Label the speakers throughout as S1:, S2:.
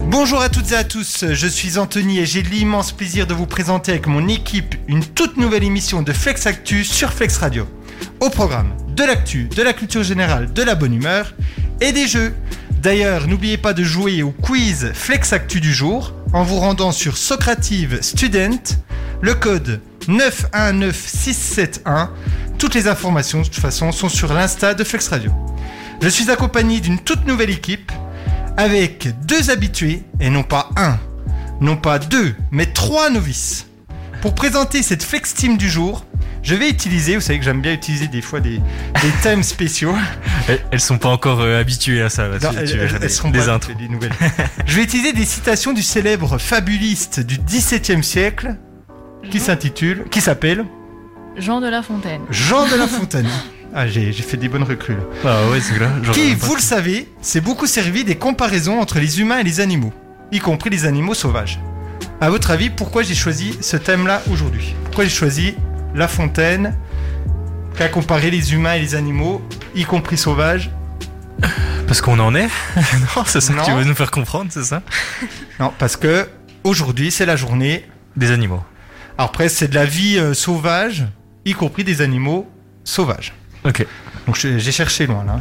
S1: Bonjour à toutes et à tous, je suis Anthony et j'ai l'immense plaisir de vous présenter avec mon équipe une toute nouvelle émission de Flex Actu sur Flex Radio. Au programme, de l'actu, de la culture générale, de la bonne humeur et des jeux. D'ailleurs, n'oubliez pas de jouer au quiz Flex Actu du jour en vous rendant sur Socrative Student, le code 919671. Toutes les informations, de toute façon, sont sur l'Insta de Flex Radio. Je suis accompagné d'une toute nouvelle équipe avec deux habitués et non pas un, non pas deux, mais trois novices. Pour présenter cette Flex Team du jour, je vais utiliser, vous savez que j'aime bien utiliser des fois des, des thèmes spéciaux.
S2: Elles, elles sont pas encore euh, habituées à ça. Là,
S1: Non,
S2: tu-
S1: elles-
S2: tu vas
S1: elles-
S2: faire
S1: elles
S2: des-
S1: seront
S2: des
S1: pas
S2: intros.
S1: toutes les nouvelles. Je vais utiliser des citations du célèbre fabuliste du XVIIe siècle qui s'intitule, qui s'appelle
S3: Jean de La Fontaine.
S1: Jean de La Fontaine. Ah, j'ai j'ai fait des bonnes recrues. là.
S2: Ah ouais, c'est là.
S1: Qui, vous le savez, s'est beaucoup servi des comparaisons entre les humains et les animaux, y compris les animaux sauvages. À votre avis, pourquoi j'ai choisi ce thème-là aujourd'hui Pourquoi j'ai choisi La Fontaine qui a comparé les humains et les animaux, y compris sauvages
S2: Parce qu'on en est Non, c'est ça
S1: Non.
S2: que tu veux nous faire comprendre, c'est ça
S1: Non, parce que aujourd'hui, c'est la journée
S2: Des animaux.
S1: Alors après, c'est de la vie euh, sauvage, y compris des animaux sauvages.
S2: Ok.
S1: Donc je- j'ai cherché loin là.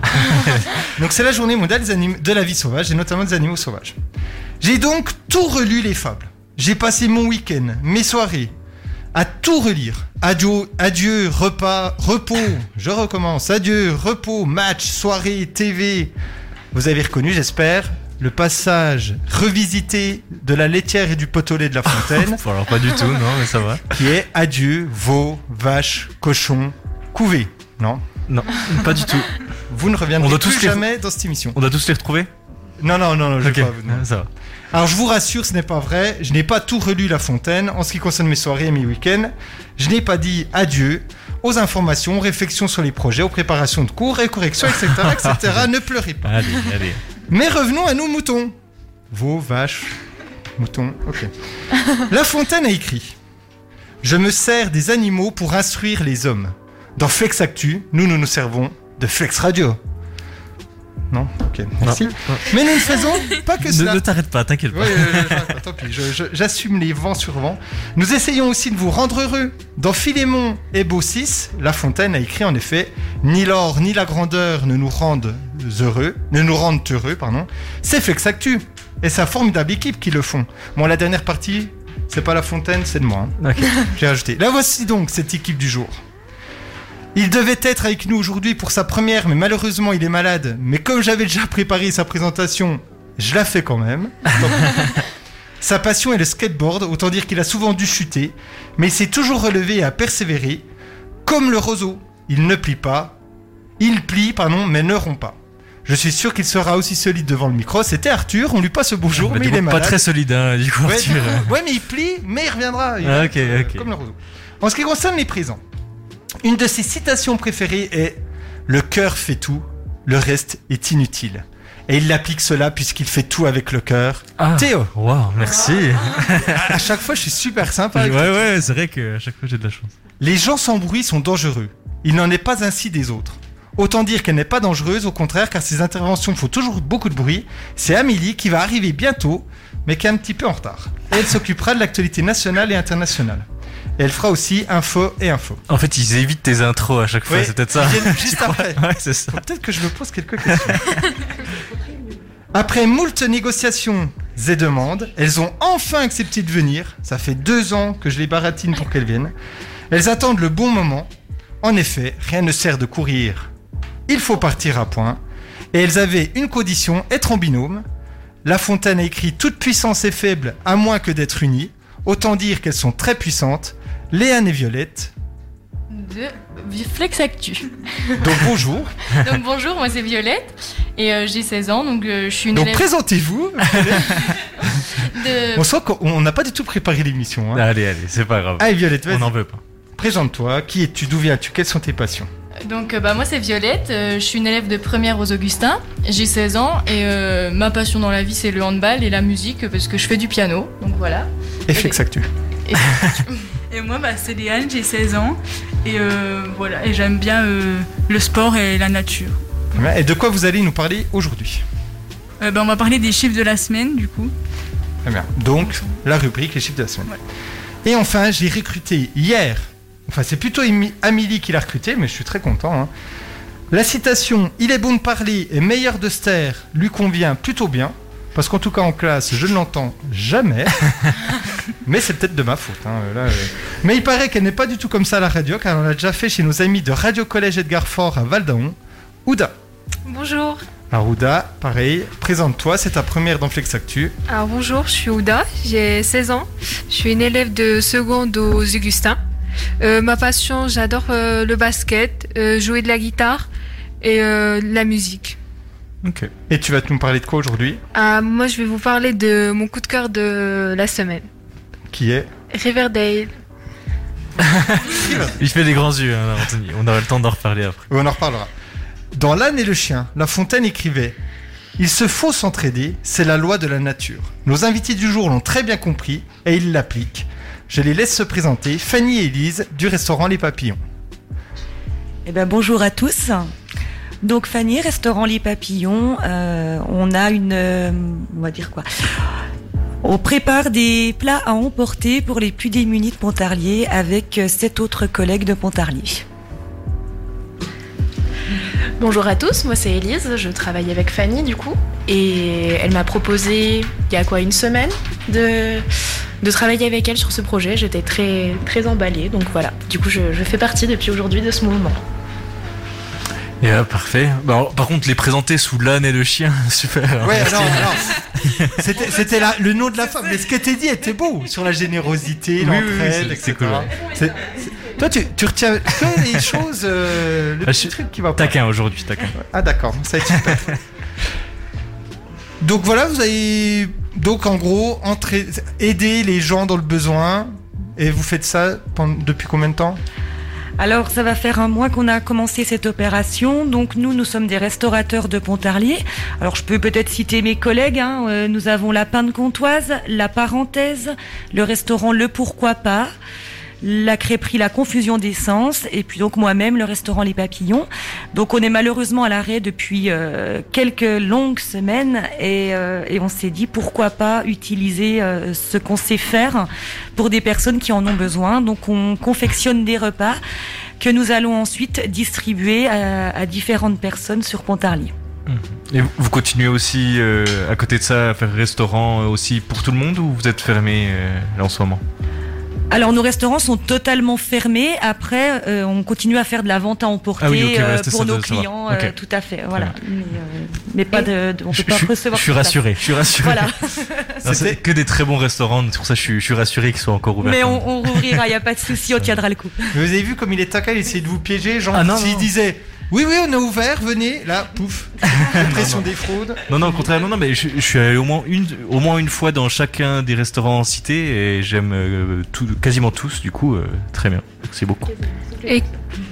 S1: donc c'est la journée mondiale des anim- de la vie sauvage et notamment des animaux sauvages. J'ai donc tout relu les fables. J'ai passé mon week-end, mes soirées, à tout relire. Adieu, adieu, repas, repos. Je recommence. Adieu, repos, match, soirée, TV. Vous avez reconnu, j'espère, le passage revisité de la laitière et du pot au lait de la fontaine
S2: Bon, alors pas du tout, non, mais ça va.
S1: qui est adieu, veau, vache, cochon, couvé. Non,
S2: Non, pas du tout.
S1: vous ne reviendrez
S2: On doit
S1: plus
S2: tous les-
S1: jamais dans cette émission.
S2: On doit tous les retrouver
S1: Non, non, non, non, je
S2: Ok,
S1: vais pas vous demander.
S2: ça va.
S1: Alors je vous rassure, ce n'est pas vrai. Je n'ai pas tout relu La Fontaine en ce qui concerne mes soirées et mes week-ends. Je n'ai pas dit adieu aux informations, aux réflexions sur les projets, aux préparations de cours et corrections, etc., etc. ne pleurez pas.
S2: Allez, allez.
S1: Mais revenons à nos moutons. Vos vaches, moutons, ok. La Fontaine a écrit Je me sers des animaux pour instruire les hommes. Dans Flex Actu, nous, nous nous servons de Flex Radio. Non Ok, merci. Mais nous ne faisons pas que
S2: Ne,
S1: cela.
S2: ne t'arrête pas, t'inquiète
S1: Ouais,
S2: pas.
S1: ouais, ouais, ouais, tant pis, je- je- j'assume les vents sur vents. Nous essayons aussi de vous rendre heureux. Dans Philémon et Beau 6, La Fontaine a écrit en effet Ni l'or ni la grandeur ne nous rendent heureux, ne nous rendent heureux, pardon. C'est Flex Actu. Et c'est un formidable équipe qui le font. Bon, la dernière partie, c'est pas La Fontaine, c'est de moi. hein.
S2: Ok.
S1: J'ai rajouté. La voici donc, cette équipe du jour. Il devait être avec nous aujourd'hui pour sa première, mais malheureusement il est malade. Mais comme j'avais déjà préparé sa présentation, je la fais quand même. Tant pis. sa passion est le skateboard, autant dire qu'il a souvent dû chuter, mais il s'est toujours relevé et a persévéré. Comme le roseau, il ne plie pas. Il plie, pardon, mais ne rompt pas. Je suis sûr qu'il sera aussi solide devant le micro. C'était Arthur, on lui passe le bonjour,
S2: Bah,
S1: mais
S2: du
S1: il
S2: coup,
S1: est
S2: pas
S1: malade.
S2: très solide, hein, du coup,
S1: Ouais,
S2: Arthur.
S1: du coup, ouais, mais il plie, mais il reviendra. Il-
S2: Ah, ok,
S1: euh,
S2: ok.
S1: Comme le roseau. En ce qui concerne les présents, une de ses citations préférées est Le cœur fait tout, le reste est inutile. Et il applique cela puisqu'il fait tout avec le cœur.
S2: Ah.
S1: Théo, Ah.
S2: Waouh, merci.
S1: à chaque fois je suis super sympa. avec
S2: ouais,
S1: toi.
S2: ouais, c'est vrai que à chaque fois j'ai de la chance.
S1: Les gens sans bruit sont dangereux. Il n'en est pas ainsi des autres. Autant dire qu'elle n'est pas dangereuse, au contraire, car ses interventions font toujours beaucoup de bruit. C'est Amélie qui va arriver bientôt, mais qui est un petit peu en retard. Et elle s'occupera de l'actualité nationale et internationale. Et elle fera aussi info et info.
S2: En fait, ils évitent tes intros à chaque fois,
S1: Ouais,
S2: c'est peut-être ça.
S1: ils viennent juste
S2: Tu crois
S1: après.
S2: Ouais, c'est ça.
S1: Faut peut-être que je me pose quelques questions. Après moult négociations et demandes, elles ont enfin accepté de venir. Ça fait deux ans que je les baratine pour qu'elles viennent. Elles attendent le bon moment. En effet, rien ne sert de courir. Il faut partir à point. Et elles avaient une condition, être en binôme. La Fontaine a écrit Toute puissance est faible, à moins que d'être unie. Autant dire qu'elles sont très puissantes. Léane et Violette.
S3: De Flex Actu.
S1: Donc bonjour.
S3: Donc bonjour, moi c'est Violette et euh, j'ai 16 ans, donc euh, je suis une
S1: Donc
S3: élève Euh,
S1: présentez-vous.
S3: de...
S1: On sent qu'on n'a pas du tout préparé l'émission. Hein.
S2: Allez, allez, c'est pas grave.
S1: Allez Violette, vas-y.
S2: On n'en veut pas.
S1: Présente-toi, qui es-tu, d'où viens-tu, quelles sont tes passions
S3: Donc euh, bah, moi c'est Violette, euh, je suis une élève de première aux Augustins, j'ai 16 ans et euh, ma passion dans la vie c'est le handball et la musique parce que je fais du piano, donc voilà.
S1: Et Flex Actu.
S4: Et moi, bah, c'est Léane, j'ai 16 ans. Et euh, voilà, et j'aime bien euh, le sport et la nature.
S1: Et de quoi vous allez nous parler aujourd'hui
S4: Euh, bah, on va parler des chiffres de la semaine, du coup.
S1: Très bien. Donc, la rubrique, les chiffres de la semaine. Et enfin, j'ai recruté hier, enfin, c'est plutôt Emi- Amélie qui l'a recruté, mais je suis très content. hein. La citation Il est bon de parler et meilleur de se taire lui convient plutôt bien, parce qu'en tout cas en classe, je ne l'entends jamais. mais c'est peut-être de ma faute. hein, là, euh. Mais il paraît qu'elle n'est pas du tout comme ça à la radio, car on l'a déjà fait chez nos amis de Radio Collège Edgar Fort à Valdaon. Ouda.
S5: Bonjour.
S1: Alors, Ouda, pareil, présente-toi, c'est ta première dans Flex Actu.
S5: Alors bonjour, je suis Ouda, j'ai 16 ans. Je suis une élève de seconde aux Augustins. Euh, ma passion, j'adore euh, le basket, euh, jouer de la guitare et euh, la musique.
S1: Ok. Et tu vas nous parler de quoi aujourd'hui
S5: Ah, moi, je vais vous parler de mon coup de cœur de la semaine.
S1: Qui est
S5: Riverdale.
S2: Il fait des grands yeux, hein, Anthony. On aura le temps d'en reparler après.
S1: On en reparlera. Dans L'âne et le chien, La Fontaine écrivait Il se faut s'entraider, c'est la loi de la nature. Nos invités du jour l'ont très bien compris et ils l'appliquent. Je les laisse se présenter, Fanny et Elise du restaurant Les Papillons.
S6: Eh ben, bonjour à tous. Donc Fanny, restaurant Les Papillons, euh, on a une, euh, on va dire quoi On prépare des plats à emporter pour les plus démunis de Pontarlier avec euh, sept autres collègues de Pontarlier.
S7: Bonjour à tous, moi c'est Elise, je travaille avec Fanny du coup, et elle m'a proposé, il y a quoi, une semaine, de, de travailler avec elle sur ce projet. J'étais très, très emballée, donc voilà. Du coup, je, je fais partie depuis aujourd'hui de ce mouvement.
S2: Et euh, parfait. Bah, alors, par contre, les présenter sous l'âne et le chien, super. hein.
S1: Ouais, non, non. C'était, c'était la- le nom de la femme. Mais ce que t'as dit était beau sur la générosité,
S2: Oui, oui, oui,
S1: l'entraide,
S2: c'est-
S1: etc.
S2: c'est cool, ouais.
S1: C'est- c'est- Toi, tu, tu retiens que les choses, euh, le
S2: Ah,
S1: petit
S2: je-
S1: truc qui va pas.
S2: Taquin aujourd'hui, taquin.
S1: Ah d'accord, ça va être super. Donc voilà, vous avez donc en gros entrer- aider les gens dans le besoin et vous faites ça pendant- depuis combien de temps
S6: Alors ça va faire un mois qu'on a commencé cette opération. Donc nous, nous sommes des restaurateurs de Pontarlier. Alors je peux peut-être citer mes collègues. hein. Euh, Nous avons la Pinte Comtoise, la Parenthèse, le restaurant Le Pourquoi Pas. La crêperie La Confusion des Sens et puis donc moi-même le restaurant Les Papillons. Donc on est malheureusement à l'arrêt depuis euh, quelques longues semaines et, euh, et on s'est dit pourquoi pas utiliser euh, ce qu'on sait faire pour des personnes qui en ont besoin. Donc on confectionne des repas que nous allons ensuite distribuer à, à différentes personnes sur Pontarlier.
S2: Et vous- vous continuez aussi euh, à côté de ça à faire restaurant euh, aussi pour tout le monde ou vous êtes fermé euh, là en ce moment
S6: Alors nos restaurants sont totalement fermés. Après, euh, on continue à faire de la vente à emporter
S2: Ah oui, ok, voilà,
S6: euh,
S2: c'était
S6: pour
S2: ça
S6: nos
S2: de savoir.
S6: clients.
S2: Ok.
S6: euh, tout à fait, voilà. Mais, euh, mais pas de, de- on peut
S2: je,
S6: pas
S2: je-
S6: recevoir.
S2: je suis
S6: tout ça.
S2: rassuré, je suis rassuré.
S6: Voilà.
S2: Non, c'est
S1: C'était-
S2: que des très bons restaurants, c'est pour ça que je suis, je suis rassuré qu'ils soient encore ouverts.
S6: Mais
S2: quand même.
S6: on, on rouvrira, il n'y a pas de souci, on tiendra le coup.
S1: Vous avez vu comme il est taquin, il essayait de vous piéger, genre
S2: Ah, non,
S1: s'il
S2: non.
S1: disait oui oui on est ouvert, venez, là pouf, pression
S2: non.
S1: des fraudes.
S2: Non, non, au contraire, non, non, mais je, je suis allé au moins une, au moins une fois dans chacun des restaurants cités et j'aime euh, tout, quasiment tous, du coup, euh, très bien. C'est beaucoup.
S5: Et,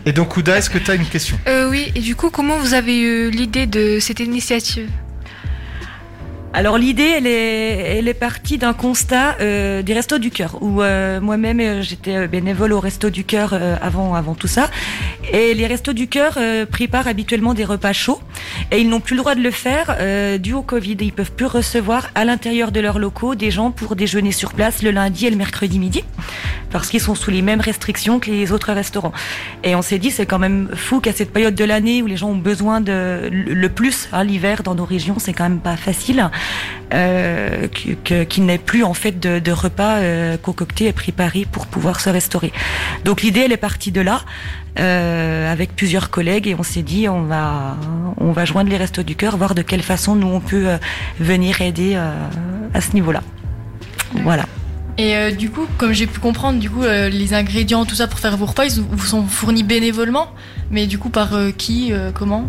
S1: Et donc Ouda, est-ce que t'as une question
S5: euh, oui, et du coup, comment vous avez eu l'idée de cette initiative
S6: Alors l'idée, elle est, elle est partie d'un constat euh, des Restos du Cœur, où euh, moi-même euh, j'étais euh, bénévole au Restos du Cœur euh, avant, avant tout ça. Et les Restos du Cœur euh, préparent habituellement des repas chauds, et ils n'ont plus le droit de le faire euh, dû au Covid. Ils peuvent plus recevoir à l'intérieur de leurs locaux des gens pour déjeuner sur place le lundi et le mercredi midi, parce qu'ils sont sous les mêmes restrictions que les autres restaurants. Et on s'est dit, c'est quand même fou qu'à cette période de l'année où les gens ont besoin de le le plus, hein, l'hiver dans nos régions, c'est quand même pas facile, euh, que- que- qu'il n'ait plus en fait de, de repas euh, concoctés et préparés pour pouvoir se restaurer. Donc l'idée, elle est partie de là, euh, avec plusieurs collègues, et on s'est dit, on va, on va joindre les restos du cœur, voir de quelle façon nous on peut euh, venir aider euh, à ce niveau-là. Voilà.
S3: Et euh, du coup, comme j'ai pu comprendre, du coup, euh, les ingrédients, tout ça pour faire vos repas, ils vous sont fournis bénévolement, mais du coup, par euh, qui, euh, comment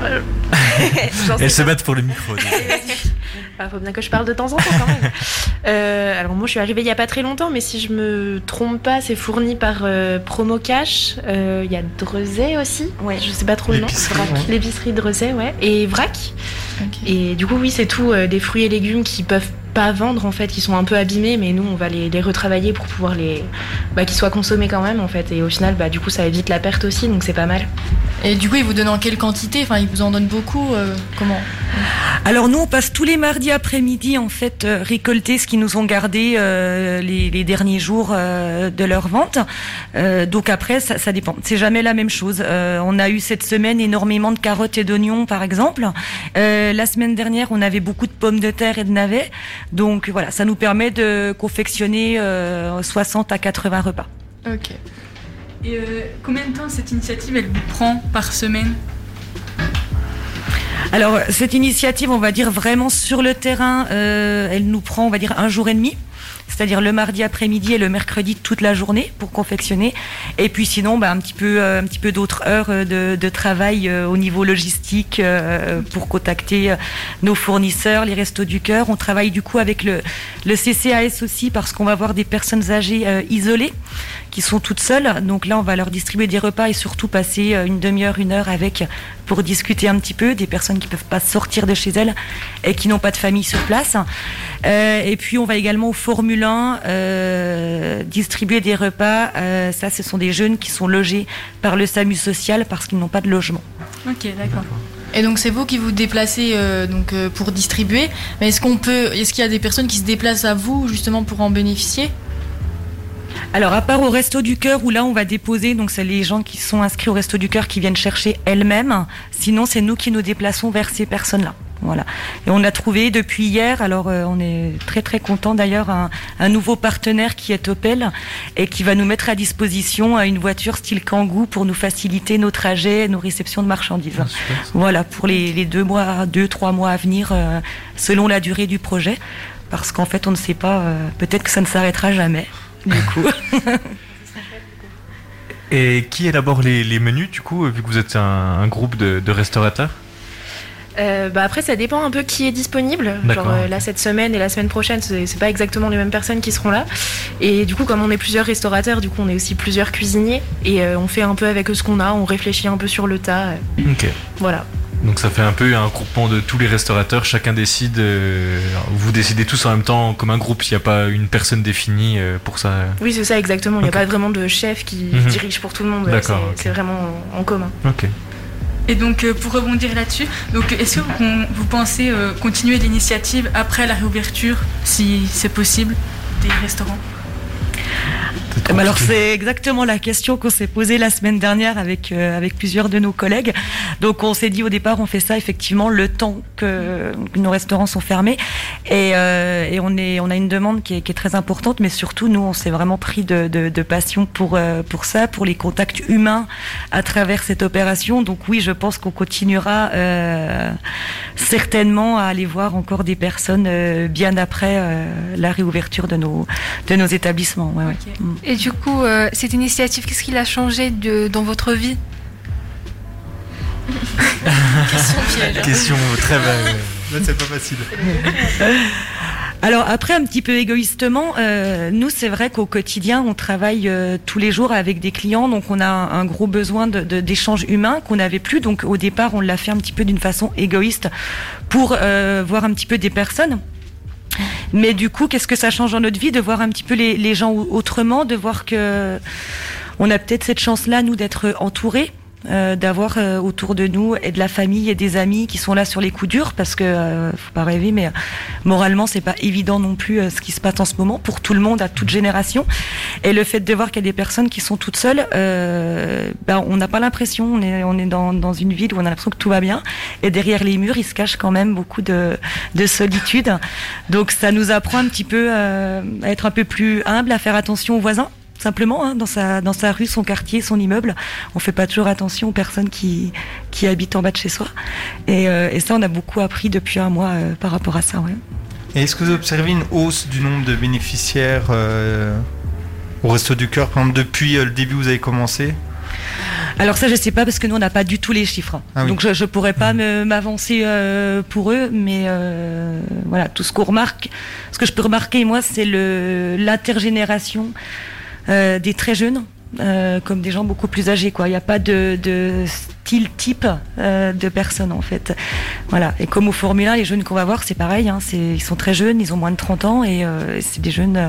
S6: Eh,
S7: J'en sais
S2: Elles se
S7: pas.
S2: battent pour le micro.
S7: Ah, faut bien que je parle de temps en temps quand même. Euh, alors moi je suis arrivée il y a pas très longtemps, mais si je me trompe pas, c'est fourni par euh, Promo Cash. Euh, Il y a Drezet aussi.
S6: Ouais.
S7: Je sais pas trop le nom.
S1: L'épicerie,
S7: Vrac.
S1: ouais.
S7: L'épicerie Drezet, ouais. Et Vrac.
S3: Ok.
S7: Et du coup oui c'est tout euh, des fruits et légumes qui peuvent pas vendre en fait, qui sont un peu abîmés, mais nous on va les, les retravailler pour pouvoir les bah, qu'ils soient consommés quand même en fait. Et au final bah du coup ça évite la perte aussi, donc c'est pas mal.
S3: Et du coup, ils vous donnent en quelle quantité Enfin, ils vous en donnent beaucoup euh, Comment
S6: Alors nous, on passe tous les mardis après-midi en fait euh, récolter ce qu'ils nous ont gardé euh, les, les derniers jours euh, de leur vente. Euh, donc après, ça, ça dépend. C'est jamais la même chose. Euh, on a eu cette semaine énormément de carottes et d'oignons, par exemple. Euh, la semaine dernière, on avait beaucoup de pommes de terre et de navets. Donc voilà, ça nous permet de confectionner euh, 60 à 80 repas.
S3: Ok.
S4: Et euh, combien de temps cette initiative, elle vous prend par semaine
S6: Alors cette initiative, on va dire vraiment sur le terrain, euh, elle nous prend, on va dire un jour et demi. C'est-à-dire le mardi après-midi et le mercredi toute la journée pour confectionner. Et puis sinon, bah, un petit peu, euh, un petit peu d'autres heures euh, de, de travail euh, au niveau logistique euh, pour contacter euh, nos fournisseurs, les restos du cœur. On travaille du coup avec le, le CCAS aussi parce qu'on va voir des personnes âgées euh, isolées qui sont toutes seules. Donc là, on va leur distribuer des repas et surtout passer euh, une demi-heure, une heure avec pour discuter un petit peu des personnes qui peuvent pas sortir de chez elles et qui n'ont pas de famille sur place. Euh, et puis, on va également au Formule 1 euh, distribuer des repas. Euh, ça, ce sont des jeunes qui sont logés par le SAMU social parce qu'ils n'ont pas de logement.
S4: Ok, d'accord.
S3: Et donc c'est vous qui vous déplacez euh, donc euh, pour distribuer. Mais est-ce qu'on peut, est-ce qu'il y a des personnes qui se déplacent à vous justement pour en bénéficier
S6: Alors, à part au Resto du Cœur, où là, on va déposer, donc c'est les gens qui sont inscrits au Resto du Cœur qui viennent chercher elles-mêmes. Sinon, c'est nous qui nous déplaçons vers ces personnes-là. Voilà. Et on a trouvé depuis hier, alors euh, on est très très content d'ailleurs, un, un nouveau partenaire qui est Opel et qui va nous mettre à disposition euh, une voiture style Kangoo pour nous faciliter nos trajets, et nos réceptions de marchandises. Voilà, pour les, les deux mois, deux, trois mois à venir, euh, selon la durée du projet. Parce qu'en fait, on ne sait pas, euh, peut-être que ça ne s'arrêtera jamais. Du coup.
S2: Et qui élabore les, les menus, du coup, vu que vous êtes un, un groupe de, de restaurateurs
S7: Euh, bah après, ça dépend un peu qui est disponible.
S2: D'accord.
S7: Genre euh, là, cette semaine et la semaine prochaine, c'est c'est pas exactement les mêmes personnes qui seront là. Et du coup, comme on est plusieurs restaurateurs, du coup, on est aussi plusieurs cuisiniers. Et euh, on fait un peu avec ce qu'on a, on réfléchit un peu sur le tas. euh,
S2: Ok.
S7: voilà.
S2: Donc ça fait un peu un groupement de tous les restaurateurs, chacun décide, euh, vous décidez tous en même temps comme un groupe, s'il n'y a pas une personne définie euh, pour ça.
S7: Oui, c'est ça, exactement. Il n'y
S2: Ok.
S7: a pas vraiment de chef qui
S2: Mhm.
S7: dirige pour tout le monde.
S2: D'accord,
S7: C'est
S2: Ah, ok.
S7: c'est vraiment en commun.
S2: Ok.
S4: Et donc, euh, pour rebondir là-dessus, donc est-ce que vous, vous pensez euh, continuer l'initiative après la réouverture, si c'est possible, des restaurants
S6: Eh ben alors c'est exactement la question qu'on s'est posée la semaine dernière avec euh, avec plusieurs de nos collègues. Donc on s'est dit au départ on fait ça effectivement le temps que, que nos restaurants sont fermés et, euh, et on est on a une demande qui est, qui est très importante mais surtout nous on s'est vraiment pris de, de, de passion pour euh, pour ça pour les contacts humains à travers cette opération. Donc oui je pense qu'on continuera euh, certainement à aller voir encore des personnes euh, bien après euh, la réouverture de nos de nos établissements. Ouais, ouais.
S4: Ok.
S6: Mm.
S5: Et du coup, euh, cette initiative, qu'est-ce qu'il a changé de, dans votre vie
S3: Question piège.
S2: Question très vague.
S1: Là, c'est pas facile.
S6: Alors après, un petit peu égoïstement, euh, nous c'est vrai qu'au quotidien on travaille euh, tous les jours avec des clients, donc on a un, un gros besoin de- de- d'échanges humains qu'on n'avait plus. Donc au départ, on l'a fait un petit peu d'une façon égoïste pour euh, voir un petit peu des personnes. Mais du coup, qu'est-ce que ça change dans notre vie de voir un petit peu les, les gens au- autrement, de voir que on a peut-être cette chance-là nous d'être entourés. euh, d'avoir euh, autour de nous et de la famille et des amis qui sont là sur les coups durs parce que euh, faut pas rêver mais euh, moralement c'est pas évident non plus euh, ce qui se passe en ce moment pour tout le monde à toute génération et le fait de voir qu'il y a des personnes qui sont toutes seules euh, ben on n'a pas l'impression on est on est dans, dans une ville où on a l'impression que tout va bien et derrière les murs il se cache quand même beaucoup de de solitude donc ça nous apprend un petit peu euh, à être un peu plus humble à faire attention aux voisins simplement hein, dans sa dans sa rue son quartier son immeuble on fait pas toujours attention aux personnes qui qui habitent en bas de chez soi et, euh, et ça on a beaucoup appris depuis un mois euh, par rapport à ça ouais.
S1: Et est-ce que vous observez une hausse du nombre de bénéficiaires euh, au Resto du Cœur, par exemple, depuis euh, le début où vous avez commencé
S6: Alors ça, je sais pas parce que nous on n'a pas du tout les chiffres. hein.
S1: Ah oui.
S6: Donc je, je pourrais pas me- m'avancer euh, pour eux, mais euh, voilà tout ce qu'on remarque, ce que je peux remarquer moi, c'est le l'intergénération euh, des très jeunes. euh, comme des gens beaucoup plus âgés quoi il n'y a pas de, de style type euh, de personnes en fait voilà et comme au Formule 1 les jeunes qu'on va voir c'est pareil hein, c'est ils sont très jeunes ils ont moins de 30 ans et euh, c'est des jeunes euh,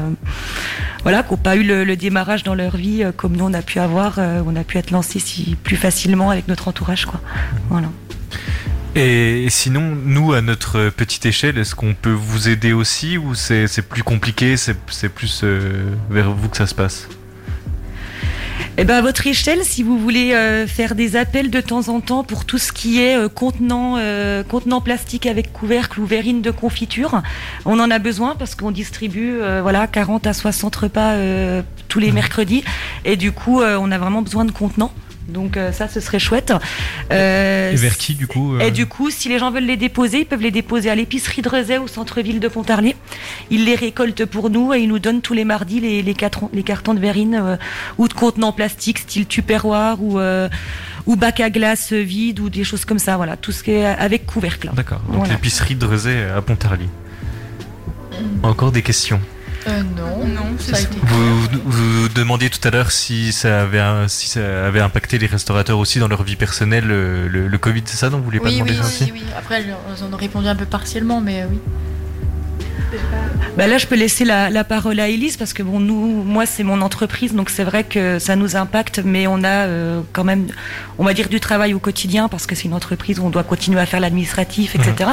S6: voilà, qui n'ont pas eu le, le démarrage dans leur vie euh, comme nous on a pu avoir, euh, on a pu être lancé si, plus facilement avec notre entourage. Quoi. Voilà.
S2: Et sinon, nous, à notre petite échelle, est-ce qu'on peut vous aider aussi ou c'est c'est plus compliqué, c'est c'est plus euh, vers vous que ça se passe
S6: Eh ben, à votre échelle, si vous voulez euh, faire des appels de temps en temps pour tout ce qui est euh, contenant, euh, contenant plastique avec couvercle ou verrine de confiture, on en a besoin parce qu'on distribue euh, voilà 40 à 60 repas euh, tous les mercredis et du coup, euh, on a vraiment besoin de contenants. Donc euh, ça, ce serait chouette. Euh,
S2: Et vers qui, du coup euh
S6: et du coup, si les gens veulent les déposer, ils peuvent les déposer à l'épicerie de Rezet au centre-ville de Pontarlier. Ils les récoltent pour nous et ils nous donnent tous les mardis les, les, cartons, les cartons de verrine euh, ou de contenants plastiques, style tupperware ou, euh, ou bac à glace euh, vide ou des choses comme ça. Voilà, tout ce qui est avec couvercle.
S2: D'accord. Donc
S6: Voilà.
S2: l'épicerie de Rezé à Pontarlier. Encore des questions.
S7: Euh, non.
S4: Non, c'est
S7: Ça a
S4: ça.
S7: été-
S2: Vous, vous demandiez tout à l'heure si ça avait un- si ça avait impacté les restaurateurs aussi dans leur vie personnelle le, le- le Covid, c'est ça dont vous voulez pas
S3: Oui,
S2: demander
S3: oui,
S2: ça aussi
S3: oui, oui. Après, elles en ont répondu un peu partiellement, mais euh, oui.
S6: Bah là, je peux laisser la, la parole à Elise parce que bon, nous, moi, c'est mon entreprise, donc c'est vrai que ça nous impacte, mais on a euh, quand même, on va dire, du travail au quotidien parce que c'est une entreprise où on doit continuer à faire l'administratif, etc.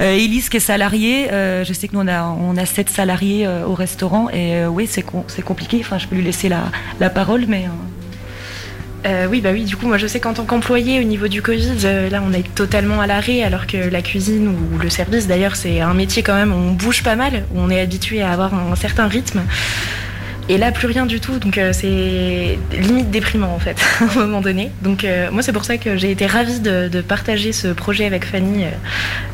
S6: Euh, Elise qui est salariée, euh, je sais que nous on a on a sept salariés euh, au restaurant et euh, oui, c'est com- c'est compliqué. Enfin, je peux lui laisser la, la parole, mais euh,
S7: Euh, oui, bah oui, du coup, moi je sais qu'en tant qu'employé, au niveau du Covid, euh, là on est totalement à l'arrêt, alors que la cuisine ou le service, d'ailleurs, c'est un métier quand même, où on bouge pas mal, où on est habitué à avoir un certain rythme. Et là, plus rien du tout, donc euh, c'est limite déprimant en fait, à un moment donné. Donc euh, moi, c'est pour ça que j'ai été ravie de, de partager ce projet avec Fanny. euh,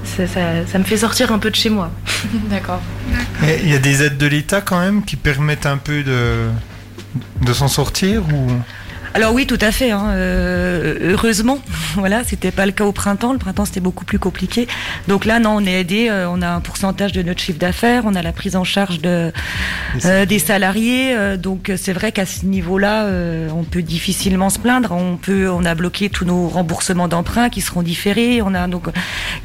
S7: ça, ça- ça me fait sortir un peu de chez moi.
S3: D'accord.
S1: Et Il y a des aides de l'État quand même qui permettent un peu de, de s'en sortir ou...
S6: alors oui, tout à fait. hein, euh, heureusement, voilà, c'était pas le cas au printemps. Le printemps c'était beaucoup plus compliqué. Donc là, non, on est aidé. euh, on a un pourcentage de notre chiffre d'affaires. On a la prise en charge de Euh, des salariés, euh, donc euh, c'est vrai qu'à ce niveau-là, euh, on peut difficilement se plaindre. On peut, on a bloqué tous nos remboursements d'emprunts qui seront différés. On a donc, euh,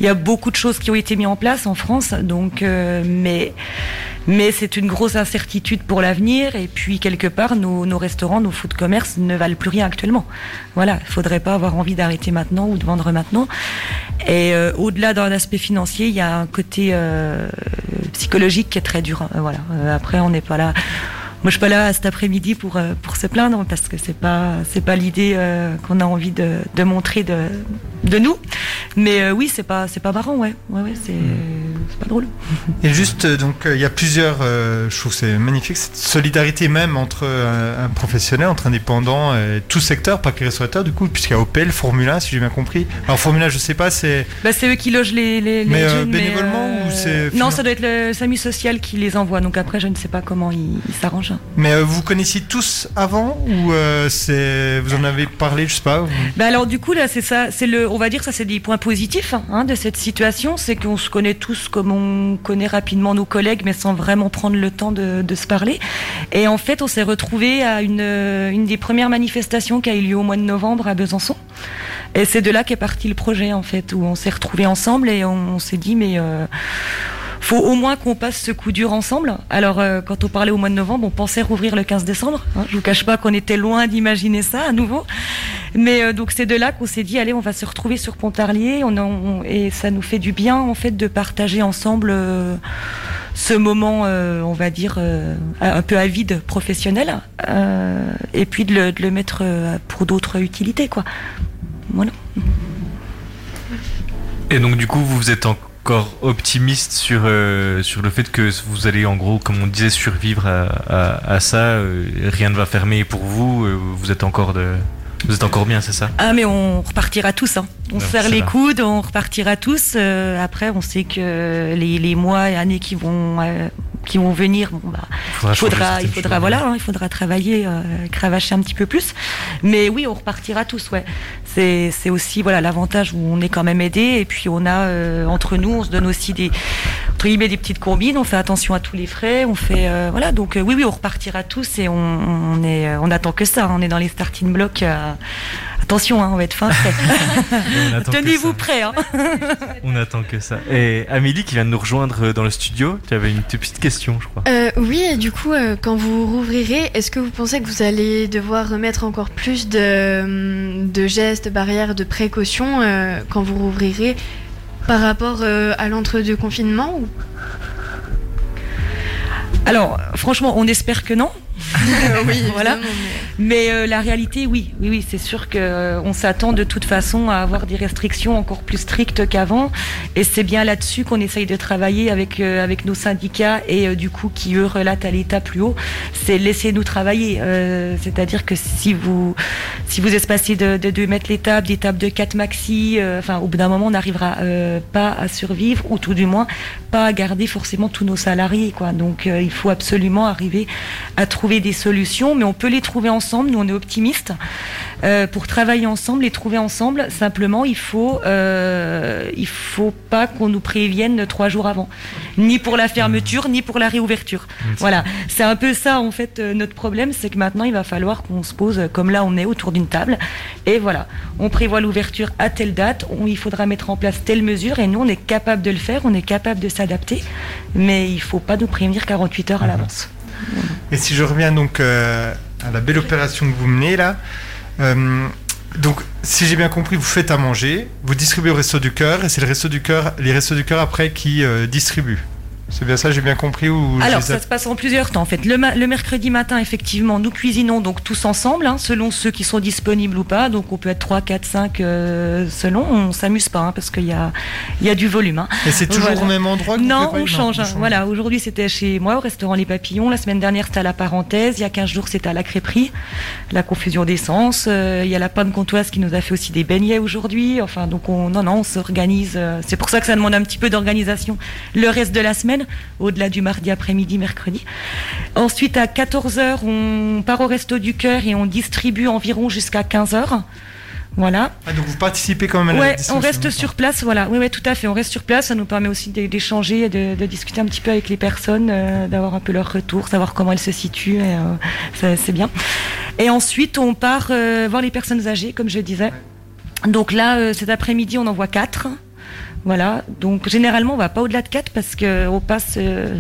S6: il y a beaucoup de choses qui ont été mises en place en France. Donc, euh, mais, mais c'est une grosse incertitude pour l'avenir. Et puis quelque part, nos, nos restaurants, nos food commerce ne valent plus rien actuellement. Voilà, il faudrait pas avoir envie d'arrêter maintenant ou de vendre maintenant. Et euh, au-delà d'un aspect financier, il y a un côté euh, psychologique qui est très dur. Euh, voilà. Euh, après, on n'est pas là. Moi, je suis pas là cet après-midi pour euh, pour se plaindre parce que c'est pas c'est pas l'idée euh, qu'on a envie de, de montrer de, de nous. Mais euh, oui, c'est pas c'est pas marrant, ouais, ouais, ouais c'est
S1: Hmm.
S6: c'est pas drôle.
S1: Et juste, euh, donc, euh, il y a plusieurs, euh, je trouve que c'est magnifique, cette solidarité même entre euh, un professionnel, entre indépendants, euh, tout secteur, pas que les restaurateurs, du coup, puisqu'il y a OPL, Formula, si j'ai bien compris. Alors, Formula, je sais pas, c'est.
S6: Bah, c'est eux qui logent les les, les
S1: Mais, euh,
S6: jeunes,
S1: bénévolement ou c'est
S6: non,
S1: finan-
S6: ça doit être le SAMU social qui les envoie. Donc après, je ne sais pas comment ils ils s'arrangent.
S1: Mais euh, vous connaissiez tous avant ou euh, c'est. Vous en avez parlé, je sais pas. ou-
S6: Bah alors du coup là c'est ça, c'est le, on va dire ça c'est des points positifs hein, de cette situation, c'est qu'on se connaît tous comme on connaît rapidement nos collègues, mais sans vraiment prendre le temps de, de se parler. Et en fait on s'est retrouvé à une, euh, une des premières manifestations qui a eu lieu au mois de novembre à Besançon. Et c'est de là qu'est parti le projet en fait, où on s'est retrouvés ensemble et on, on s'est dit mais euh, faut au moins qu'on passe ce coup dur ensemble. Alors, euh, quand on parlait au mois de novembre, on pensait rouvrir le 15 décembre. hein. je vous cache pas qu'on était loin d'imaginer ça à nouveau. Mais euh, donc, c'est de là qu'on s'est dit, allez, on va se retrouver sur Pontarlier. On, en- on- et ça nous fait du bien, en fait, de partager ensemble euh, ce moment, euh, on va dire, euh, un peu avide professionnel. euh, et puis de le, de le mettre euh, pour d'autres utilités, quoi. Voilà.
S2: Et donc du coup, vous vous êtes encore optimiste sur euh, sur le fait que vous allez en gros, comme on disait, survivre à, à- à ça. euh, rien ne va fermer pour vous. euh, vous êtes encore de, vous êtes encore bien, c'est ça
S6: Ah mais on repartira tous, hein. on se
S2: Ah,
S6: serre
S2: c'est
S6: les
S2: là.
S6: coudes, on repartira tous. Euh, après, on sait que les, les mois et années qui vont euh, qui vont venir, bon, bah, il
S2: changer
S6: faudra,
S2: certaines
S6: il faudra
S2: choses.
S6: voilà, hein, il faudra travailler, euh, cravacher un petit peu plus. Mais oui, on repartira tous, ouais. C'est c'est aussi voilà l'avantage où on est quand même aidé et puis on a euh, entre nous, on se donne aussi des entre guillemets des petites combines, on fait attention à tous les frais, on fait euh, voilà donc euh, oui oui on repartira tous et on, on est euh, on attend que ça, hein. on est dans les starting blocks. euh, à Attention, hein, on va être fin. après.
S2: On attend que
S6: Tenez-vous
S2: ça.
S6: prêts. hein.
S2: On attend que ça. Et Amélie qui vient de nous rejoindre euh, dans le studio, tu avais une petite question, je crois.
S8: Euh, oui, et du coup, euh, quand vous rouvrirez, est-ce que vous pensez que vous allez devoir remettre encore plus de, hum, de gestes, barrières, de précautions euh, quand vous rouvrirez par rapport euh, à l'entre-deux confinement ou
S6: Alors, franchement, on espère que non. oui, voilà.
S8: évidemment, mais-
S6: Mais euh, la réalité, oui, oui, oui, c'est sûr que euh, on s'attend de toute façon à avoir des restrictions encore plus strictes qu'avant, et c'est bien là-dessus qu'on essaye de travailler avec euh, avec nos syndicats et euh, du coup qui eux relatent à l'État plus haut, c'est laissez-nous travailler. Euh, C'est-à-dire que si vous si vous espacez de, de 2 mètres les tables, des tables de 4 maxi, euh, enfin au bout d'un moment on n'arrivera euh, pas à survivre ou tout du moins pas à garder forcément tous nos salariés quoi. Donc euh, il faut absolument arriver à trouver des solutions, mais on peut les trouver ensemble. Nous, on est optimistes. Euh, pour travailler ensemble, les trouver ensemble, simplement, il faut, euh, il faut pas qu'on nous prévienne trois jours avant, ni pour la fermeture, ni pour la réouverture. Voilà, c'est un peu ça en fait euh, notre problème, c'est que maintenant il va falloir qu'on se pose euh, comme là on est autour d'une table et voilà, on prévoit l'ouverture à telle date, on- il faudra mettre en place telle mesure et nous on est capable de le faire, on est capable de s'adapter, mais il faut pas nous prévenir 48 heures à
S2: Mhm.
S6: l'avance.
S1: Et si je reviens donc euh, à la belle opération que vous menez là, euh, donc si j'ai bien compris, vous faites à manger, vous distribuez au resto du cœur, et c'est le resto du cœur, les restos du cœur après qui euh, distribuent. C'est bien ça, j'ai bien compris ou je
S6: Alors,
S1: les ai-
S6: ça se passe en plusieurs temps. En fait, le, ma- le mercredi matin, effectivement, nous cuisinons donc tous ensemble, hein, selon ceux qui sont disponibles ou pas. Donc, on peut être 3, 4, 5 euh, selon. On s'amuse pas hein, parce qu'il y a, il y a du volume. hein.
S1: Et c'est toujours
S6: Voilà.
S1: au même endroit que vous
S6: Non,
S1: préparez
S6: on change.
S1: on
S6: hein.
S1: change.
S6: Voilà, aujourd'hui c'était chez moi au restaurant Les Papillons. La semaine dernière c'était à la parenthèse. Il y a 15 jours c'était à la crêperie. La confusion d'essence. Euh, il y a la panne comtoise qui nous a fait aussi des beignets aujourd'hui. Enfin, donc on, non, non, on s'organise. euh, C'est pour ça que ça demande un petit peu d'organisation le reste de la semaine, au-delà du mardi après-midi, mercredi. Ensuite à 14h, on part au resto du cœur et on distribue environ jusqu'à 15h. Voilà.
S1: Ah, donc vous participez quand même à la
S6: Ouais, on
S1: distribution.
S6: reste sur place, voilà. Oui, ouais, tout à fait. On reste sur place. Ça nous permet aussi d'é- d'échanger, et de, de discuter un petit peu avec les personnes, euh, d'avoir un peu leur retour, savoir comment elles se situent. et, euh, ça, c'est bien. Et ensuite, on part euh, voir les personnes âgées, comme je disais. Donc là, euh, cet après-midi, on en voit quatre. Voilà. Donc généralement, on va pas au-delà de quatre parce que on passe euh,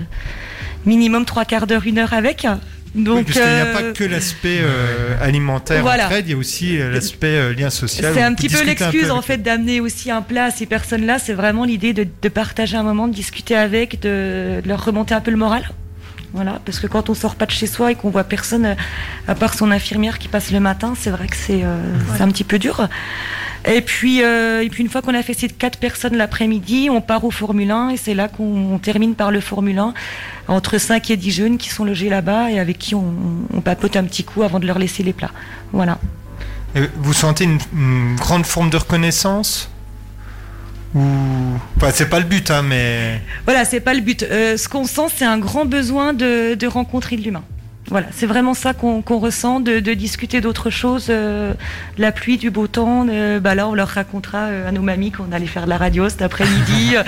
S6: minimum trois quarts d'heure, une heure avec.
S1: Oui,
S6: Donc
S1: parce qu'il n'y a pas
S6: euh,
S1: que l'aspect euh, alimentaire
S6: Voilà.
S1: entraide, il y a aussi euh, l'aspect euh, lien social.
S6: C'est
S1: où
S6: un
S1: vous
S6: petit peu
S1: discutez un
S6: l'excuse en
S1: avec-
S6: fait d'amener aussi un plat à ces personnes-là. C'est vraiment l'idée de, de partager un moment, de discuter avec, de, de leur remonter un peu le moral. Voilà, parce que quand on sort pas de chez soi et qu'on voit personne euh, à part son infirmière qui passe le matin, c'est vrai que c'est euh, c'est un petit peu dur. Et puis, euh, et puis une fois qu'on a fait ces quatre personnes l'après-midi, on part au Formule 1 et c'est là qu'on on termine par le Formule 1 entre 5 et 10 jeunes qui sont logés là-bas et avec qui on, on papote un petit coup avant de leur laisser les plats. Voilà.
S1: Et Euh, Vous sentez une, une grande forme de reconnaissance Ou. Enfin, c'est pas le but, hein, mais.
S6: Voilà, c'est pas le but. Euh, ce qu'on sent, c'est un grand besoin de, de rencontrer de l'humain. Voilà, c'est vraiment ça qu'on qu'on ressent, de, de discuter d'autres choses, euh, de la pluie, du beau temps. euh, bah là, on leur racontera euh, à nos mamies qu'on allait faire de la radio cet après-midi, euh,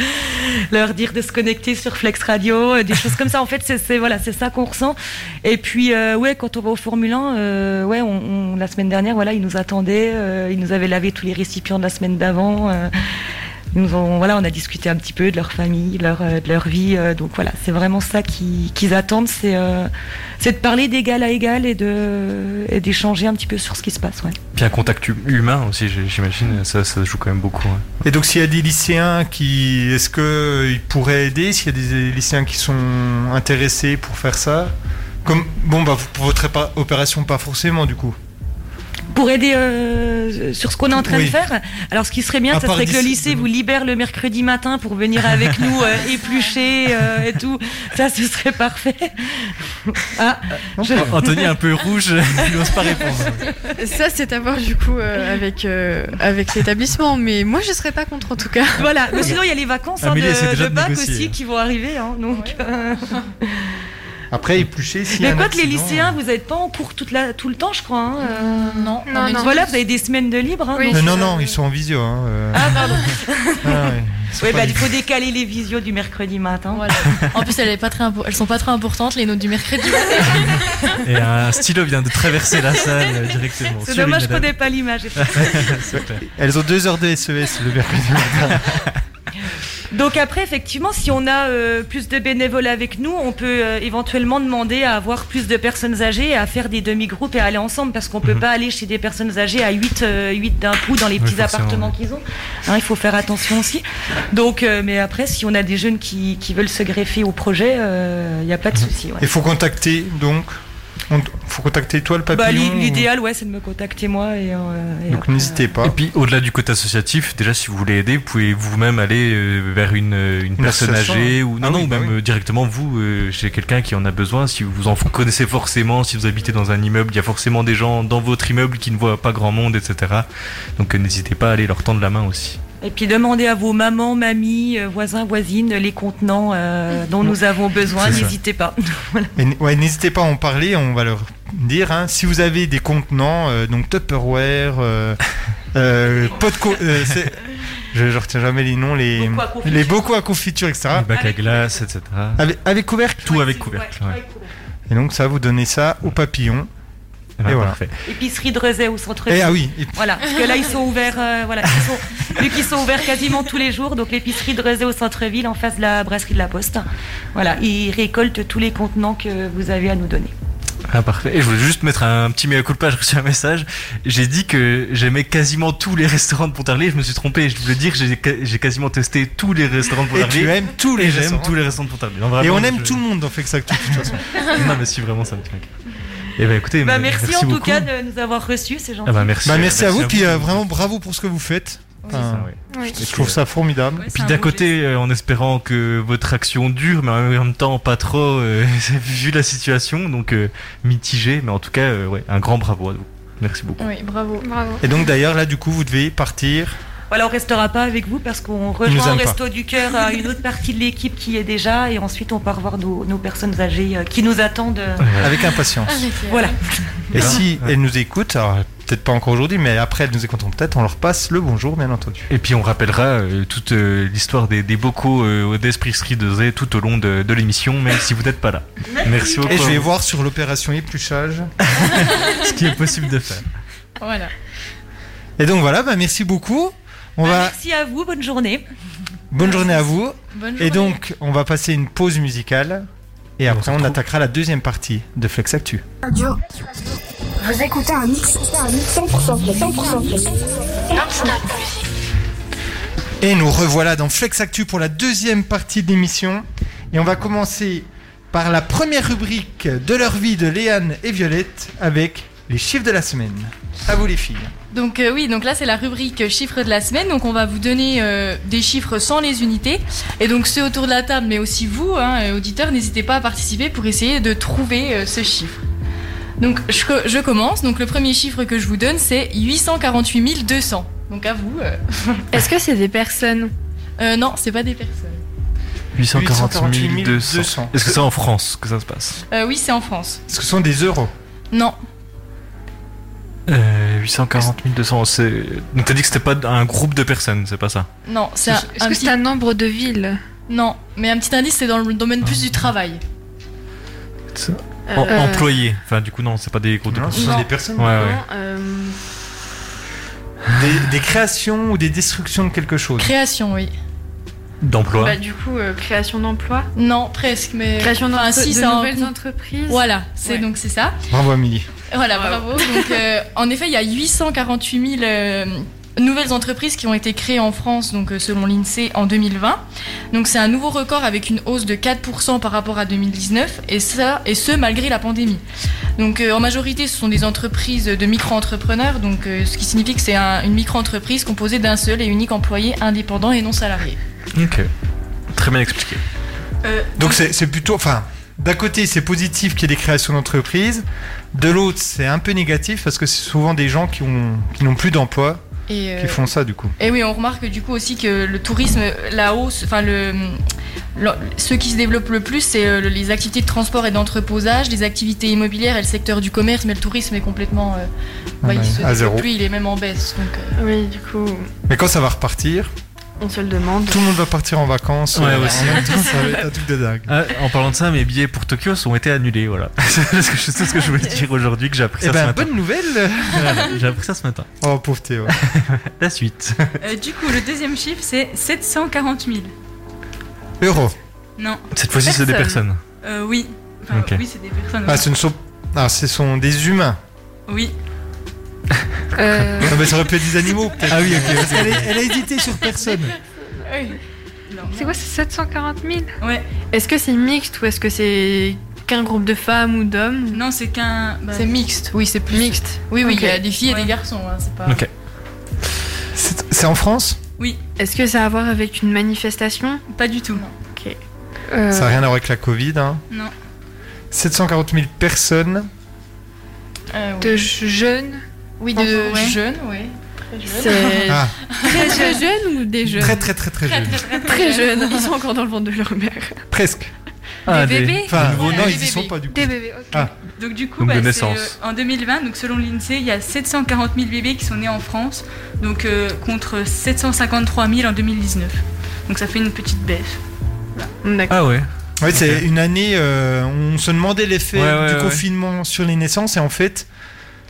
S6: leur dire de se connecter sur Flex Radio, euh, des choses comme ça. En fait, c'est c'est- voilà, c'est ça qu'on ressent. Et puis, euh, ouais, quand on va au Formule 1, euh, ouais, on, on- la semaine dernière, voilà, ils nous attendaient, euh, ils nous avaient lavé tous les récipients de la semaine d'avant. euh, nous avons- voilà, on a discuté un petit peu de leur famille, leur, euh, de leur vie. euh, donc voilà, c'est vraiment ça qui- qu'ils attendent, c'est euh, c'est de parler d'égal à égal et de- et d'échanger un petit peu sur ce qui se passe. Ouais.
S2: Puis un contact hu- humain aussi, j'ai- j'imagine, ça, ça joue quand même beaucoup. hein.
S1: Et donc, s'il y a des lycéens qui. Est-ce qu'ils pourraient aider S'il y a des lycéens qui sont intéressés pour faire ça Comme. Bon, bah, pour votre épa- opération, pas forcément, du coup.
S6: Pour aider euh, sur ce qu'on est en train
S1: Oui.
S6: de faire, alors ce qui serait bien,
S1: À
S6: ça
S1: part
S6: serait que le
S1: d'ici-
S6: lycée vous libère le mercredi matin pour venir avec nous euh, éplucher euh, et tout. Ça, ce serait parfait. Ah, je-
S2: Euh, Anthony un peu rouge, il n'ose pas répondre.
S8: Ça, c'est à voir du coup euh, avec, euh, avec l'établissement, mais moi je serais pas contre en tout cas.
S6: voilà. Mais sinon, il y a les vacances hein,
S2: Amélie,
S6: de,
S2: elle sait déjà
S6: de
S2: de
S6: Pâques
S2: négocier.
S6: aussi qui vont arriver. hein, donc. euh,
S1: Après, éplucher si.
S6: Mais quoi que les lycéens, vous n'êtes pas en cours toute la, tout le temps, je crois. hein, euh.
S3: Non,
S5: Non,
S3: on est
S5: non.
S3: dit-
S6: Voilà, vous avez des semaines de libre. hein,
S5: Oui.
S6: donc-
S5: vous-
S1: euh, Non, non, ils sont en visio. Hein, euh.
S6: Ah, pardon.
S1: Ah, ouais. Ils sont
S6: Oui,
S1: pas
S6: bah,
S1: libres.
S6: il faut décaler les visios du mercredi matin.
S3: Voilà. En plus, elles, est pas très impo- elles sont pas très importantes, les notes du mercredi.
S2: Et un stylo vient de traverser la salle euh, directement.
S6: C'est
S2: sur une
S6: dommage qu'on
S2: madame.
S6: n'ait pas l'image.
S2: C'est clair.
S1: Elles ont deux heures de SES le mercredi.
S6: Donc après, effectivement, si on a euh, plus de bénévoles avec nous, on peut euh, éventuellement demander à avoir plus de personnes âgées, et à faire des demi-groupes et à aller ensemble, parce qu'on peut
S2: Mhm.
S6: pas aller chez des personnes âgées à 8, euh, 8 d'un coup dans les
S2: Oui,
S6: petits
S2: forcément,
S6: appartements
S2: oui.
S6: qu'ils ont. Hein, il faut faire attention aussi. Donc, euh, mais après, si on a des jeunes qui, qui veulent se greffer au projet, euh, il n'y a pas de souci. ouais.
S1: Il faut contacter donc. Il faut contacter toi le papillon.
S6: Bah, l'i-
S1: ou-
S6: L'idéal, ouais, c'est de me contacter moi. Et, euh, et
S1: Donc
S6: après,
S1: n'hésitez pas.
S2: Et puis au-delà du côté associatif, déjà si vous voulez aider, vous pouvez vous-même aller euh, vers une, euh, une personne
S1: association.
S2: âgée ou non,
S1: Ah
S2: non,
S1: oui,
S2: ou
S1: bah
S2: même
S1: oui.
S2: euh, directement vous euh, chez quelqu'un qui en a besoin. Si vous en connaissez forcément, si vous habitez dans un immeuble, il y a forcément des gens dans votre immeuble qui ne voient pas grand monde, etc. Donc euh, n'hésitez pas à aller leur tendre la main aussi.
S6: Et puis demandez à vos mamans, mamies, euh, voisins, voisines les contenants euh, dont nous avons besoin.
S2: C'est ça.
S6: N'hésitez pas.
S1: Et n- ouais, n'hésitez pas à en parler, on va leur dire. hein. si vous avez des contenants, euh, donc Tupperware, euh, euh, pot de co- euh, c'est- je, je retiens jamais les noms, les
S6: Bocaux à confiture.
S1: les bocaux à confiture, etc.
S2: Les bacs
S6: Avec
S2: à glace, etc.
S1: Avec, avec couvercle.
S2: Tout avec couvercle. ouais.
S1: Et donc ça, vous donnez ça au papillon.
S2: Eh ben,
S1: Et voilà.
S2: parfait.
S6: Épicerie de Rezé au centre
S1: Et ah oui, et-
S6: Voilà, parce que là ils sont ouverts, euh, voilà, ils sont, vu qu'ils sont ouverts quasiment tous les jours, donc l'épicerie de Rezé au centre-ville en face de la brasserie de la Poste. Voilà, ils récoltent tous les contenants que vous avez à nous donner.
S2: Ah, parfait. Et je voulais juste mettre un petit mea culpa, j'ai reçu un message. J'ai dit que j'aimais quasiment tous les restaurants de Pontarlier, je me suis trompé. Je voulais dire que j'ai ca- j'ai quasiment testé tous les restaurants de
S1: et tu
S2: Pontarlier.
S1: aimes tous les
S2: Et j'aime
S1: restaurants.
S2: tous les restaurants de Pontarlier. Non,
S1: Et
S2: vraiment,
S1: on aime
S2: je-
S1: tout le monde en fait que ça, de toute façon.
S2: Non, mais si, vraiment, ça me tient à cœur. Eh ben, écoutez,
S6: Bah,
S2: mais-
S6: merci, en tout
S2: beaucoup.
S6: cas de nous avoir reçus, c'est gentil.
S2: Ah bah, merci,
S1: Bah,
S2: euh,
S1: merci à vous, puis euh,
S2: de-
S1: vraiment bravo pour ce que vous faites. Enfin,
S2: Ah, ouais.
S5: Oui.
S1: je trouve ça formidable.
S4: Ouais, c'est
S2: Puis
S4: un
S2: d'à
S4: beau
S2: côté, euh, en espérant que votre action dure, mais en même temps pas trop, euh, vu la situation, donc euh, mitigé, mais en tout cas, euh, ouais, un grand bravo à vous. Merci beaucoup.
S3: Oui, bravo.
S5: Bravo.
S1: Et donc d'ailleurs là, du coup, vous devez partir.
S6: Voilà, on restera pas avec vous parce qu'on
S1: nous
S6: rejoint
S1: aiment
S6: au
S1: pas.
S6: Resto du Cœur euh, une autre partie de l'équipe qui y est déjà et ensuite on part voir nos, nos personnes âgées euh, qui nous attendent. euh,
S1: Avec impatience.
S3: Arrêtez.
S6: Voilà.
S1: Et
S2: Hein Ouais.
S1: si elles nous écoutent, alors peut-être pas encore aujourd'hui, mais après elles nous écouteront peut-être, on leur passe le bonjour, bien entendu.
S2: Et puis on rappellera euh, toute euh, l'histoire des, des bocaux euh, d'Esprit Street de Zé tout au long de, de l'émission, même si vous n'êtes pas là. Merci beaucoup.
S1: Et je vais voir sur l'opération épluchage.
S2: ce qui est possible de faire.
S3: Voilà.
S1: Et donc voilà, bah merci beaucoup. On
S6: bah,
S1: va...
S6: Merci à vous, bonne journée.
S1: Bonne journée à vous.
S3: Bonne journée.
S1: Et donc, on va passer une pause musicale. Et après, on attaquera la deuxième partie de Flex Actu.
S9: Vous écoutez un mix, un mix 100% fait, 100% fait.
S1: Et nous revoilà dans Flex Actu pour la deuxième partie de l'émission. Et on va commencer par la première rubrique de leur vie de Léane et Violette avec les chiffres de la semaine. À vous les filles.
S3: Donc euh, oui, donc là c'est la rubrique chiffres de la semaine. Donc on va vous donner euh, des chiffres sans les unités. Et donc ceux autour de la table, mais aussi vous, hein, euh, auditeurs, n'hésitez pas à participer pour essayer de trouver euh, ce chiffre. Donc je, co- je commence. Donc le premier chiffre que je vous donne c'est 848 200. Donc à vous. euh.
S8: Est-ce que c'est des personnes
S3: Euh, non, c'est pas des personnes.
S2: 848 200.
S1: 200.
S2: Est-ce que c'est en France que ça se passe
S3: Euh, oui, c'est en France.
S1: Est-ce que ce sont des euros
S3: Non,
S2: euh, 840 200, c'est... Donc t'as dit que c'était pas un groupe de personnes, c'est pas ça
S3: non, c'est un,
S5: Est-ce
S3: un
S5: que
S3: petit.
S5: c'est un nombre de villes
S3: Non, mais un petit indice, c'est dans le domaine plus du travail.
S2: En-
S8: Euh,
S2: Employés. Enfin du coup non, c'est pas des groupes de
S1: Non,
S2: personnes.
S1: ce sont
S3: Non.
S1: des personnes.
S2: Ouais, ouais.
S8: Non, euh,
S1: Des, des créations ou des destructions de quelque chose.
S3: Création, oui.
S2: D'emploi.
S8: bah, du coup, euh, création d'emplois,
S3: Non, presque, mais.
S8: création
S3: Enfin,
S8: d'emplois,
S3: si,
S8: de
S3: ça en-
S8: nouvelles entreprises.
S3: Voilà, c'est
S8: Ouais.
S3: donc c'est ça.
S1: Bravo Amélie.
S3: Voilà, bravo. Donc, euh, en effet, il y a 848 000 euh, nouvelles entreprises qui ont été créées en France, donc euh, selon l'INSEE, en 2020. Donc, c'est un nouveau record avec une hausse de 4% par rapport à 2019, et, ça, et ce, malgré la pandémie. Donc, euh, en majorité, ce sont des entreprises de micro-entrepreneurs, donc, euh, ce qui signifie que c'est un- une micro-entreprise composée d'un seul et unique employé indépendant et non salarié.
S2: Ok. Très bien expliqué.
S4: Euh,
S1: Donc c'est c'est plutôt... Enfin, d'un côté c'est positif qu'il y ait des créations d'entreprises. De l'autre c'est un peu négatif parce que c'est souvent des gens qui ont- qui n'ont plus d'emploi
S3: Et, euh,
S1: qui font ça du coup.
S3: Et oui, on remarque du coup aussi que le tourisme, la hausse, enfin le, le- ce qui se développe le plus, c'est euh, les activités de transport et d'entreposage, les activités immobilières et le secteur du commerce, mais le tourisme est complètement. euh, bah,
S1: Ah Ouais,
S3: il se
S1: à
S3: développe
S1: zéro.
S3: plus, il est même en baisse. Donc, euh,
S8: Oui, du coup,
S1: Mais quand ça va repartir,
S8: on se le demande.
S1: tout le monde va partir en vacances.
S2: Ouais,
S1: euh,
S2: ouais,
S1: en
S2: c'est-
S1: même temps, ça va être un truc de dingue.
S2: Ah, en parlant de ça, mes billets pour Tokyo ont été annulés, voilà. c'est ce que je, c'est ce que je voulais dire aujourd'hui, que j'ai appris
S1: Eh
S2: ça ce
S1: ben,
S2: matin.
S1: bonne nouvelle
S2: Voilà, j'ai appris ça ce matin.
S1: Oh, pauvre Théo.
S2: La suite.
S4: Euh, du coup, le deuxième chiffre, c'est 740 000.
S1: Euro.
S4: Non,
S2: Cette fois-ci, c'est des personnes.
S4: euh, oui. Enfin,
S2: Ok.
S4: oui, c'est des personnes.
S1: Ah, ce ne sont... Ah, ce sont des humains.
S4: Oui.
S5: Euh,
S1: Non, mais ça aurait pu être des animaux, peut-être.
S2: Ah oui, ok.
S1: Parce qu'elle est- elle a hésité sur personne.
S4: Non.
S5: c'est quoi, c'est 740 000
S4: Ouais.
S8: Est-ce que c'est mixte ou est-ce que c'est qu'un groupe de femmes ou d'hommes
S4: Non, c'est qu'un. bah,
S3: c'est mixte, oui, c'est plus.
S8: Mixte.
S3: Oui, oui, il y a
S8: Ok.
S3: des filles et
S4: Ouais.
S3: des garçons, hein, c'est pas.
S2: Ok.
S1: C'est c'est en France
S8: Est-ce que ça a à voir avec une manifestation
S4: pas du tout.
S5: Euh,
S1: Ça n'a rien à voir avec la Covid. Hein.
S4: Non.
S1: 740 000 personnes.
S3: Euh, oui.
S5: De j- jeunes
S3: Oui,
S4: Enfants,
S3: de
S4: ouais.
S3: jeunes, oui.
S8: C'est
S1: Ah,
S8: très jeune ou des jeunes
S1: très très très très jeunes.
S8: Très jeunes. Ils sont encore dans le ventre de leur mère.
S1: Presque.
S2: Ah,
S5: des bébés
S1: Enfin,
S2: nouveaux
S1: non,
S3: nés.
S1: ils y sont pas du coup.
S5: Des bébés, ok.
S1: Ah.
S4: Donc du coup,
S2: Donc, de
S4: bah, c'est, euh,
S2: naissance.
S4: en 2020, donc selon l'INSEE, il y a 740 000 bébés qui sont nés en France, donc euh, contre 753 000 en 2019. Donc ça fait une petite baisse.
S8: D'accord.
S2: Ah ouais.
S1: Ouais, c'est
S2: Ok.
S1: une année, euh, on se demandait l'effet
S2: Ouais, ouais,
S1: du
S2: ouais.
S1: confinement sur les naissances et en fait,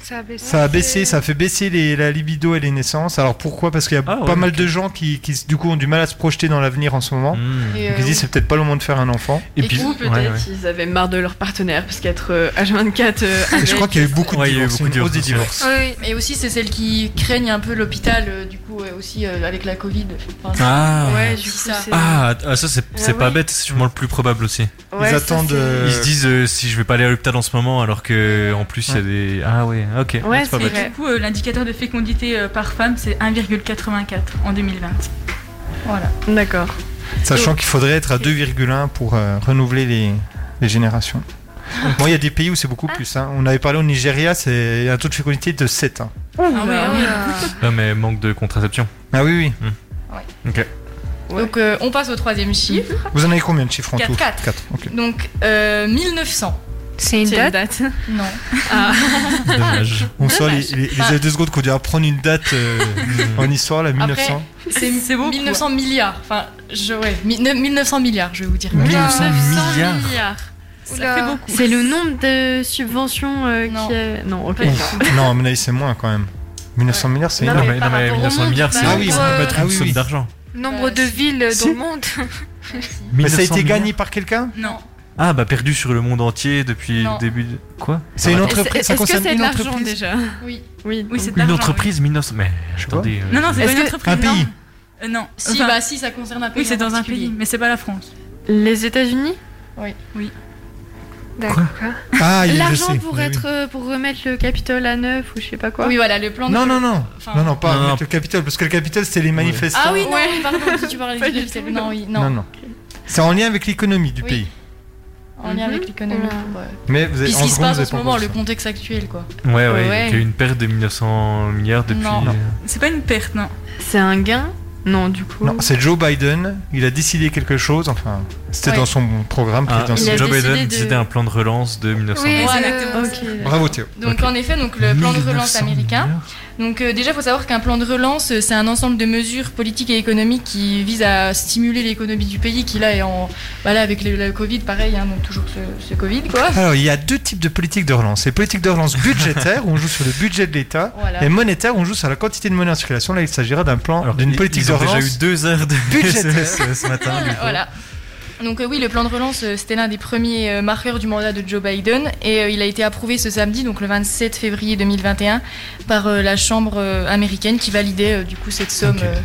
S5: Ça a baissé.
S1: ça a baissé, ça a fait baisser les- la libido et les naissances. Alors pourquoi Parce qu'il y a
S2: Ah, ouais,
S1: pas mal
S2: ok.
S1: de gens qui, qui, du coup, ont du mal à se projeter dans l'avenir en ce moment.
S2: Hmm.
S1: Donc
S5: euh,
S1: ils disent c'est peut-être pas le moment de faire un enfant.
S8: Et, puis, peut-être
S2: ouais, ouais.
S8: ils avaient marre de leur partenaire parce qu'être euh, H24 euh,
S1: Et je
S8: avec-
S1: crois qu'il y a eu beaucoup de
S2: Ouais, il y a eu
S1: divorces.
S2: beaucoup de
S1: une hausse des
S2: divorces,
S1: divorces.
S5: Oui,
S3: Et aussi, c'est celles qui craignent un peu l'hôpital, euh, du coup, euh, aussi euh, avec la Covid. Enfin,
S2: Ah.
S8: Ouais, du coup,
S3: Ça.
S8: c'est-
S2: Ah, ah, ça c'est c'est
S8: Ah
S2: pas
S8: ouais.
S2: bête, c'est sûrement le plus probable aussi.
S8: ouais,
S1: ils
S8: ça,
S1: attendent.
S8: c'est-
S1: euh,
S2: Ils se disent euh, si je vais pas aller à l'hôpital en ce moment alors que en plus il y a des ah ouais ok
S8: Ouais,
S2: c'est pas
S8: c'est
S2: bête.
S8: vrai.
S4: Du coup, euh, l'indicateur de fécondité euh, par femme, c'est 1,84 en 2020.
S8: D'accord.
S1: Sachant qu'il faudrait être à 2,1 pour euh, renouveler les, les générations. Bon, il y a des pays où c'est beaucoup
S2: Ah.
S1: plus. hein. On avait parlé au Nigeria, c'est un taux de fécondité de 7. hein.
S4: Ah ouais, ouais.
S2: Non mais manque de contraception.
S1: Ah oui, oui.
S2: Hmm.
S3: Donc, euh, on passe au troisième chiffre.
S1: Vous en avez combien de chiffres en
S3: Quatre,
S1: tout
S3: quatre.
S1: 4. Ok.
S3: Donc, euh, 1900.
S5: c'est une
S8: C'est une
S5: date.
S8: date.
S3: Non.
S2: Dommage. Ah.
S1: On sent les, les, les deux secondes qu'on doit prendre une date euh,
S2: Hmm.
S1: en histoire, là, 1900.
S3: C'est
S4: C'est beau,
S3: 1900 milliards. Enfin, je, ouais, mi- ne- 1900 milliards, je vais vous dire.
S1: 1900 milliards.
S5: Oula.
S8: C'est le nombre de subventions euh,
S3: Non.
S8: qui est. Non, ok.
S1: Ouf. Non, à mon avis, c'est moins quand même. 1900 milliards, c'est
S2: Non
S1: énorme.
S2: mais, non, mais 1900 milliards c'est
S1: Ah oui,
S2: c'est
S1: oui.
S2: pas être
S1: Ah
S2: une
S1: oui,
S2: somme
S1: oui.
S2: d'argent.
S5: Nombre
S3: Euh,
S5: de villes dans
S1: si.
S5: le monde.
S1: Mais ça a
S2: 1900
S1: été
S2: milliards.
S1: gagné par quelqu'un
S4: Non,
S2: Ah bah perdu sur le monde entier depuis
S3: Non.
S2: le début de... quoi
S1: C'est une
S2: Ah,
S1: entreprise.
S8: Est-ce
S1: Ça
S8: est-ce que
S1: concerne
S8: c'est de
S1: une
S8: l'argent
S1: entreprise.
S8: déjà
S3: Oui.
S8: Oui.
S4: oui, c'est de
S2: Une
S4: l'argent,
S2: entreprise 1900 mais
S1: Je sais pas.
S2: attendez. euh,
S4: oui. Non, non, c'est
S8: Est-ce
S4: pas une
S8: que-
S4: entreprise.
S1: un pays
S4: Non, Euh, non.
S3: Si,
S4: Enfin,
S3: bah si, ça concerne un pays.
S4: oui, c'est dans
S3: en
S4: un
S3: particulier.
S4: pays, mais c'est pas la France.
S8: Les États-Unis
S5: D'accord.
S1: Ah, il je
S8: L'argent
S1: sais.
S8: pour
S1: Oui, oui.
S8: être euh, pour remettre le Capitole à neuf ou je sais pas quoi.
S3: Oui, voilà, le plan de-
S1: Non, non, non.
S3: Enfin-
S1: Non, non, pas
S2: Non, non.
S1: mettre le Capitole, parce que le Capitole, c'était les manifestants.
S3: Ah oui, non,
S8: Ouais.
S3: oui, pardon, si tu parlais
S8: Pas
S3: du
S8: du
S3: Capitole.
S8: tout,
S3: Non,
S8: non.
S3: oui, non.
S1: Non, non. C'est en lien avec l'économie du
S3: Oui.
S1: pays.
S3: En lien avec
S8: Mhm.
S3: l'économie.
S8: Ouais.
S3: pour, euh,
S1: Mais vous avez,
S3: Puis ce qui se
S1: gros,
S3: passe
S1: vous
S3: en
S1: avez
S3: ce
S1: pas
S3: moment,
S1: compris
S3: le contexte actuel, quoi.
S2: Ouais ouais,
S8: Ouais.
S2: il y a eu une perte de 1900 milliards depuis
S3: Non.
S1: Non.
S4: C'est pas une perte, non.
S8: C'est un gain Non, du coup.
S1: Non, c'est Joe Biden. Il a décidé quelque chose. Enfin, c'était
S3: Ouais.
S1: dans son programme
S2: Ah,
S1: présidentiel.
S8: Il a
S2: Joe Biden
S8: décidé de-
S2: décidait un plan de relance de 1900
S5: Oui,
S3: Voilà,
S10: Euh,
S5: c'est-
S3: ok.
S8: Ok.
S1: Bravo Théo.
S3: Euh, Donc
S2: Ok.
S3: en effet, donc le plan de relance
S2: 1900
S3: américain.
S2: milliards.
S3: Donc euh, déjà, il faut savoir qu'un plan de relance, euh, c'est un ensemble de mesures politiques et économiques qui visent à stimuler l'économie du pays, qui là est en, voilà, avec le, le Covid, pareil, hein, donc toujours ce, ce Covid, quoi.
S1: Alors, il y a deux types de politiques de relance. Les politiques de relance budgétaires, où on joue sur le budget de l'État,
S3: Voilà.
S1: et monétaires, où on joue sur la quantité de monnaie en circulation. Là, il s'agira d'un plan,
S2: Alors,
S1: d'une
S2: ils-
S1: politique
S2: ils
S1: de
S2: ont
S1: relance.
S2: déjà eu deux heures de
S1: budgétaire.
S2: ce, ce matin. du coup.
S3: Ah, Voilà. Donc euh, oui, le plan de relance, euh, c'était l'un des premiers euh, marqueurs du mandat de Joe Biden et euh, il a été approuvé ce samedi, donc le 27 février 2021, par euh, la Chambre euh, américaine qui validait euh, du coup cette somme.
S2: Ok.
S3: euh,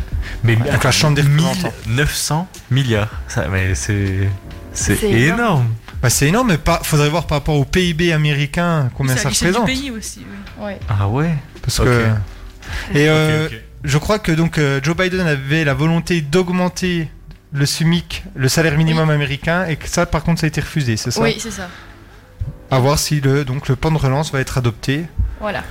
S2: Mais
S1: Ouais, donc la Chambre des représentants.
S2: 1900 milliards. Ça, mais c'est c'est
S8: C'est
S2: énorme.
S8: énorme.
S1: Bah, c'est énorme, mais pas, faudrait voir par rapport au PIB américain combien
S4: C'est à
S1: ça
S4: l'échelle du
S1: représente.
S4: pays aussi. oui.
S3: ouais.
S2: Ah ouais.
S1: Parce
S2: Ok.
S1: que. Et euh,
S2: Ok, ok.
S1: je crois que donc euh, Joe Biden avait la volonté d'augmenter le SMIC, le salaire minimum américain, et que ça, par contre, ça a été refusé, c'est ça
S3: Oui, c'est ça.
S1: À voir si le, donc, le plan de relance va être adopté.
S3: Voilà.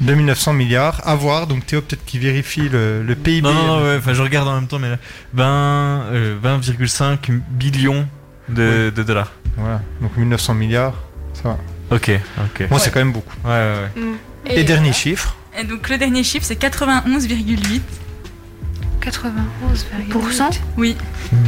S1: de 1900 milliards. À voir, donc Théo peut-être qui vérifie le, le PIB.
S2: Non, non, non, ouais, enfin, je regarde en même temps, mais là, 20, euh, 20,5 billions de, de dollars.
S1: Voilà, donc 1900 milliards, ça va.
S2: Ok, ok.
S1: Moi, c'est quand même beaucoup.
S2: Ouais, ouais, ouais.
S3: Mm.
S1: Et,
S3: euh,
S1: dernier chiffre,
S4: Mm. euh, Et donc le dernier chiffre, c'est 91,8.
S5: 91,
S4: Oui.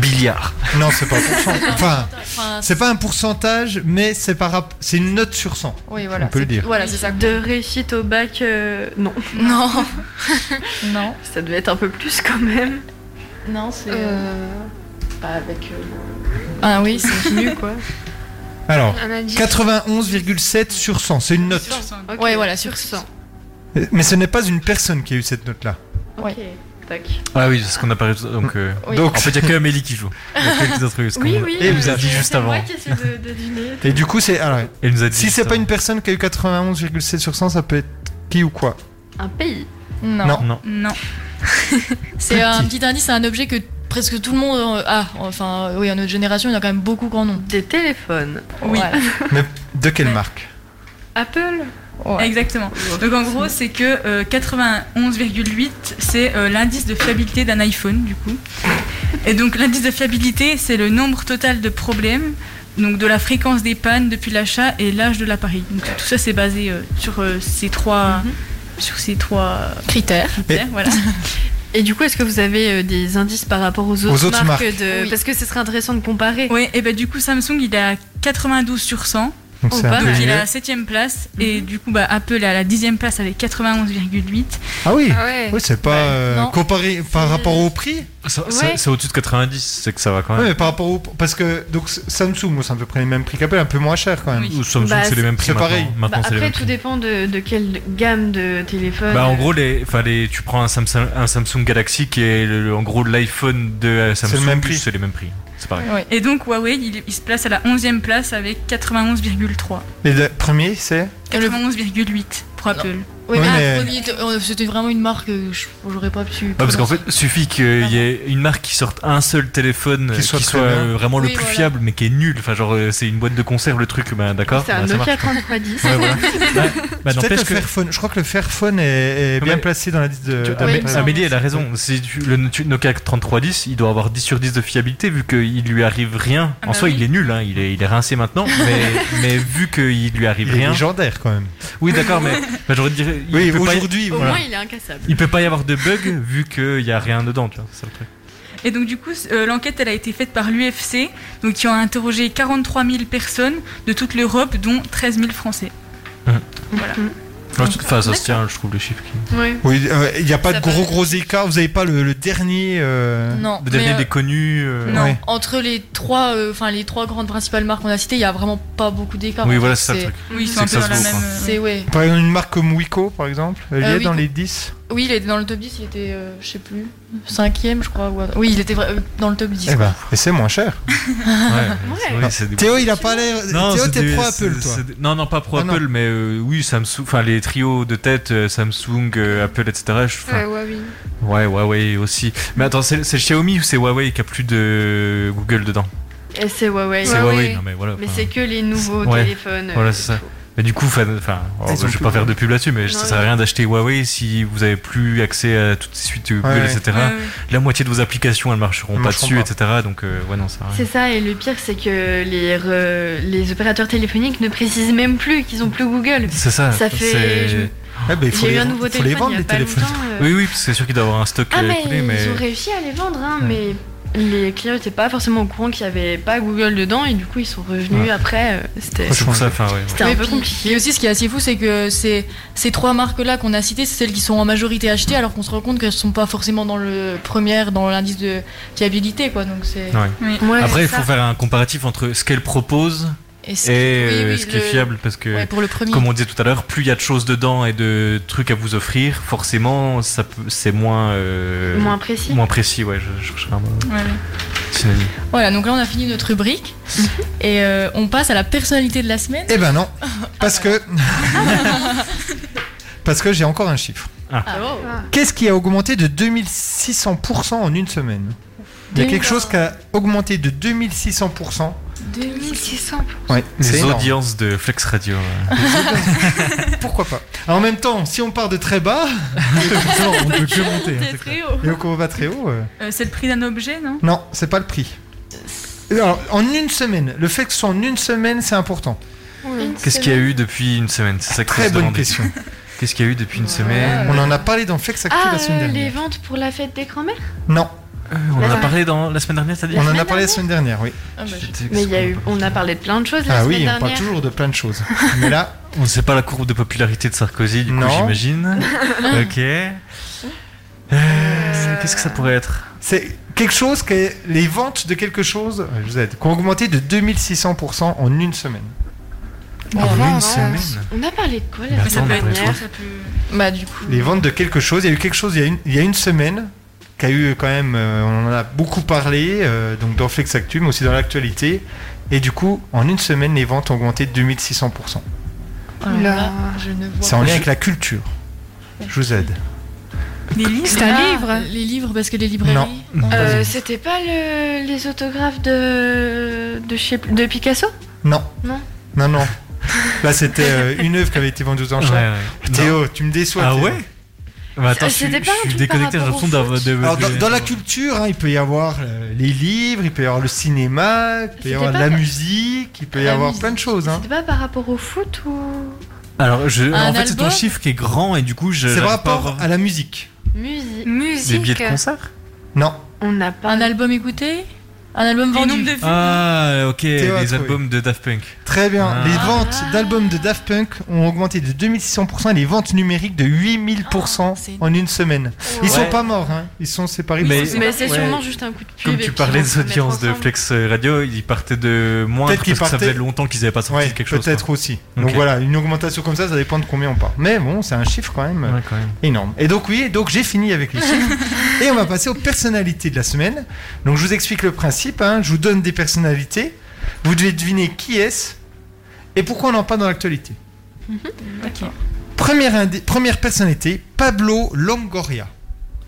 S2: Billard.
S1: non, c'est pas un pourcent. Enfin,
S3: Enfin,
S1: c'est pas un pourcentage, mais c'est par rap- c'est une note sur 100.
S3: oui, voilà.
S1: on peut le dire.
S3: Voilà, c'est ça.
S8: De réussite au bac, euh, non.
S3: Non. non.
S8: Ça devait être un peu plus quand même. Euh,
S7: Non, c'est. Pas avec.
S3: Ah oui, c'est mieux quoi.
S1: Alors,
S5: On a dit
S1: 91,7 sur 100, c'est une note.
S8: Ok,
S3: Ouais, voilà, sur
S8: sur 100.
S1: Mais ce n'est pas une personne qui a eu cette note-là.
S3: Ouais.
S7: Ok, tac.
S2: Ah oui, c'est ce qu'on a parlé. Donc, euh,
S3: Oui.
S1: Donc,
S2: en fait, il n'y a que Amélie qui joue. Il y a que les autres, parce qu'on-
S8: Oui, oui.
S1: Et vous
S8: euh,
S1: avez dit
S8: c'est
S2: juste
S8: moi
S2: avant.
S8: qui essaie de, de deviner.
S1: Et du coup, c'est. alors,
S2: Elle nous a dit.
S1: si c'est
S2: ça.
S1: pas une personne qui a eu 91,7 sur 100, ça peut être qui ou quoi
S8: Un pays.
S3: Non.
S1: Non.
S4: Non.
S3: C'est un petit indice, c'est un objet que presque tout le monde euh, a. Enfin, oui, à notre génération, il y en a quand même beaucoup grand nombre.
S8: Des téléphones.
S4: Oui.
S3: Voilà.
S1: Mais de quelle marque
S8: Apple
S3: Ouais.
S4: Exactement. Donc en gros, c'est que euh, 91,8, c'est euh, l'indice de fiabilité d'un iPhone, du coup. Et donc l'indice de fiabilité, c'est le nombre total de problèmes, donc de la fréquence des pannes depuis l'achat et l'âge de l'appareil. Donc tout ça, c'est basé euh, sur euh, ces trois,
S5: Mm-hmm.
S4: sur ces trois
S3: Critère.
S4: critères, voilà.
S8: Et du coup, est-ce que vous avez euh, des indices par rapport aux autres,
S1: Aux autres marques.
S8: de...
S3: Oui.
S8: Parce que ce serait intéressant de comparer.
S4: Oui, et ben du coup, Samsung, il est à 92 sur 100.
S1: Donc,
S8: Oh,
S1: c'est un
S8: pas
S1: peu
S4: Donc il est
S1: mieux.
S4: à la 7 place.
S5: Mm-hmm.
S4: Et du coup, bah, Apple est à la 10 place avec 91,8.
S1: Ah oui
S5: Ah ouais.
S1: Oui, c'est pas euh,
S3: Non.
S1: comparé par rapport au prix.
S2: Ça-
S5: Ouais.
S2: ça- C'est au-dessus de 90, c'est que ça va quand
S1: Oui,
S2: même.
S1: mais par rapport au parce que donc Samsung, bon, c'est à peu près les mêmes prix qu'Apple, un peu moins cher quand même.
S4: Oui.
S2: Ou Samsung,
S8: Bah,
S2: c'est les mêmes prix.
S1: c'est
S2: maintenant.
S1: pareil.
S8: Bah,
S2: Maintenant, c'est les
S8: après,
S2: mêmes
S8: tout
S2: prix.
S8: dépend de, de quelle gamme de téléphone.
S2: Bah, en gros, les, enfin, les, tu prends un Samsung, un Samsung Galaxy qui est le- le- en gros l'iPhone de euh, Samsung.
S1: le même prix.
S2: C'est les mêmes prix. C'est pareil.
S4: Et donc Huawei, il, il se place à la 11e place avec 91,3.
S1: Et le premier, c'est
S4: 91,8 pour Apple.
S1: Oui,
S3: Oui, mais,
S1: mais-
S3: un produit de- euh, c'était vraiment une marque que je- j'aurais pas pu.
S2: Ouais, parce qu'en fait, suffit qu'il y ait une marque qui sorte un seul téléphone euh,
S1: Qui
S2: qui
S1: soit très
S2: soit,
S1: bien.
S2: euh, vraiment le
S3: Oui,
S2: plus
S3: voilà.
S2: fiable, mais qui est nul. Enfin, genre, euh, c'est une boîte de conserve le truc, bah, d'accord.
S8: c'est un
S2: bah, ça
S8: Nokia
S2: marche.
S8: 3310.
S2: Ouais, voilà. Bah, bah,
S1: peut-être
S2: n'empêche
S1: le
S2: que
S1: Fairphone. Je crois que le Fairphone est, est bien
S2: mais-
S1: placé dans la liste de.
S2: tu-
S1: d'Apple.
S2: Amé- Amélie, elle a raison. Si tu- le tu- Nokia 3310, il doit avoir 10 sur 10 de fiabilité vu qu'il lui arrive rien.
S4: Ah
S2: En
S4: bah
S2: soi,
S4: oui.
S2: il est nul, hein, il, est, il est rincé maintenant, mais, mais vu qu'il lui arrive
S1: Il est
S2: rien.
S1: légendaire quand même.
S2: Oui, d'accord, mais bah, j'aurais dit. Il
S1: Oui,
S2: peut pas y-
S1: aujourd'hui,
S8: Au
S1: voilà.
S8: moins, il est incassable.
S2: Il peut pas y avoir de bug vu qu'il y a rien dedans, tu vois, c'est ça le truc.
S4: Et donc du coup, c- euh, l'enquête, elle a été faite par l'UFC, donc qui ont interrogé 43 000 personnes de toute l'Europe, dont 13 000 Français.
S2: Enfin, ça se tient, je trouve, les chiffres. qui-
S8: Ouais.
S1: Oui, euh, il n'y a pas
S3: Ça
S1: de gros
S3: peut-
S1: gros écart. Vous n'avez pas le, le dernier. euh,
S3: Non.
S2: Le dernier
S3: mais, euh,
S2: des connus. euh,
S1: ouais.
S3: Entre les trois, euh, enfin les trois grandes principales marques qu'on a citées, il y a vraiment pas beaucoup d'écart.
S2: Oui,
S3: En
S2: voilà,
S3: fait,
S2: c'est ça le truc.
S4: Oui, ils
S2: C'est
S4: sont un
S2: que
S4: peu dans
S2: ça
S4: la
S2: se hein.
S4: même...
S2: vaut,
S4: euh,
S3: C'est ouais.
S1: Par exemple, une marque comme Wico, par exemple, elle
S3: Euh,
S1: est
S3: oui,
S1: dans
S3: oui.
S1: les 10.
S3: Oui, il était dans le top 10, il était, euh, je sais plus, cinquième, je crois. ou- Oui, il était vra- euh, dans le top 10.
S1: Eh ben, et c'est moins cher.
S2: ben, Ouais, c'est vrai, c'est des-
S1: Théo, il a pas l'air.
S2: Non,
S1: Théo,
S2: Ah, c'est
S1: t'es
S2: des-
S1: pro
S2: c'est-
S1: Apple, toi.
S2: c'est des- Non, non, pas pro
S1: Ah, non.
S2: Apple, mais euh, oui, Samsung, enfin les trios de tête, euh, Samsung, euh, Apple, etc. je- enfin,
S5: Ouais, ouais, oui.
S2: ouais, Huawei aussi. Mais attends, c'est c'est Xiaomi ou c'est Huawei qui a plus de Google dedans
S8: Et c'est Huawei.
S2: C'est
S5: Huawei.
S2: Huawei, non mais voilà.
S8: Mais
S2: enfin.
S8: c'est que les nouveaux
S2: Ouais.
S8: téléphones.
S2: Voilà, c'est ça. Mais du coup, enfin, enfin, oh,
S1: Ils
S2: bah,
S1: sont
S2: je vais
S1: plus
S2: pas faire de pub là-dessus, mais ça
S8: Non,
S2: sert à rien d'acheter Huawei si vous avez plus accès à toutes ces suites Google,
S1: Ouais, ouais.
S2: etc.
S4: ouais, ouais.
S2: La moitié de vos applications, elles marcheront
S1: Elles
S2: pas
S1: marcheront
S2: dessus,
S1: pas.
S2: etc. Donc, euh, ouais, non, ça. sert à rien.
S8: C'est ça, et le pire, c'est que les, re- les opérateurs téléphoniques ne précisent même plus qu'ils ont plus Google.
S2: C'est ça.
S8: Ça fait-
S2: c'est-
S8: je-
S1: Eh ben, il faut
S8: J'ai eu
S1: les,
S8: un nouveau
S1: faut les
S8: téléphone
S1: vendre,
S8: il y a
S1: les
S8: pas
S1: téléphones.
S8: longtemps. euh.
S2: Oui, oui, parce que c'est sûr qu'il doit avoir un stock
S8: Ah,
S2: euh,
S8: mais
S2: écoulé, mais.
S8: ils ont réussi à les vendre, hein, mais les clients n'étaient pas forcément au courant qu'il n'y avait pas Google dedans, et du coup, ils sont revenus
S2: Ouais.
S8: après. euh, C'était
S2: C'est pour ça, enfin, ouais.
S8: c'était un
S3: Oui,
S8: peu
S3: puis-
S8: compliqué.
S3: Et aussi, ce qui est assez fou, c'est que ces, ces trois marques-là qu'on a citées, c'est celles qui sont en majorité achetées, alors qu'on se rend compte qu'elles sont pas forcément dans le première, dans l'indice de fiabilité, quoi. Donc c'est.
S2: Ouais.
S8: Ouais,
S2: Après,
S8: c'est
S2: il faut
S8: ça.
S2: faire un comparatif entre ce qu'elle propose
S3: Et,
S2: et
S3: ce- oui,
S2: euh,
S3: oui,
S2: ce qui est
S3: le-
S2: fiable, parce que,
S3: ouais, pour le premier.
S2: comme on disait tout à l'heure, plus il y a de choses dedans et de trucs à vous offrir, forcément, ça peut- c'est moins, euh,
S8: moins précis.
S2: moins précis. Ouais, je, je cherchais un mot
S4: Ouais, ouais.
S2: synonyme.
S3: Voilà, donc là, on a fini notre rubrique
S10: Mhm.
S3: et euh, on passe à la personnalité de la semaine.
S1: Eh ben non, parce que. Parce que j'ai encore un chiffre.
S2: Ah.
S1: Qu'est-ce qui a augmenté de 2600% en une semaine Il y a quelque chose qui a augmenté de 2600%
S5: 2600.
S1: Ouais, c'est
S2: Les
S1: énorme.
S2: audiences de Flex Radio. ouais.
S1: Pourquoi pas Alors, En même temps, si on part de très bas, non, on peut que monter. hein, c'est clair.
S4: très haut.
S1: Et donc on va très haut. euh,
S4: Euh, c'est le prix d'un objet, non
S1: Non, c'est pas le prix. Alors, en une semaine, le fait que ce soit en une semaine, c'est important.
S2: Qu'est-ce qu'il y a eu depuis une semaine C'est ça qu'il faut
S1: Très
S2: se
S1: bonne
S2: demander.
S1: question.
S2: Qu'est-ce qu'il y a eu depuis une semaine
S1: Euh, On en a parlé dans Flex Actu
S10: Ah,
S1: la semaine
S10: euh, les
S1: dernière.
S10: ventes pour la fête des grands-mères
S1: Non,
S2: Euh, On en a parlé dans la semaine dernière, t'as dit
S1: on en a
S10: semaine
S1: parlé la semaine dernière, oui.
S3: Ah, bah, je-
S10: Mais il y a eu, on a parlé de plein de choses la
S1: Ah
S10: semaine
S1: oui, on parle
S10: dernière.
S1: toujours de plein de choses. Mais là,
S2: On sait pas la courbe de popularité de Sarkozy, du coup,
S1: Non.
S2: j'imagine. ok. Euh, Qu'est-ce que ça pourrait être
S1: c'est quelque chose que les ventes de quelque chose, euh, je vous aide, qui ont augmenté de 2600% en une semaine.
S2: En
S10: Avant,
S2: une
S10: avant,
S2: semaine
S10: On a parlé de quoi
S2: Mais
S10: la
S2: attends,
S10: semaine
S2: mais attends.
S10: dernière
S4: Ça peut-
S3: Bah, du coup.
S1: Les ventes de quelque chose, il y a eu quelque chose il y a une, il y a une semaine qui a eu quand même, euh, on en a beaucoup parlé, euh, donc dans Flex Actu, mais aussi dans l'actualité. Et du coup, en une semaine, les ventes ont augmenté de 2600%.
S10: Alors
S5: Là.
S10: Ah là, je ne vois
S1: C'est en lien avec la culture. Je vous aide.
S4: Des livres
S5: C'est un
S3: Ah,
S5: livre.
S3: Les livres, parce que les librairies.
S1: Non.
S10: pas. Euh, C'était pas le- les autographes de de, chez- de Picasso
S1: Non.
S10: Non.
S1: Non, non. Là, c'était euh, une œuvre qui avait été vendue aux
S2: Ouais,
S1: enchères.
S2: ouais.
S1: Théo, tu me déçois.
S2: Ah
S1: Théo.
S2: ouais Bah, attends, je,
S10: Ah, C'était pas
S2: suis- je
S10: un
S2: suis
S10: truc par
S2: déconnecté, j'ai
S10: rapport
S2: l'impression
S10: au
S2: d'avoir...
S10: foot.
S2: de-
S1: Alors, dans,
S2: de-
S1: dans la culture, hein, il peut y avoir euh, les livres, il peut y avoir le cinéma, il peut y
S10: C'était
S1: avoir de
S10: pas
S1: la
S10: la-
S1: musique, il peut y
S10: La
S1: avoir
S10: musique.
S1: plein de choses. hein.
S10: C'était pas par rapport au foot ou
S2: Alors, je-
S3: Un
S2: en fait, c'est ton
S3: album
S2: chiffre qui est grand et du coup, je.
S1: C'est
S2: j'arrive
S1: par
S2: pas à
S1: rapport
S2: avoir-
S1: à la musique.
S10: musique
S2: Des billets
S5: Musique.
S2: de concert
S1: Non.
S10: On n'a pas.
S3: Un album écouté Un album
S4: Des nombres
S3: vendu
S4: de vues.
S2: Ah, ok,
S1: Théo a
S2: les
S1: trouvé.
S2: albums de Daft Punk.
S1: Très bien.
S2: Ah.
S1: Les ventes d'albums de Daft Punk ont augmenté de 2600% et les ventes numériques de 8000%
S3: Oh,
S10: Ah,
S3: c'est
S1: en une semaine. Ils sont
S2: Ouais.
S1: pas morts, hein. ils sont séparés.
S2: Mais-
S1: Peut-être
S10: Mais c'est
S1: Ouais.
S10: sûrement juste un coup de pub.
S2: Comme
S10: et
S2: tu
S10: puis
S2: parlais
S10: ils vont
S2: des
S10: se mettre
S2: audiences de
S10: ensemble.
S2: Flex Radio, ils partaient de moins
S1: Peut-être
S2: parce que
S1: qu'ils
S2: ça faisait
S1: partaient-
S2: longtemps qu'ils n'avaient pas sorti
S1: ouais,
S2: quelque chose.
S1: peut-être aussi. Donc
S2: Ok.
S1: voilà, une augmentation comme ça, ça dépend de combien on part. Mais bon, c'est un chiffre quand même.
S2: quoi. Ouais, quand même.
S1: Énorme. Et donc oui, donc j'ai fini avec les chiffres. et on va passer aux personnalités de la semaine. Donc je vous explique le principe, hein. je vous donne des personnalités, vous devez deviner qui est-ce et pourquoi on en parle dans l'actualité.
S10: Mhm.
S1: Première, indi- première personnalité, Pablo Longoria.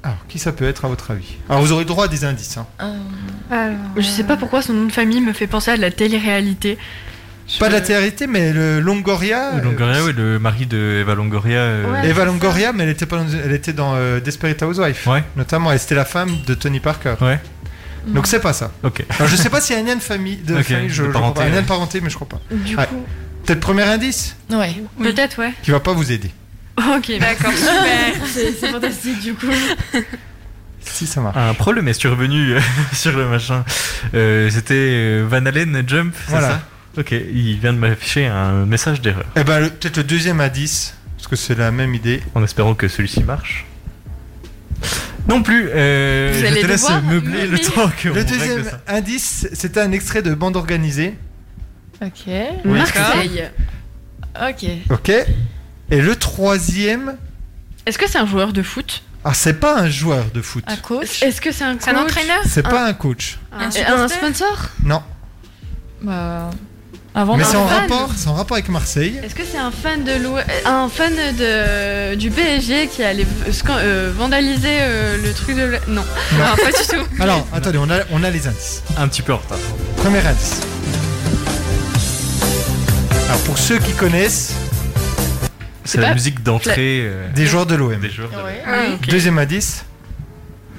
S1: Alors, qui ça peut être à votre avis Alors, vous aurez droit à des indices. hein.
S5: Alors,
S10: Je sais pas pourquoi son nom de famille me fait penser à de la télé-réalité.
S1: Pas de la télé mais le Longoria.
S2: Oui, Longoria, oui, le mari de Eva Longoria. euh,
S1: euh,
S10: Ouais.
S1: Eva Longoria, mais elle était, pas dans, elle était dans euh, Desperate Housewives.
S2: Ouais.
S1: Notamment, elle c'était la femme de Tony Parker.
S2: Ouais.
S1: Donc, c'est pas ça.
S2: Ok.
S1: Alors, je sais pas s'il y a un lien de famille, de
S2: Ok,
S1: famille, je,
S2: de
S1: je crois
S2: parenté,
S1: pas. Un lien
S2: ouais.
S1: de parenté, mais je crois pas.
S10: Du
S1: Ouais.
S10: coup,
S1: Peut-être premier indice
S3: Ouais.
S10: peut-être ouais.
S1: qui va pas vous aider.
S10: Ok,
S5: D'accord, super.
S10: c'est c'est fantastique du coup.
S1: Si ça marche.
S2: Un problème est survenu euh, sur le machin. Euh, C'était euh, Van Allen Jump, c'est
S1: Voilà.
S2: ça Ok, il vient de m'afficher un message d'erreur
S1: Eh ben, le- peut-être le deuxième indice, parce que c'est la même idée.
S2: en espérant que celui-ci marche. Non plus, euh,
S10: Vous
S2: je
S10: allez
S2: te laisse
S10: devoir
S2: meubler le
S10: meubler.
S2: temps que
S1: Le deuxième indice, c'était un extrait de bande organisée.
S3: Ok.
S1: Oui.
S10: Marseille.
S3: Ok.
S1: Ok. Et le troisième,
S10: Est-ce que c'est un joueur de foot
S1: ah, c'est pas un joueur de foot.
S3: Un coach
S10: Est-ce que c'est un coach
S5: C'est un entraîneur
S1: C'est pas un coach.
S10: Ah, Un,
S4: supporter
S10: un sponsor
S1: Non.
S3: Bah. Avant
S1: Mais c'est en
S10: fan.
S1: rapport, c'est en rapport avec Marseille.
S10: Est-ce que c'est un fan de l'O- un fan de du PSG qui allait v- scan- euh, vandaliser euh, le truc de l'O- non.
S1: Non.
S10: Ah, pas du tout.
S1: Alors, attendez, on a, on a les indices.
S2: Un petit peu en retard.
S1: Premier indice. Alors, pour ceux qui connaissent,
S2: C'est la
S10: pas-
S2: musique d'entrée euh,
S1: des joueurs de l'OM.
S2: des joueurs. de-
S1: Deuxième indice.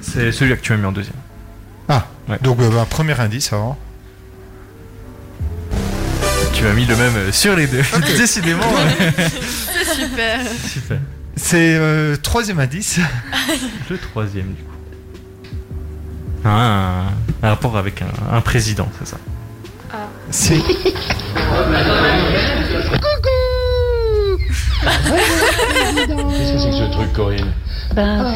S2: C'est celui que tu as mis en deuxième.
S1: Donc, euh, bah, premier indice avant.
S2: Tu as mis le même euh, sur les deux. Décidément. ouais.
S10: Super.
S2: Super.
S1: C'est euh, troisième indice.
S2: Le troisième, du coup. Ah, un, un rapport avec un, un président, c'est ça.
S1: C'est.
S11: Qu'est-ce que c'est que ce truc, Corinne
S10: Bah,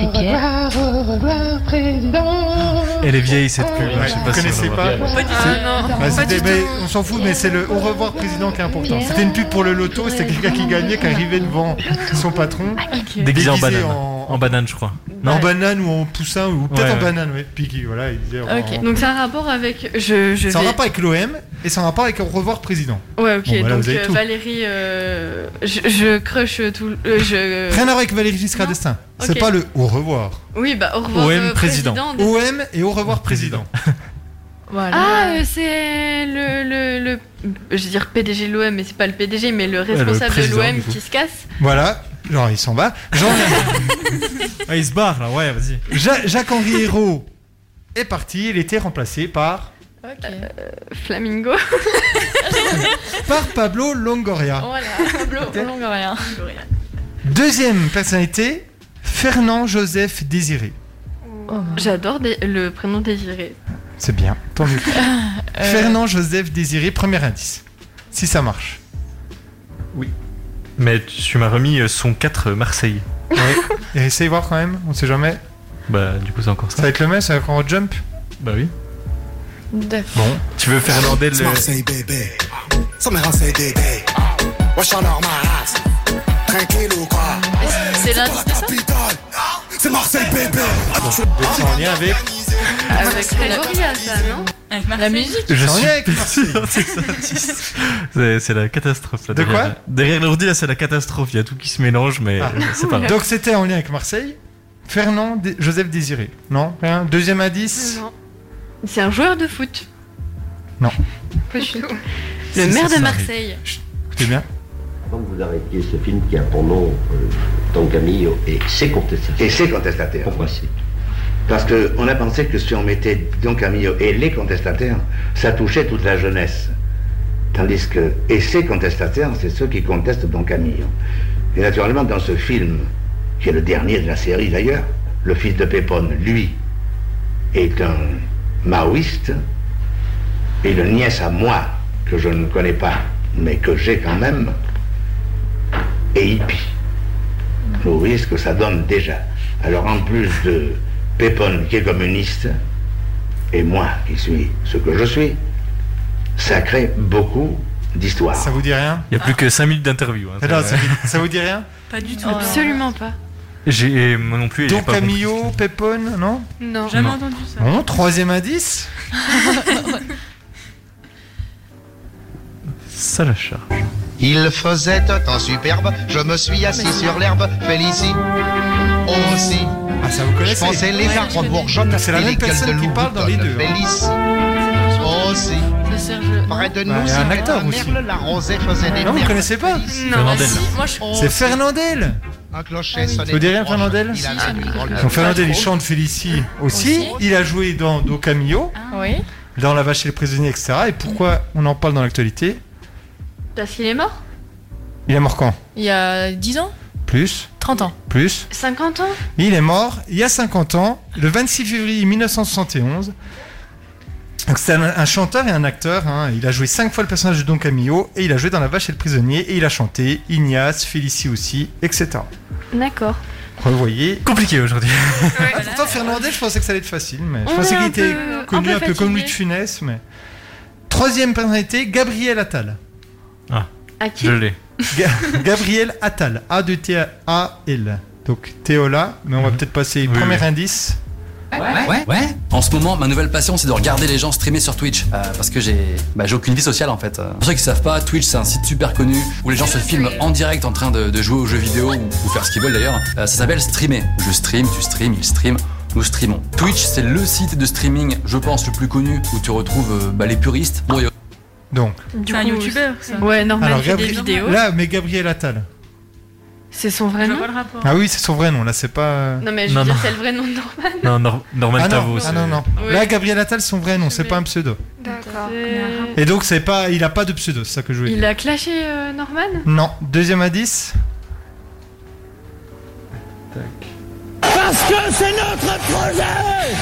S2: Elle est vieille, cette pub.
S1: Ouais,
S2: je sais
S1: vous
S2: pas si on
S1: connaissez
S2: la
S1: pas
S2: voit bien.
S5: Ah non,
S1: Bah,
S5: pas
S1: c'était-
S5: du
S1: mais
S5: tout.
S1: on s'en fout, mais c'est le au revoir président qui est important. C'était une pub pour le loto, c'était quelqu'un qui gagnait, qui arrivait devant son patron.
S10: Ah,
S2: Déguisé en banane.
S1: en-
S2: En banane, je crois.
S1: En
S2: Non
S1: banane ou en poussin, ou peut-être
S2: Ouais,
S1: en
S2: ouais.
S1: banane, ouais. Puis qui, voilà, il disait. en-
S10: Ok. Donc c'est un rapport avec je je
S1: Ça en
S10: vais-
S1: rapport avec l'OM et ça en rapport avec au revoir président.
S10: Ouais, ok.
S1: Bon, voilà,
S10: donc
S1: vous avez
S10: euh,
S1: tout.
S10: Valérie euh, je, je crush tout le- euh, je
S1: Rien à voir avec Valérie Giscard d'Estaing. C'est
S10: Ok.
S1: pas le au revoir.
S10: Oui, bah au revoir
S2: OM
S10: euh,
S2: président.
S10: président. des-
S1: OM et au revoir président.
S10: Ah, euh, c'est le, le je veux dire PDG de l'OM, mais c'est pas le PDG, mais le responsable de
S1: président,
S10: l'OM
S1: du coup.
S10: qui se casse.
S1: Voilà, genre il s'en va. Jean... Ah, il se barre là, ouais, vas-y. Jacques-Henri Hérault est parti, il était remplacé par,
S10: Euh, Flamingo.
S1: par Pablo Longoria.
S10: voilà, Pablo Longoria.
S1: Deuxième personnalité, Fernand Joseph Désiré.
S10: Oh, J'adore dé- le prénom Désiré.
S1: C'est bien, tant mieux.
S10: Euh.
S1: Fernand Joseph Désiré, premier indice. Si ça marche.
S2: Mais tu m'as remis euh, son 4 euh, Marseille.
S1: Ouais. Et essaye voir quand même, on sait jamais.
S2: Bah, du coup, c'est encore
S1: Ça
S2: ça.
S1: va être le même, ça va être encore jump.
S2: Bah oui.
S10: D'accord.
S2: Bon. Tu veux faire l'ordel
S11: C'est Marseille, bébé. Ça me renseigne, bébé. Wesh, alors, ma race. Tranquille ou quoi
S10: C'est l'indice de ça
S11: C'est Marseille, bébé.
S1: Ah, C'est en lien avec.
S10: Avec Longoria, ça, non
S4: La musique
S2: Je
S1: C'est en
S2: suis
S1: lien avec Marseille.
S2: C'est c'est la catastrophe là.
S1: De
S2: derrière,
S1: quoi
S2: la- Derrière l'ordi là, c'est la catastrophe. Il y a tout qui se mélange, mais
S1: Ah.
S2: euh, c'est pas grave.
S1: Donc c'était en lien avec Marseille. Fernand Dé- Joseph Désiré. Non rien. Deuxième indice.
S10: Non. C'est un joueur de foot.
S1: Non.
S10: Pas du tout.
S1: Si,
S10: Le
S1: si,
S10: maire
S1: ça
S10: de
S1: arrive.
S10: Marseille.
S1: C'est bien.
S12: Quand vous arrêtiez ce film qui a pour nom euh, Don Camillo et ses contestataires.
S13: Et c'est contestataire.
S12: Pourquoi c'est
S13: Parce qu'on a pensé que si on mettait Don Camillo et les contestataires, ça touchait toute la jeunesse. Tandis que, et ces contestataires, c'est ceux qui contestent Don Camillo. Et naturellement, dans ce film, qui est le dernier de la série d'ailleurs, le fils de Pépone, lui, est un maoïste, et le nièce à moi, que je ne connais pas, mais que j'ai quand même, est hippie. Vous voyez ce que ça donne déjà. Alors en plus de Pépone qui est communiste, et moi qui suis ce que je suis, ça crée beaucoup d'histoires.
S1: Ça vous dit rien Eh
S2: Il y a plus que 5 minutes d'interview. hein,
S1: Attends,
S2: ça-
S1: ça, vous- ça vous dit rien
S4: Pas du tout.
S10: Oh. Absolument pas.
S2: J'ai et moi non plus. et j'ai
S1: Donc
S2: pas compris.
S1: Camillo, Pepone, non
S10: Non.
S4: Jamais
S2: Non.
S4: entendu ça.
S1: Non, troisième indice.
S2: Ça la charge.
S14: Il faisait un temps superbe, je me suis assis sur l'herbe, Félicie aussi.
S1: Ah, ça vous connaissez
S14: Je pensais les
S1: Ouais,
S14: arbres bourgeonnent,
S1: C'est la
S14: et
S1: même
S14: les gueules
S1: personne
S14: de
S1: qui
S14: loup
S1: parle dans les
S14: boutonnent.
S1: deux, hein.
S14: Félicie
S4: Oh,
S14: aussi.
S10: C'est Serge.
S14: Près de
S1: Bah,
S14: nous,
S1: il y a un
S14: c'était
S1: acteur
S14: un
S1: aussi.
S14: merle, la rosée faisait des
S1: Non, vous
S14: merles.
S1: connaissez pas
S2: Fernandel.
S10: si, moi je.
S1: C'est Fernandel
S14: Un clocher sonnait.
S1: Ça vous dit rien,
S14: proche.
S1: Fernandel
S14: Il avait une grande-
S11: Euh,
S1: Donc Fernandel, il chante Félicie aussi. Il a joué dans Do Camillo,
S3: Oui.
S1: dans La Vache et le Prisonnier, etc. Et pourquoi on en parle dans l'actualité
S10: Parce qu'il Ah, est mort
S1: Il est mort quand
S3: Il y a 10 ans
S1: Plus
S3: 30 ans.
S1: Plus
S10: 50 ans
S1: Il est mort il y a 50 ans, le 26 février 1971. Donc c'est un, un chanteur et un acteur. hein. Il a joué cinq fois le personnage de Don Camillo et il a joué dans La Vache et le Prisonnier et il a chanté Ignace, Félicie aussi, etc.
S10: D'accord.
S1: Revoyez.
S2: Compliqué aujourd'hui.
S1: Ah, pourtant Fernandez, je pensais que ça allait être facile, mais je
S10: On
S1: pensais qu'il
S10: est un
S1: était
S10: peu-
S1: connu
S10: un peu
S1: un peu comme
S10: fatigué.
S1: Louis de Funès, mais troisième personnalité, Gabriel Attal.
S10: À qui
S2: Ah, Je l'ai.
S1: Ga- Gabriel Attal, A de T A L. Donc Théola, mais on va peut-être passer
S2: Mhm. Oui,
S1: premier
S2: oui.
S1: indice.
S15: Ouais, ouais. En ce moment, ma nouvelle passion, c'est de regarder les gens streamer sur Twitch. Euh, parce que j'ai bah, j'ai aucune vie sociale en fait. Euh, Pour ceux qui savent pas, Twitch, c'est un site super connu où les gens se filment en direct en train de, de jouer aux jeux vidéo ou, ou faire ce qu'ils veulent d'ailleurs. Euh, ça s'appelle streamer. Je stream, tu stream, il stream. Nous streamons. Twitch, c'est le site de streaming, je pense, le plus connu où tu retrouves euh, bah, les puristes. Bon, et-
S1: Donc,
S10: Du
S4: C'est un
S10: coup,
S4: youtubeur
S10: c'est-
S4: ça.
S10: Ouais, Norman fait des
S1: Gabriel-
S10: vidéos.
S1: Là, mais Gabriel Attal.
S10: C'est son vrai
S4: Je
S10: nom
S4: vois pas le rapport.
S1: Ah oui, c'est son vrai nom, là c'est pas.
S10: Non, mais je
S2: Non,
S10: veux dire,
S2: non.
S10: c'est le vrai nom de Norman.
S2: Non, Nor- Norman
S1: Ah
S2: Tavo.
S1: non, ah
S2: c'est-
S1: non, non.
S10: Oui.
S1: Là, Gabriel Attal, son vrai nom, c'est
S10: Mais-
S1: pas un pseudo.
S5: D'accord.
S10: Euh,
S1: Et donc, c'est pas, il a pas de pseudo, c'est ça que je voulais
S10: Il
S1: dire.
S10: a clashé euh, Norman
S1: Non, deuxième indice.
S9: Parce que c'est notre projet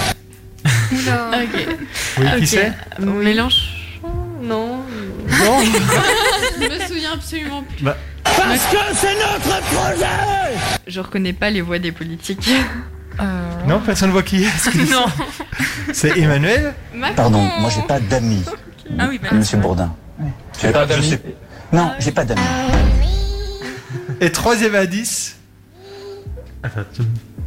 S5: Oula.
S10: Ok.
S1: Oui,
S3: Ah,
S10: Ok.
S1: qui c'est
S10: Mélenchon Non.
S1: Non
S10: je me souviens absolument plus.
S2: Bah.
S9: Parce que c'est notre projet
S10: Je reconnais pas les voix des politiques.
S1: Non, personne voit qui est. ce qu'il dit.
S10: non.
S1: C'est Emmanuel
S10: Macron.
S16: Pardon, moi j'ai pas d'amis,
S4: Ah oui, bah,
S16: monsieur Bourdin. J'ai pas d'amis Non, j'ai pas d'amis.
S1: Et troisième indice.
S2: Attends, tu-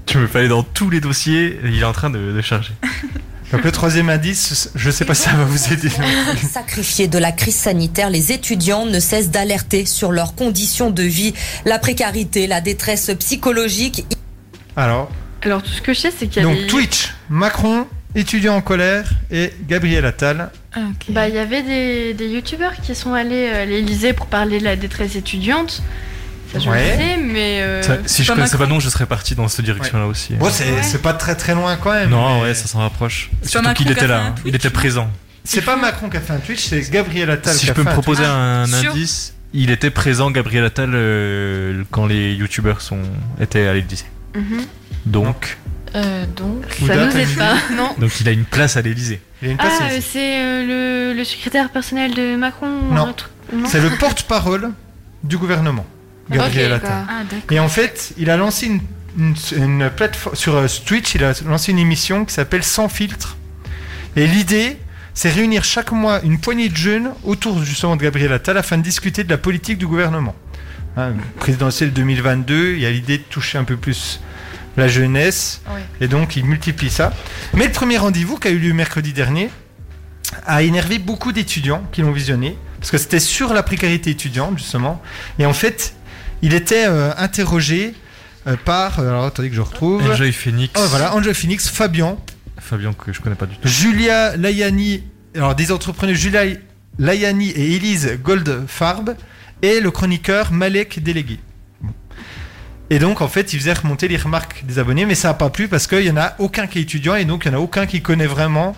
S2: tu me fais aller dans tous les dossiers. Il est en train de, de charger.
S1: Donc, le troisième indice, je sais pas si ça va vous aider.
S17: Sacrifiés de la crise sanitaire, les étudiants ne cessent d'alerter sur leurs conditions de vie, la précarité, la détresse psychologique.
S1: Alors,
S10: Alors tout ce que je sais, c'est qu'il y a
S1: donc
S10: des-
S1: Twitch, Macron, étudiant en colère et Gabriel Attal.
S10: Bah, il y avait des, des youtubeurs qui sont allés euh, à l'Elysée pour parler de la détresse étudiante. Ça, je
S2: Ouais.
S10: le sais, mais. euh,
S2: Ça, si
S10: c'est
S2: je
S10: pas
S2: connaissais
S10: Macron.
S2: pas non, je serais parti dans cette direction-là aussi. hein.
S1: Bon, c'est c'est pas très très loin quand même.
S2: Non, ouais, ça s'en rapproche.
S1: C'est
S2: Surtout
S1: Macron
S2: qu'il
S1: qui a
S2: était
S1: fait
S2: là,
S1: un
S2: hein. il était présent.
S1: C'est pas Macron qui a fait un Twitch, c'est Gabriel Attal
S2: Si
S1: qui
S2: je
S1: a
S2: peux me
S1: fait un
S2: proposer
S1: Twitch.
S10: Ah,
S2: un indice, il était présent, Gabriel Attal, euh, quand les youtubeurs sont... étaient à l'Élysée.
S10: Mhm.
S2: Donc,
S10: Euh, donc,
S2: Ou
S10: ça
S2: d'un
S10: nous aide pas. Non.
S2: donc il a une place à l'Élysée.
S10: Ah, euh, c'est euh, le, le secrétaire personnel de Macron ou
S1: Non.
S10: un truc- non
S1: C'est le porte-parole du gouvernement, Gabriel
S10: Ok,
S1: Attal.
S10: d'accord. Ah, d'accord.
S1: Et en fait, il a lancé une, une- une plateforme sur euh, Twitch, il a lancé une émission qui s'appelle Sans filtre. Et l'idée, c'est réunir chaque mois une poignée de jeunes autour justement de Gabriel Attal afin de discuter de la politique du gouvernement. Hein, présidentielle 2022, il y a l'idée de toucher un peu plus la jeunesse.
S10: Oui.
S1: Et donc, il multiplie ça. Mais le premier rendez-vous qui a eu lieu mercredi dernier, a énervé beaucoup d'étudiants qui l'ont visionné, parce que c'était sur la précarité étudiante, justement. Et en fait, il était euh, interrogé euh, par, euh, alors attendez que je retrouve...
S2: Enjoy Phoenix.
S1: Oh, voilà, Enjoy Phoenix, Fabian,
S2: Fabien, que je connais pas du tout.
S1: Julia Layani, alors des entrepreneurs Julia Layani et Elise Goldfarb, et le chroniqueur Malek Délégué. Et donc, en fait, il faisait remonter les remarques des abonnés, mais ça n'a pas plu parce qu'il n'y en a aucun qui est étudiant et donc il n'y en a aucun qui connaît vraiment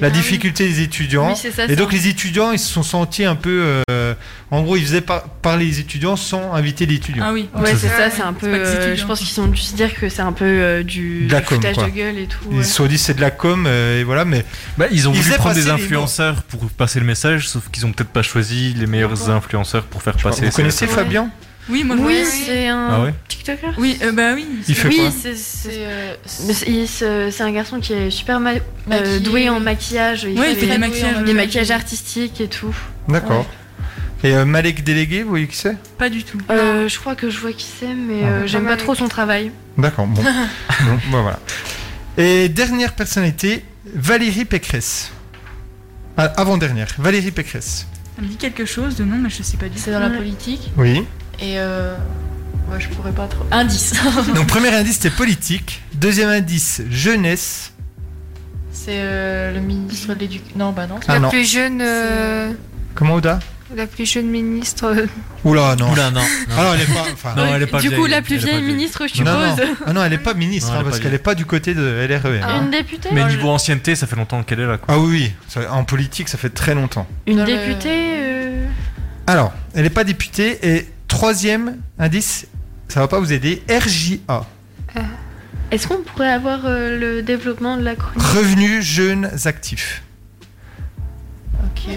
S1: la difficulté des étudiants.
S10: ah Oui, c'est ça,
S1: et donc,
S10: c'est-
S1: les étudiants, ils se sont sentis un peu. euh, en gros, ils faisaient par- parler les étudiants sans inviter les étudiants.
S10: Ah oui, ouais, c'est ça, c'est un peu.
S4: pas que c'est
S10: euh, je
S4: étudiant.
S10: pense qu'ils ont dû se dire que c'est un peu euh, du,
S1: De la
S10: du
S1: com,
S10: foutage
S1: quoi.
S10: de gueule et tout.
S1: Ils
S10: ouais.
S1: se sont dit c'est de la com euh, et voilà mais
S2: Bah, Ils ont voulu
S1: faisaient
S2: prendre
S1: passer
S2: des
S1: les mots.
S2: influenceurs pour passer le message, sauf qu'ils ont peut-être pas choisi les meilleurs influenceurs pour faire
S1: pas,
S2: passer.
S1: vous
S2: ces
S1: connaissez
S2: messages.
S1: Fabien
S4: Oui, moi je
S10: Oui,
S4: vois-
S10: c'est un
S2: Ah ouais
S10: TikToker
S4: Oui, euh, bah oui.
S2: Il fait
S10: oui,
S2: quoi
S10: c'est- c'est euh, mais c'est- il se- c'est un garçon qui est super ma- euh, doué en maquillage.
S4: Ouais, il fait des
S10: des
S4: maquillages.
S10: des maquillages artistiques et tout.
S1: D'accord. Et euh, Malek délégué, vous voyez qui c'est
S4: Pas du tout. Ah
S10: Euh, je crois que je vois qui c'est, mais euh, j'aime pas trop son travail.
S1: D'accord, bon. Bon, bah, voilà. Et dernière personnalité, Valérie Pécresse. Ah, Avant-dernière, Valérie Pécresse.
S4: Ça me dit quelque chose de nom, mais je sais pas du tout.
S10: C'est dans la politique
S1: Oui.
S10: Et euh, ouais, je pourrais pas trop. Indice.
S1: Donc, premier indice, c'était politique. Deuxième indice, jeunesse.
S10: C'est euh, le ministre de l'éducation. Non, bah non.
S1: Ah,
S5: la
S1: non.
S5: plus jeune, euh,
S1: Comment, Ouda
S5: la plus jeune ministre. euh,
S1: Oula, non.
S2: Oula, non.
S1: Alors, elle est pas. enfin-
S2: Non, elle est pas
S10: du
S2: vieille.
S10: coup, la plus
S2: Elle est pas
S10: vieille
S2: vieille.
S10: ministre, je
S1: Non, non.
S10: suppose.
S1: Ah non, elle est pas ministre,
S2: Non, elle
S1: hein,
S2: est
S1: parce
S2: pas
S1: qu'elle est pas du côté de LREM. hein.
S10: Une députée
S2: Mais niveau ancienneté, ça fait longtemps qu'elle est là. Quoi.
S1: Ah oui, oui, ça- en politique, ça fait très longtemps.
S10: Une députée euh,
S1: Alors, elle n'est pas députée. Et troisième indice, ça va pas vous aider, RJA.
S10: euh, Est-ce qu'on pourrait avoir euh, le développement de la chronique
S1: Revenus jeunes actifs.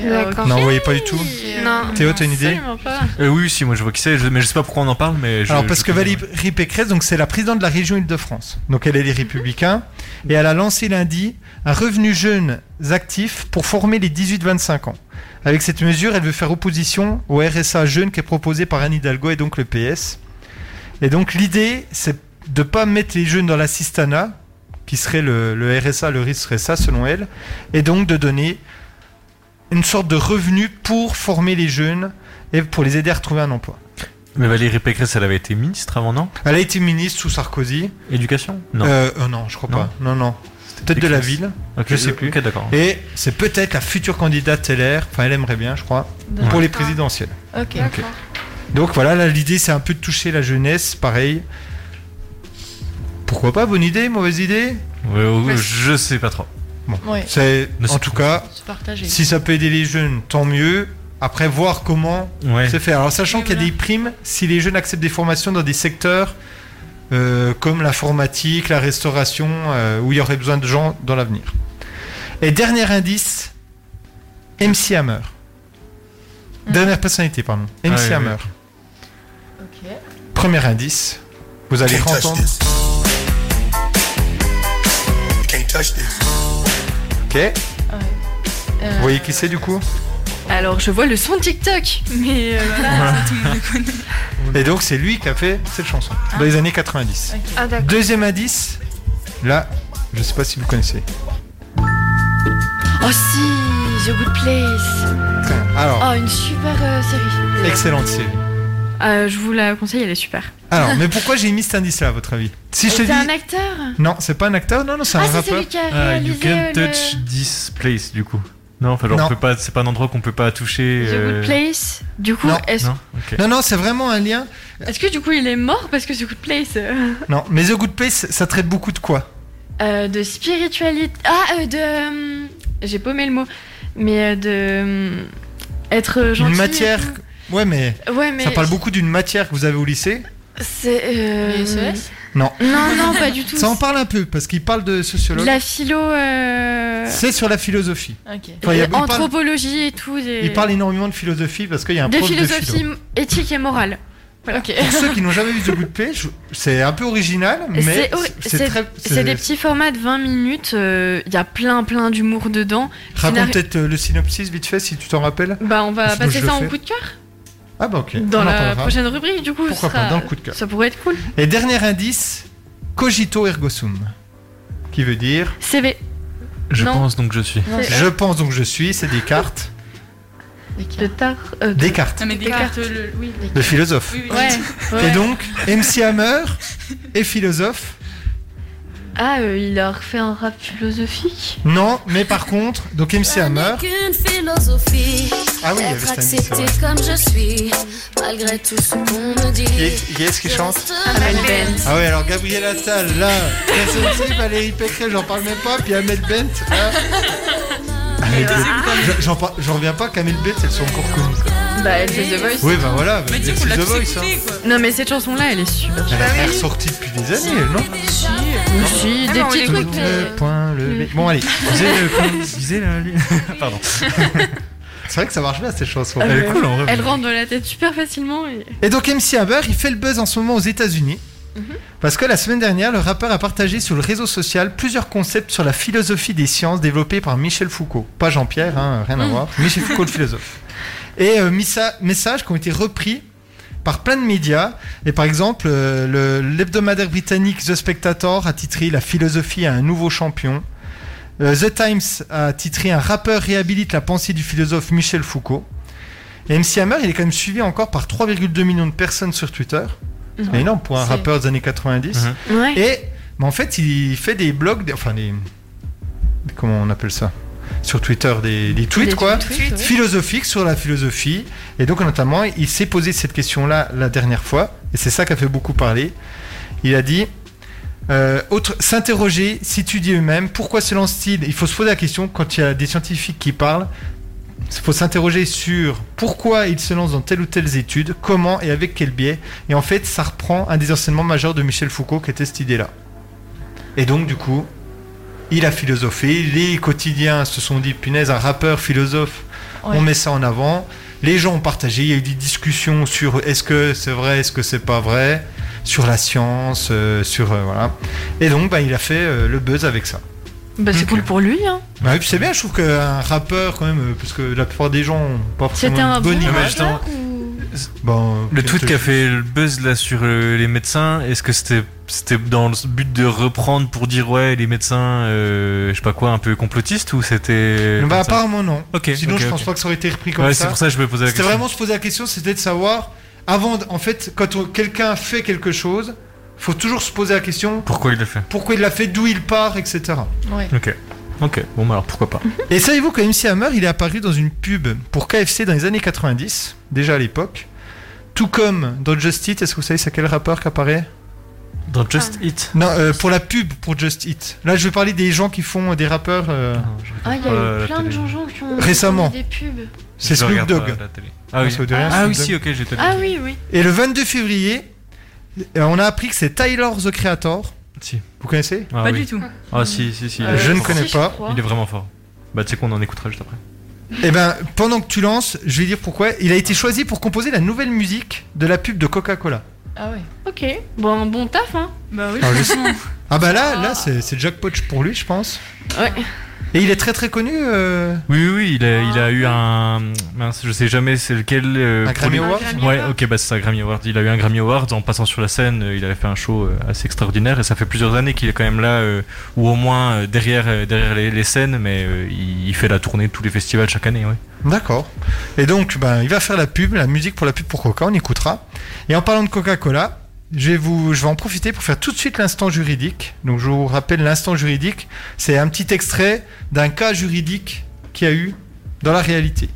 S10: D'accord.
S1: Non, vous voyez pas du tout.
S10: Non.
S1: Théo, t'as une idée
S10: Absolument pas.
S2: Euh, oui, si, moi je vois qui c'est, je- mais je sais pas pourquoi on en parle, mais. Je,
S1: Alors parce
S2: je
S1: que
S2: connais,
S1: Valérie
S2: ouais.
S1: Pécresse, donc c'est la présidente de la région Île-de-France. Donc elle est les Républicains et elle a lancé lundi un revenu jeunes actifs pour former les 18-25 ans. Avec cette mesure, elle veut faire opposition au RSA jeune qui est proposé par Anne Hidalgo et donc le PS. Et donc l'idée, c'est de pas mettre les jeunes dans la cistana, qui serait le, le RSA, le risque serait ça selon elle, et donc de donner une sorte de revenu pour former les jeunes et pour les aider à retrouver un emploi.
S2: Mais Valérie Pécresse, elle avait été ministre avant, non
S1: Elle a été ministre sous Sarkozy.
S2: Éducation Non.
S1: Euh, euh, non, je crois
S2: Non.
S1: pas. Non, non. Peut-être de la ville.
S2: Ok,
S1: je sais
S2: ok,
S1: plus.
S2: d'accord.
S1: Et c'est peut-être la future candidate LR. Enfin, elle aimerait bien, je crois, pour les présidentielles.
S10: Ok.
S1: Donc voilà, là, l'idée, c'est un peu de toucher la jeunesse, pareil. Pourquoi pas Bonne idée, mauvaise idée
S2: Ouais, ouais, ouais, je sais pas trop.
S1: Bon,
S10: Ouais.
S1: c'est
S2: Mais
S1: en
S2: c'est
S1: tout cas,
S10: Se partager.
S1: si ça peut aider les jeunes, tant mieux. Après, voir comment
S2: Ouais.
S1: c'est fait. Alors, sachant qu'il y a des primes, si les jeunes acceptent des formations dans des secteurs euh, comme l'informatique, la restauration, euh, où il y aurait besoin de gens dans l'avenir. Et dernier indice, MC Hammer. Dernière personnalité, pardon.
S2: Ah,
S1: MC
S2: oui,
S1: Hammer.
S10: Ok.
S1: Premier indice, vous allez
S11: Can't touch
S1: entendre.
S11: this. Can't touch this.
S1: Ok,
S10: Euh,
S1: vous voyez qui c'est du coup
S10: Alors, je vois le son TikTok, mais euh, voilà,
S1: Voilà.
S10: ça, tout le monde le connaît.
S1: Et donc c'est lui qui a fait cette chanson dans les années 90.
S10: Ah, d'accord.
S1: Deuxième indice, là, je sais pas si vous connaissez.
S10: Oh si, The Good Place.
S1: Alors,
S10: Oh, une super euh, série.
S1: excellente série.
S10: Euh, je vous la conseille, elle est super.
S1: Alors, mais pourquoi j'ai mis cet indice-là à votre avis Si je te
S10: C'est
S1: dis,
S10: un acteur
S1: non, c'est pas un acteur, non, non, c'est
S10: Ah,
S1: un
S10: c'est
S1: rappeur. Euh,
S10: celui qui a
S2: Ah, you
S10: réalisé
S2: can
S10: le-
S2: touch this place, du coup. Non, enfin, alors
S1: Non.
S2: on peut pas, c'est pas un endroit qu'on peut pas toucher.
S10: The
S2: euh,
S10: Good Place. Du coup,
S1: Non.
S10: est-ce
S2: Non, ok.
S1: Non, non, c'est vraiment un lien.
S10: est-ce que du coup il est mort parce que The Good Place euh,
S1: Non, mais The Good Place, ça traite beaucoup de quoi
S10: euh, de spiritualité, ah euh, de, euh, j'ai paumé le mot, mais euh, de euh, être gentil.
S1: Une matière. Ouais, mais.
S10: Ouais, mais
S1: Ça parle beaucoup d'une matière que vous avez au lycée
S10: C'est euh,
S1: Non.
S10: Non, non, pas du tout.
S1: Ça en parle un peu, parce qu'il parle de
S10: De
S1: sociologue.
S10: La philo. euh,
S1: C'est sur la philosophie.
S10: Ok.
S1: Enfin, il y a- il parle-
S10: Anthropologie et tout. Des...
S1: Il parle énormément de philosophie parce qu'il y a un
S10: des
S1: prof de
S10: philosophies
S1: philo.
S10: éthiques et morales. Voilà.
S1: Pour ceux qui n'ont jamais vu The Good Place, je- c'est un peu original, mais
S10: C'est- ouais,
S1: c'est
S10: c'est-
S1: très.
S10: c'est des petits formats de 20 minutes. Il y a plein, plein d'humour dedans.
S1: Raconte
S10: Scénari-
S1: peut-être euh, le synopsis vite fait si tu t'en rappelles.
S10: Bah, on va
S1: Parce que
S10: passer
S1: je
S10: ça
S1: le
S10: en
S1: fais.
S10: coup de cœur
S1: Ah bah ok.
S10: dans
S1: on en
S10: la
S1: parlera.
S10: prochaine rubrique. Du coup, ce
S1: Pourquoi
S10: sera-
S1: pas, dans le coup de cœur.
S10: Ça pourrait être cool.
S1: Et dernier indice, cogito ergo sum, qui veut dire
S10: CV.
S2: Je
S10: Non.
S2: pense donc je suis.
S10: Non, c'est-
S1: je pense donc je suis, c'est Descartes,
S10: De tard. euh, de-
S1: Descartes.
S4: Non, mais Descartes,
S10: Descartes.
S4: le, oui,
S1: le philosophe.
S4: Oui, oui.
S10: Ouais.
S1: Et
S10: ouais.
S1: donc, MC Hammer est philosophe.
S10: Ah, euh, il a refait un rap philosophique.
S1: Non, mais par contre, donc MC Hammer,
S18: Qu'une philosophie.
S1: Hein Ah oui, il y avait
S18: Être
S1: cette année,
S18: accepté
S1: c'est
S18: comme je suis, malgré tout ce qu'on me dit.
S1: qui est, qui est-ce qui chante
S18: Amel Bent.
S1: Ah ouais, alors Gabriel Attal, là, SNC, Valérie Pécresse, j'en parle même pas, puis Amel Bent.
S4: Ah.
S1: hein.
S10: Ah,
S1: Amel Bent. Je- J'en par- j'en reviens pas qu'Amel Bent, elles sont encore connues.
S10: Bah, elle fait The Voice.
S1: Oui, bah voilà, bah, c'est The Voice. hein.
S10: Non, mais cette chanson-là, elle est super.
S1: Elle a- elle est ressortie depuis des années, non
S4: Ah
S10: Si, des petits trucs, Ah, euh, mais.
S1: Le point levé. Bon, allez. Disais le- comment- disais le- Pardon. C'est vrai que ça marche bien cette chanson.
S10: Euh, Elle rentre dans la tête super facilement. et-
S1: Et donc MC Hammer, il fait le buzz en ce moment aux États-Unis.
S4: Mhm.
S1: Parce que la semaine dernière, le rappeur a partagé sur le réseau social plusieurs concepts sur la philosophie des sciences développés par Michel Foucault. Pas Jean-Pierre, hein, rien à
S2: Mm.
S1: voir. Michel Foucault, le philosophe. Et euh, missa- messages qui ont été repris par plein de médias. Et par exemple, euh, le- l'hebdomadaire britannique The Spectator a titré La philosophie à un nouveau champion. Euh, The Times a titré Un rappeur réhabilite la pensée du philosophe Michel Foucault. Et MC Hammer, il est quand même suivi encore par 3,2 millions de personnes sur Twitter.
S2: Mhm.
S1: C'est énorme pour un
S2: C'est-
S1: rappeur des années 90.
S2: Mhm.
S10: Ouais.
S1: Et mais en fait, il fait des blogs, des- enfin des. Comment on appelle ça Sur Twitter, des, des tweets,
S10: Des
S1: quoi.
S10: tweets, tweets, ouais.
S1: Philosophiques sur la philosophie. Et donc, notamment, il s'est posé cette question-là la dernière fois. Et c'est ça qui a fait beaucoup parler. Il a dit. Euh, autre, s'interroger, s'étudier eux-mêmes. Pourquoi se lance-t-il Il faut se poser la question quand il y a des scientifiques qui parlent. Il faut s'interroger sur pourquoi ils se lancent dans telle ou telle étude, comment et avec quel biais. Et en fait, ça reprend un des enseignements majeurs de Michel Foucault qui était cette idée-là. Et donc, du coup, il a philosophé. Les quotidiens se sont dit punaise, un rappeur philosophe,
S2: Ouais.
S1: on met ça en avant. Les gens ont partagé. Il y a eu des discussions sur est-ce que c'est vrai, est-ce que c'est pas vrai, sur la science, euh, sur euh, voilà. Et donc, bah, il a fait euh, le buzz avec ça.
S10: Bah, c'est cool pour lui, hein.
S1: Bah oui, puis c'est bien, je trouve qu'un rappeur quand même, euh, parce que la plupart des gens ont pas forcément
S10: C'était un
S1: une
S10: bon
S1: bonne image. hein.
S10: rappeur
S1: Bon,
S2: Le tweet
S1: peut-être-
S2: qui a fait le buzz là sur euh, les médecins, est-ce que c'était c'était dans le but de reprendre pour dire ouais les médecins euh, je sais pas quoi un peu complotistes ou
S1: Bah,
S2: c'était euh, comme ça
S1: apparemment non.
S2: Ok,
S1: Sinon
S2: ok,
S1: je pense
S2: ok.
S1: pas que ça aurait été repris comme
S2: Ouais,
S1: ça.
S2: c'est pour ça que je me posais la
S1: C'était
S2: question.
S1: vraiment se poser la question, c'était de savoir avant de- en fait quand on- quelqu'un fait quelque chose, faut toujours se poser la question
S2: pourquoi il l'a fait
S1: pourquoi il l'a fait, d'où il part, etc.
S2: Ok. Ok. Bon bah alors pourquoi pas.
S1: Et savez-vous que MC Hammer, il est apparu dans une pub pour KFC dans les années 90, déjà à l'époque. Tout comme dans Just Eat, est-ce que vous savez c'est quel rappeur qui apparaît
S2: Dans Just
S10: Ah.
S2: Eat.
S1: Non, euh, pour la pub pour Just Eat. Là, je vais parler des gens qui font euh, des rappeurs. euh,
S10: Ah, il y
S1: euh,
S10: a eu
S1: la
S10: plein de
S1: télé.
S10: gens gens qui ont
S1: Récemment.
S10: qui ont mis des pubs.
S1: C'est
S2: Je
S1: Snoop
S2: regarde pas
S1: Dogg.
S2: la télé. Ah oui.
S1: Ça vous dit rien,
S2: Ah
S1: Snoop
S2: oui,
S1: Dogg
S2: si, ok, j'étais
S10: Ah oui, oui.
S1: Et le 22 février, euh, on a appris que c'est Tyler the Creator.
S2: Si.
S1: Vous connaissez
S2: Ah
S4: Pas
S2: oui.
S4: du tout.
S2: Ah si si si.
S1: Euh,
S2: il est
S1: je ne
S2: fort.
S1: connais Si, je pas. crois.
S2: Il est vraiment fort. Bah tu sais qu'on en écoutera juste après.
S1: Eh ben, pendant que tu lances, je vais dire pourquoi. Il a été choisi pour composer la nouvelle musique de la pub de Coca-Cola.
S10: Ah ouais. Ok. Bon, un bon taf, hein.
S4: Bah oui.
S1: Alors, je sais- Ah bah là, là, c'est c'est jackpot pour lui, je pense.
S10: Ouais.
S1: Et il est très très connu. euh,
S2: Oui, oui, oui, il a, il a eu un. Mince, je sais jamais c'est lequel. euh,
S1: Un
S2: pour
S1: Grammy
S2: lui-
S1: Award
S2: Ouais, ok, bah c'est ça, Grammy Award. Il a eu un Grammy Award en passant sur la scène. euh, Il avait fait un show euh, assez extraordinaire et ça fait plusieurs années qu'il est quand même là, euh, ou au moins euh, derrière, euh, derrière les, les scènes, mais euh, il, il fait la tournée de tous les festivals chaque année, ouais.
S1: D'accord. Et donc, ben, il va faire la pub, la musique pour la pub pour Coca, on écoutera. Et en parlant de Coca-Cola, je vais, vous, je vais en profiter pour faire tout de suite l'instant juridique. Donc, je vous rappelle l'instant juridique, c'est un petit extrait d'un cas juridique qu'il y a eu dans la réalité.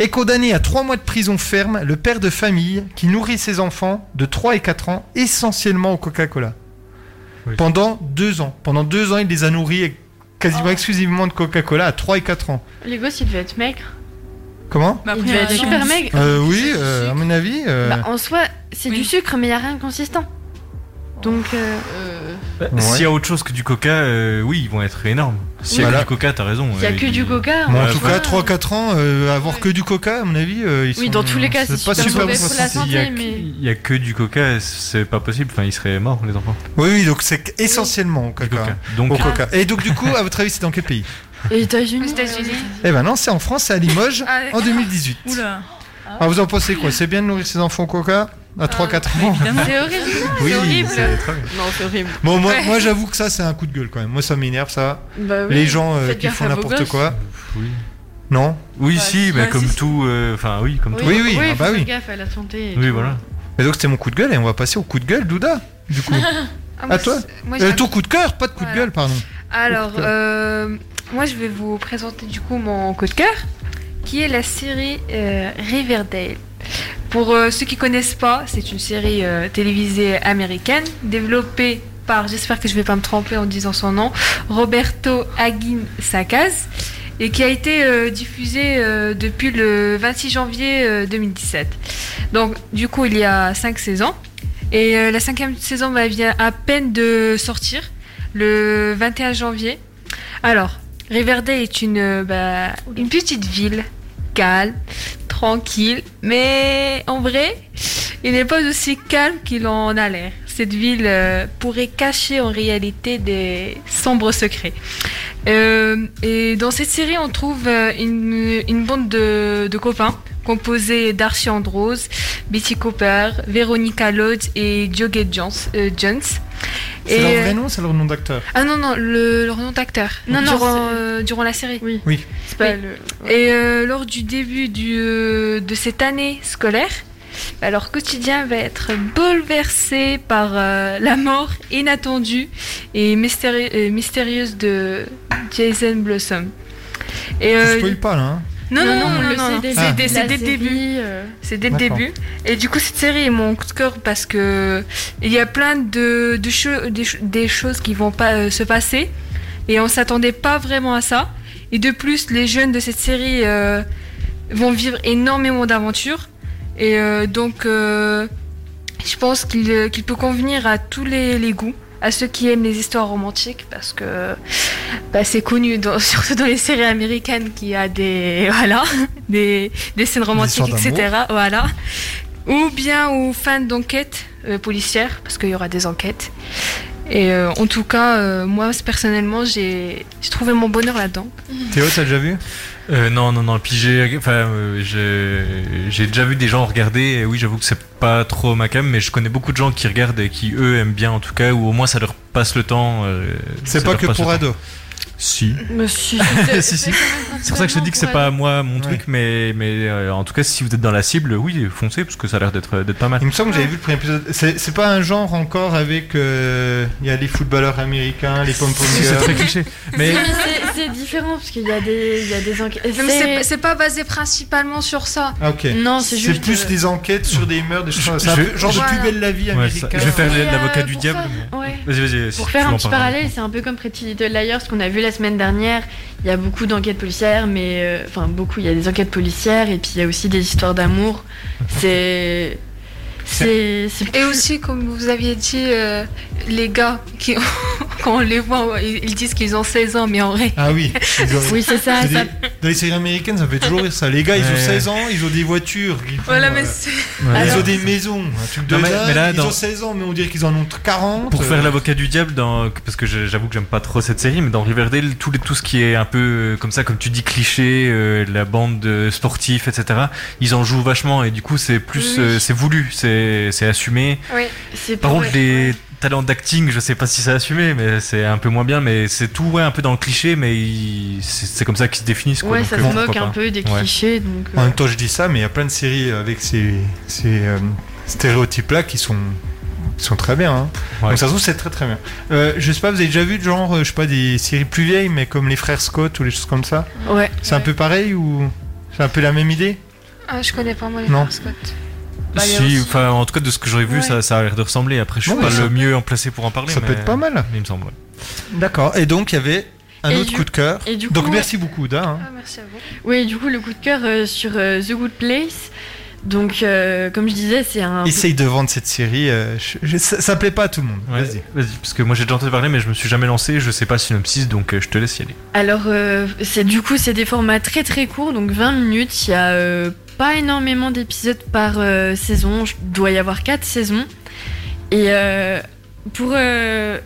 S1: Est condamné à 3 mois de prison ferme le père de famille qui nourrit ses enfants de 3 et 4 ans essentiellement au Coca-Cola. Pendant 2 ans. Pendant 2 ans, il les a nourris avec- quasiment exclusivement de Coca-Cola à 3 et 4 ans.
S10: Les gosses, ils devaient être maigres.
S1: Comment
S10: Ils devaient être super maigres.
S1: Euh, Oui, euh, à mon avis. euh,
S10: Bah, en soi, c'est du sucre, mais il n'y a rien de consistant. Donc, euh,
S2: Bah, S'il y a autre chose que du coca, euh, oui, ils vont être énormes. S'il y a
S1: Voilà.
S2: que du coca, t'as raison.
S10: Il y a
S2: euh,
S10: que
S2: ils-
S10: du coca, hein.
S1: Bon, en
S2: Ouais,
S1: tout
S2: voilà.
S1: cas, 3-4 ans, euh, avoir que du coca, à mon avis, euh, ils
S10: Oui,
S1: sont-
S10: dans tous les cas, c'est
S1: pas
S10: super
S1: super
S10: mauvais
S1: bon
S10: pour la
S1: santé.
S2: Il y, a,
S10: santé, mais-
S2: il y a que du coca, c'est pas possible. Enfin, ils seraient morts, les enfants.
S1: Oui, oui, donc c'est essentiellement au coca.
S2: coca.
S1: hein.
S2: Donc-
S1: Au
S2: Ah.
S1: coca. Et donc, du coup, à votre avis, c'est dans quel pays
S10: les États-Unis.
S1: Eh ben non, c'est en France, c'est à Limoges,
S10: Ah, ouais.
S1: en 2018.
S10: Oula.
S1: Ah, vous en pensez quoi C'est bien de nourrir ses enfants au coca à 3-4 ans
S10: C'est horrible.
S1: Oui,
S10: c'est horrible.
S1: c'est très bien.
S10: Non, c'est horrible.
S1: Bon, moi,
S10: Ouais.
S1: moi j'avoue que ça, c'est un coup de gueule quand même. Moi, ça m'énerve, ça.
S10: Bah oui,
S1: Les gens euh,
S10: faites
S1: qui
S10: gaffe
S1: font
S10: à vos
S1: n'importe
S10: gosses.
S1: quoi.
S10: Bah,
S2: Oui.
S1: Non
S2: Oui, si, mais comme tout. euh, Enfin, oui, comme tout.
S1: Oui, oui, ah bah
S10: faut faire
S1: oui.
S10: gaffe à la santé. et
S1: Oui,
S10: tout.
S1: voilà. Mais donc, c'était mon coup de gueule et on va passer au coup de gueule, Douda, du coup.
S5: Ah, moi,
S1: à toi
S5: c'est- moi,
S1: Euh,
S5: j'ai un-
S1: Ton coup de cœur, pas de coup de gueule, pardon.
S5: Alors,
S1: Coup de cœur.
S5: euh, moi, je vais vous présenter du coup mon coup de cœur, qui est la série euh, Riverdale. Pour euh, ceux qui connaissent pas, c'est une série euh, télévisée américaine développée par, j'espère que je vais pas me tromper en disant son nom, Roberto Aguin Sacaz, et qui a été euh, diffusée euh, depuis le 26 janvier euh, 2017. Donc, du coup, il y a cinq saisons. Et euh, la cinquième saison bah, vient à peine de sortir, le 21 janvier. Alors, Riverdale est une, euh, bah, une petite ville, calme, tranquille, mais en vrai, il n'est pas aussi calme qu'il en a l'air. Cette ville euh, pourrait cacher en réalité des sombres secrets. Euh, et dans cette série, on trouve euh, une, une bande de, de copains composée d'Archie Androse, Betty Cooper, Veronica Lodge et Jogate Jones. euh, Jones.
S1: C'est
S5: Et,
S1: leur
S5: euh,
S1: vrai nom, c'est leur nom d'acteur.
S5: ah non, non, le, leur nom d'acteur.
S10: Non, non,
S5: durant,
S10: c'est-
S5: euh, durant la série. Oui.
S1: Oui.
S10: pas
S5: Oui.
S10: le-
S5: Et euh, lors du début du, euh, de cette année scolaire, bah, leur quotidien va être bouleversé par euh, la mort inattendue et mystérie- euh, mystérieuse de Jason Blossom. Et,
S1: Je
S5: euh,
S1: spoil Ah. pas là. hein.
S5: non, non, non, non,
S10: le
S5: non,
S10: CD,
S5: non.
S10: la
S5: C'est dès- c'est dès le
S10: série,
S5: début.
S10: euh,
S5: C'est dès le
S10: D'accord.
S5: début. Et du coup, cette série est mon coup de cœur parce que il y a plein de, de cho- des, cho- des choses qui vont pas euh, se passer et on s'attendait pas vraiment à ça. Et de plus, les jeunes de cette série euh, vont vivre énormément d'aventures et euh, donc euh, je pense qu'il euh, qu'il peut convenir à tous les, les goûts, à ceux qui aiment les histoires romantiques, parce que bah, c'est connu, dans- surtout dans les séries américaines, qu'il y a des, voilà, des, des scènes romantiques,
S10: histoires
S5: etc.
S10: d'amour.
S5: Voilà. Ou bien aux fans d'enquêtes euh, policières, parce qu'il y aura des enquêtes. Et euh, en tout cas, euh, moi personnellement, j'ai j'ai trouvé mon bonheur là-dedans.
S1: Théo, t'as déjà vu
S2: Euh, non, non, non. Puis j'ai, enfin, euh, j'ai- j'ai déjà vu des gens regarder. Et oui, j'avoue que c'est pas trop ma cam, mais je connais beaucoup de gens qui regardent et qui eux aiment bien en tout cas, ou au moins ça leur passe le temps. euh,
S1: C'est
S2: ça
S1: pas
S2: leur
S1: que
S2: passe le
S1: pour
S2: temps.
S1: ados.
S2: Si. si, si. C'est pour ça que je te dis que c'est pas moi mon truc, mais, mais euh, en tout cas, si vous êtes dans la cible, oui, foncez parce que ça a l'air d'être d'être pas mal.
S1: Il me semble que j'avais vu le premier épisode. C'est c'est pas un genre encore avec. euh, Il y a les footballeurs américains, les pom-pom
S2: Si, c'est
S1: girls.
S2: très cliché.
S1: Mais-
S10: Non, mais c'est- c'est différent parce qu'il y a des, il y a des enquêtes.
S5: Mais c'est- c'est pas basé principalement sur ça.
S1: Ah, ok.
S10: Non, c'est juste.
S5: euh,
S1: plus des enquêtes sur des meurtres, des choses comme ça.
S2: Je-
S1: Un peu Genre
S2: je-
S1: de plus
S2: Voilà.
S1: belle la vie
S2: Ouais, ça-
S1: américaine.
S2: je vais faire
S10: Mais, euh,
S2: l'avocat du
S10: pour
S2: diable.
S10: faire- ouais.
S2: Vas-y, vas-y. si
S10: Pour
S2: tu
S10: faire
S2: veux
S10: un
S2: en
S10: petit
S2: parler.
S10: parallèle, c'est un peu comme Pretty Little Liars qu'on a vu la semaine dernière. Il y a beaucoup d'enquêtes policières, mais euh, enfin beaucoup. Il y a des enquêtes policières et puis il y a aussi des histoires d'amour. C'est c'est c'est
S5: Et aussi, comme vous aviez dit, euh, les gars, qui, quand on les voit, ils, ils disent qu'ils ont 16 ans, mais en vrai.
S1: Ah oui. ils ont-
S5: Oui, c'est ça,
S1: Je dis,
S5: ça-
S1: Dans les séries américaines, ça me fait toujours rire ça. Les gars, ils ont
S2: Ouais.
S1: 16 ans, ils ont des voitures. ils font,
S5: Voilà, mais
S1: euh,
S5: c'est.
S1: Ils
S2: Alors-
S1: ont des maisons, un truc de
S2: Non, mais-
S1: dingue,
S2: mais là,
S1: ils
S2: dans-
S1: ont 16 ans, mais on dirait qu'ils en ont 40.
S2: Pour faire
S1: euh,
S2: l'avocat du diable, dans, parce que je- j'avoue que j'aime pas trop cette série, mais dans Riverdale, tout, les- tout ce qui est un peu euh, comme ça, comme tu dis, cliché, euh, la bande de sportifs, etc., ils en jouent vachement et du coup, c'est plus,
S10: Oui.
S2: euh, c'est voulu, c'est c'est assumé.
S10: oui. c'est
S2: Par
S10: pour-
S2: contre, les talents d'acting, je sais pas si c'est assumé, mais c'est un peu moins bien, mais c'est tout ouais, un peu dans le cliché, mais ils- c'est c'est comme ça qu'ils se définissent. Quoi,
S10: Ouais,
S2: donc,
S10: ça
S2: euh,
S10: se
S2: pourquoi
S10: moque un
S2: pas.
S10: peu des
S2: Ouais.
S10: clichés. Donc, euh,
S1: En même temps, je dis ça, mais il y a plein de séries avec ces, ces euh, stéréotypes-là qui sont Ils sont très bien. Hein. Donc ça se trouve, c'est très très bien. Euh, je sais pas, vous avez déjà vu genre, euh, je sais pas, des séries plus vieilles, mais comme les frères Scott ou les choses comme ça
S5: Ouais.
S1: C'est un peu pareil ou c'est un peu la même idée
S5: Ah, je connais pas moi les
S1: Non.
S5: frères Scott.
S10: Bah,
S2: Si, enfin, en tout cas, de ce que j'aurais vu,
S5: Ouais.
S2: ça, ça a l'air de ressembler. Après, je suis
S1: Ouais,
S2: pas
S1: ça-
S2: le mieux en placé pour en parler.
S1: ça peut
S2: mais-
S1: être pas mal.
S2: Il me semble. ouais.
S1: D'accord. Et donc il y avait un
S8: Et
S1: autre
S8: du-
S1: coup de cœur.
S8: et du
S1: donc
S8: coup-
S1: merci beaucoup, Da. hein.
S5: Ah, merci à vous.
S10: Oui, du coup, le coup de cœur euh, sur euh, The Good Place. Donc, euh, comme je disais, c'est un.
S1: Essaye de vendre cette série. euh, je- je- ça, ça plaît pas à tout le monde.
S2: Vas-y. Vas-y, parce que moi j'ai déjà entendu parler, mais je me suis jamais lancé. Je sais pas le synopsis, donc euh, je te laisse y aller.
S10: Alors, euh, c'est du coup, c'est des formats très très courts, donc 20 minutes. Il y a euh, pas énormément d'épisodes par euh, saison. Je dois y avoir 4 saisons. Et euh, pour. euh,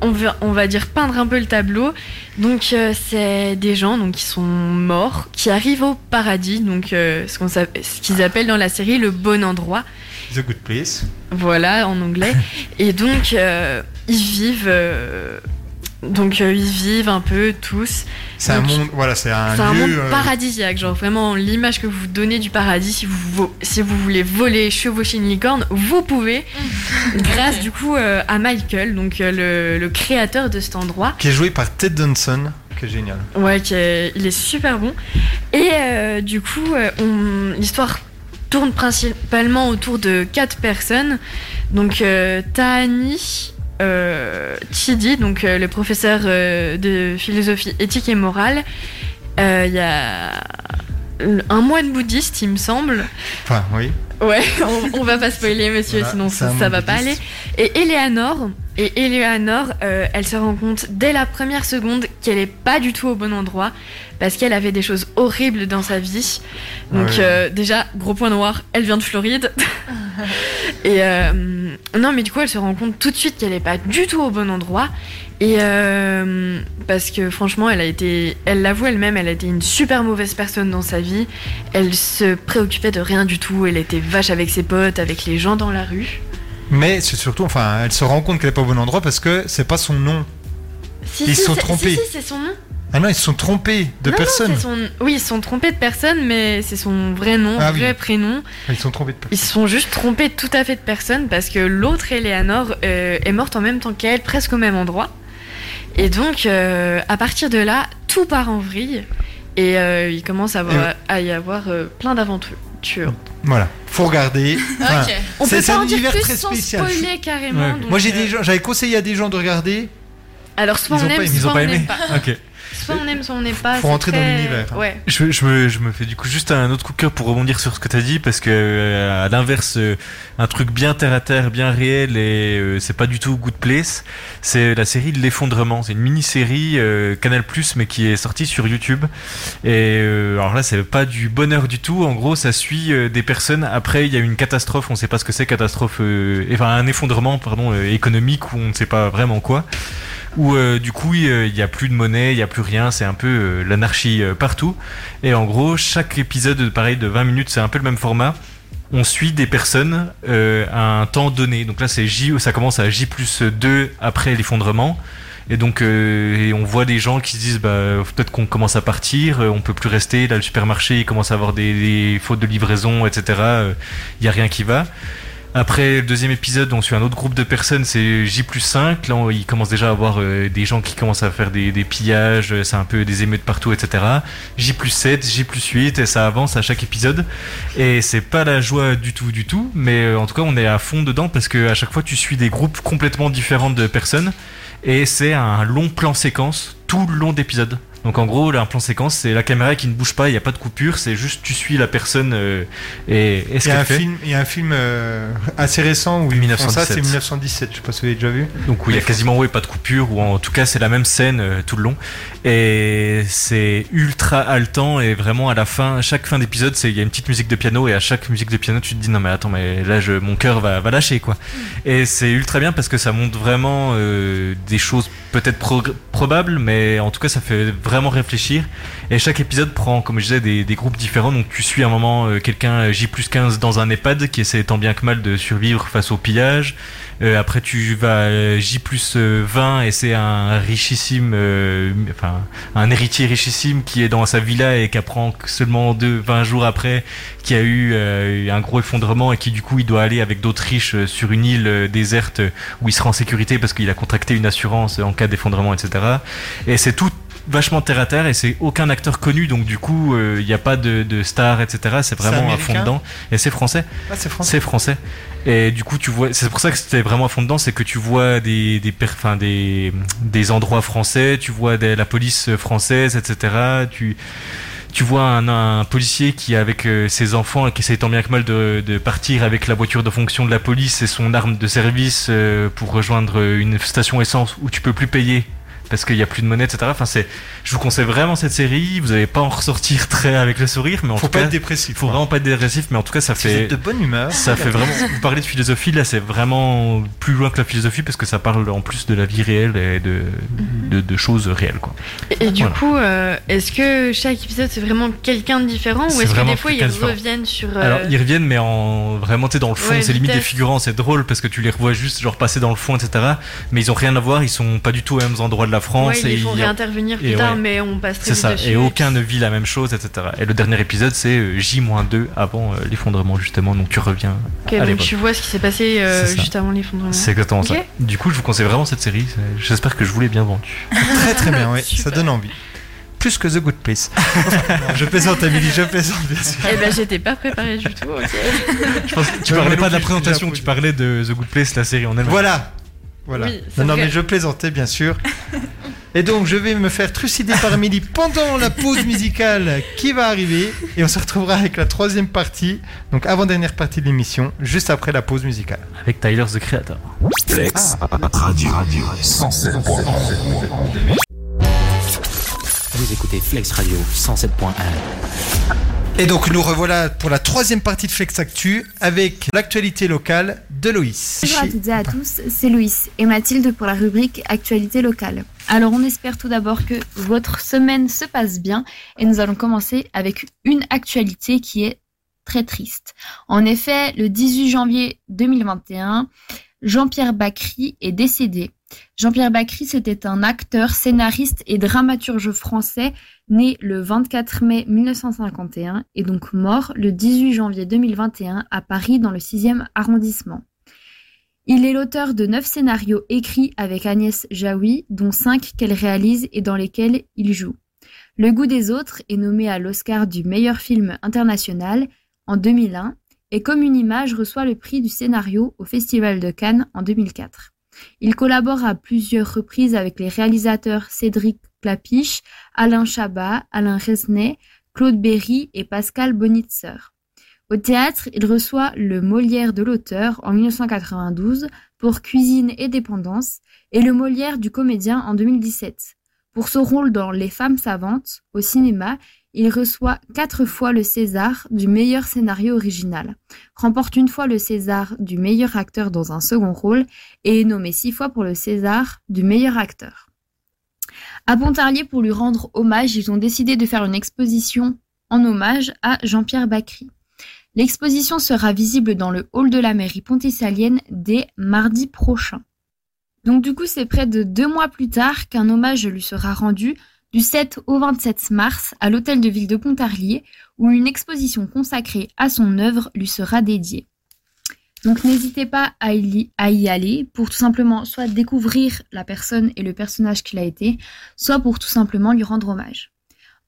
S10: on, va, on va dire peindre un peu le tableau. Donc, euh, c'est des gens donc, qui sont morts, qui arrivent au paradis, donc euh, ce qu'on s'appelle- ce qu'ils appellent dans la série le bon endroit.
S1: The Good Place.
S10: Voilà, en anglais. Et donc, euh, ils vivent. euh, donc, euh, ils vivent un peu tous.
S1: C'est un
S10: Donc,
S1: monde. Voilà, c'est un
S10: C'est un
S1: lieu.
S10: monde
S1: euh,
S10: paradisiaque, genre vraiment l'image que vous donnez du paradis, si vous, vo- si vous voulez voler, chevaucher une licorne, vous pouvez, grâce du coup euh, à Michael, donc euh, le, le créateur de cet endroit.
S1: qui est joué par Ted Danson, qui est génial.
S10: Ouais, qui est- il est super bon. Et euh, du coup, euh, on- l'histoire tourne principalement autour de quatre personnes. Donc, euh, Tahani, euh, Chidi, donc euh, le professeur euh, de philosophie éthique et morale. Euh, Il y a un moine bouddhiste, il me semble.
S1: Enfin, oui.
S10: Ouais, on, on va pas spoiler, monsieur,
S1: Voilà,
S10: sinon
S1: c'est un
S10: ça,
S1: monde
S10: va pas aller.
S1: bouddhiste.
S10: Et Eleanor, et Eleanor, euh, elle se rend compte dès la première seconde qu'elle est pas du tout au bon endroit parce qu'elle avait des choses horribles dans sa vie. Donc
S8: Ouais.
S10: euh, déjà, gros point noir, elle vient de Floride. et euh, non, mais du coup, elle se rend compte tout de suite qu'elle est pas du tout au bon endroit. Et euh, parce que franchement, elle a été, elle l'avoue elle-même, elle a été une super mauvaise personne dans sa vie. Elle se préoccupait de rien du tout. Elle était vache avec ses potes, avec les gens dans la rue.
S1: Mais c'est surtout, enfin, elle se rend compte qu'elle est pas au bon endroit parce que c'est pas son nom.
S10: Si,
S1: Ils
S10: si,
S1: se sont
S10: c'est-
S1: trompés.
S10: Si, si, c'est son nom.
S1: Ah non, ils se sont trompés de
S10: Non, non,
S1: personne.
S10: c'est son- Oui, ils se sont trompés de personne, mais c'est son vrai nom,
S1: Ah oui.
S10: vrai prénom.
S1: Ils se sont trompés de personne.
S10: Ils se sont juste trompés tout à fait de personne parce que l'autre, Eleanor, euh, est morte en même temps qu'elle, presque au même endroit. Et donc, euh, à partir de là, tout part en vrille et euh, il commence à, avoir-
S1: Et ouais.
S10: à y avoir euh, plein d'aventures.
S1: Voilà, faut regarder. Enfin,
S10: On
S1: c'est
S10: peut
S1: c'est
S10: pas
S1: un
S10: en dire
S1: univers
S10: plus
S1: très
S10: sans
S1: spécial.
S10: spoiler carrément. donc,
S1: Moi, j'ai
S10: euh,
S1: des gens- j'avais conseillé à des gens de regarder.
S10: Alors, soit
S1: ils
S10: on
S1: ont pas
S10: aime,
S1: aimé.
S10: soit on n'aime pas.
S2: Ok.
S10: Soit on aime, soit on n'aime pas.
S1: Faut
S10: Ah, c'est
S1: rentrer dans
S10: très-
S1: l'univers, hein.
S10: Ouais.
S2: Je, je me, je me fais du coup juste un autre coup de cœur pour rebondir sur ce que t'as dit parce que euh, à l'inverse euh, un truc bien terre à terre bien réel et euh, c'est pas du tout Good Place c'est la série de l'effondrement c'est une mini série Canal Plus mais qui est sortie sur YouTube et euh, alors là c'est pas du bonheur du tout en gros ça suit euh, des personnes après il y a une catastrophe on sait pas ce que c'est catastrophe euh, enfin un effondrement pardon euh, économique où on ne sait pas vraiment quoi où euh, du coup il euh, il y a plus de monnaie, il y a plus rien, c'est un peu euh, l'anarchie euh, partout. Et en gros, chaque épisode, pareil, de 20 minutes, c'est un peu le même format. On suit des personnes euh, à un temps donné. Donc là, c'est J, ça commence à J plus 2 après l'effondrement. Et donc, euh, et on voit des gens qui se disent, bah, peut-être qu'on commence à partir, euh, on peut plus rester. Là, le supermarché, il commence à avoir des, des fautes de livraison, etc. Euh, Il y a rien qui va. Après le deuxième épisode, on suit un autre groupe de personnes, c'est J plus 5. Là, on- il commence déjà à avoir euh, des gens qui commencent à faire des, des pillages, euh, c'est un peu des émeutes partout, etc. J plus 7, J plus 8, et ça avance à chaque épisode. Et c'est pas la joie du tout, du tout, mais euh, en tout cas, on est à fond dedans parce que à chaque fois, tu suis des groupes complètement différents de personnes. Et c'est un long plan séquence tout le long d'épisode. Donc en gros, là, un plan séquence, c'est la caméra qui ne bouge pas, il n'y a pas de coupure, c'est juste tu suis la personne euh, et, et
S1: Il
S2: ce
S1: y, a
S2: qu'elle
S1: un
S2: fait.
S1: film, il y a un film euh, assez récent où ils font ça,
S2: 1917.
S1: c'est 1917, je sais pas si vous l'avez déjà vu.
S2: Donc où il y a quasiment ouais, pas de coupure, ou en tout cas c'est la même scène euh, tout le long. Et c'est ultra haletant, et vraiment à la fin, chaque fin d'épisode, c'est il y a une petite musique de piano, et à chaque musique de piano, tu te dis non mais attends, mais là je, mon cœur va, va lâcher quoi. Et c'est ultra bien parce que ça montre vraiment euh, des choses peut-être progr- probables, mais en tout cas ça fait vraiment réfléchir. Et chaque épisode prend, comme je disais, des, des groupes différents. Donc tu suis à un moment euh, quelqu'un euh, J plus 15 dans un EHPAD qui essaie tant bien que mal de survivre face au pillage. Euh, après, tu vas euh, J plus 20 et c'est un richissime, euh, enfin, un héritier richissime qui est dans sa villa et qui apprend que seulement deux, 20 jours après qu'il y a eu euh, un gros effondrement et qui, du coup, il doit aller avec d'autres riches euh, sur une île euh, déserte où il sera en sécurité parce qu'il a contracté une assurance en cas d'effondrement, etc. Et c'est tout vachement terre à terre et c'est aucun acteur connu donc du coup euh, il n'y a pas de, de star etc c'est vraiment à fond
S1: américain
S2: dedans et c'est français
S1: Ah, c'est français.
S2: c'est français et du coup tu vois c'est pour ça que c'était vraiment à fond dedans c'est que tu vois des des per- enfin, des, des endroits français tu vois des- la police française etc tu tu vois un, un policier qui est avec euh, ses enfants et qui essaie tant bien que mal de, de partir avec la voiture de fonction de la police et son arme de service euh, pour rejoindre une station essence où tu peux plus payer parce qu'il n'y a plus de monnaie, etc. Enfin, c'est, je vous conseille vraiment cette série. Vous n'allez pas en ressortir très avec le sourire, mais en
S1: Faut
S2: tout
S1: pas
S2: cas,
S1: être dépressif,
S2: Faut vraiment pas être dépressif, mais en tout cas, ça
S1: Si vous
S2: fait
S1: êtes de bonne humeur,
S2: Ça fait
S1: regardez.
S2: vraiment. Vous parlez de philosophie, là, c'est vraiment plus loin que la philosophie parce que ça parle en plus de la vie réelle et de de, de choses réelles, quoi.
S10: Et, et du
S2: Voilà.
S10: coup, euh, est-ce que chaque épisode c'est vraiment quelqu'un de différent ou
S2: C'est
S10: est-ce que
S2: vraiment
S10: des fois ils
S2: quelqu'un de différent.
S10: reviennent sur. euh,
S2: Alors ils reviennent mais en vraiment tu sais, dans le fond,
S10: Ouais,
S2: c'est limite des
S10: vitesse.
S2: figurants, c'est drôle parce que tu les revois juste genre passer dans le fond, etc. Mais ils ont rien à voir, ils sont pas du tout aux mêmes endroits de la
S10: ouais,
S2: France
S10: ils les font
S2: il y a-
S10: réintervenir plus
S2: et
S10: tard,
S2: ouais.
S10: mais on passe très
S2: C'est
S10: vite
S2: ça,
S10: dessus.
S2: et aucun ne vit la même chose, etc. Et le dernier épisode, c'est euh, J-2 avant euh, l'effondrement, justement, donc tu reviens.
S10: Ok,
S2: à
S10: donc
S2: l'époque.
S10: tu vois ce qui s'est passé euh,
S2: C'est ça.
S10: juste avant l'effondrement.
S2: C'est exactement
S10: Ok.
S2: ça. Du coup, je vous conseille vraiment cette série, c'est- j'espère que je vous l'ai bien vendue.
S1: Très très bien, oui, ça donne envie. Plus que The Good Place. Non, je plaisante, Amélie, je plaisante, bien sûr.
S10: Eh ben, j'étais pas préparée du tout, ok.
S2: Je pense que tu
S1: Ouais,
S2: parlais
S1: moi non
S2: pas de la
S1: plus, j'ai
S2: présentation,
S1: appris.
S2: tu parlais de The Good Place, la série en elle-même.
S1: Voilà. Voilà.
S2: Oui, c'est
S1: non, non,
S2: vrai.
S1: mais je plaisantais, bien sûr. Et donc, je vais me faire trucider par Amélie pendant la pause musicale qui va arriver. Et on se retrouvera avec la troisième partie, donc avant-dernière partie de l'émission, juste après la pause musicale.
S2: Avec Tyler the Creator.
S1: Flex
S19: Radio, Radio 107.1.
S20: Vous écoutez Flex Radio 107.1.
S1: Et donc, nous revoilà pour la troisième partie de Flex Actu avec l'actualité locale de Loïs.
S18: Bonjour à toutes et à tous, c'est Louis et Mathilde pour la rubrique Actualité locale. Alors on espère tout d'abord que votre semaine se passe bien et nous allons commencer avec une actualité qui est très triste. En effet, le 18 janvier 2021, Jean-Pierre Bacry est décédé. Jean-Pierre Bacry, c'était un acteur, scénariste et dramaturge français né le 24 mai 1951 et donc mort le 18 janvier 2021 à Paris dans le 6e arrondissement. Il est l'auteur de neuf scénarios écrits avec Agnès Jaoui, dont cinq qu'elle réalise et dans lesquels il joue. Le goût des autres est nommé à l'Oscar du meilleur film international en 2001 et Comme une image reçoit le prix du scénario au Festival de Cannes en 2004. Il collabore à plusieurs reprises avec les réalisateurs Cédric Clapiche, Alain Chabat, Alain Resnais, Claude Berry et Pascal Bonitzer. Au théâtre, il reçoit le Molière de l'auteur en 1992 pour Cuisine et Dépendance et le Molière du comédien en 2017. Pour son rôle dans Les femmes savantes, au cinéma, il reçoit quatre fois le César du meilleur scénario original, remporte une fois le César du meilleur acteur dans un second rôle et est nommé six fois pour le César du meilleur acteur. À Pontarlier, pour lui rendre hommage, ils ont décidé de faire une exposition en hommage à Jean-Pierre Bacry. L'exposition sera visible dans le hall de la mairie pontisalienne dès mardi prochain. Donc du coup, c'est près de deux mois plus tard qu'un hommage lui sera rendu du 7 au 27 mars à l'hôtel de ville de Pontarlier, où une exposition consacrée à son œuvre lui sera dédiée. Donc n'hésitez pas à y, à y aller pour tout simplement soit découvrir la personne et le personnage qu'il a été, soit pour tout simplement lui rendre hommage.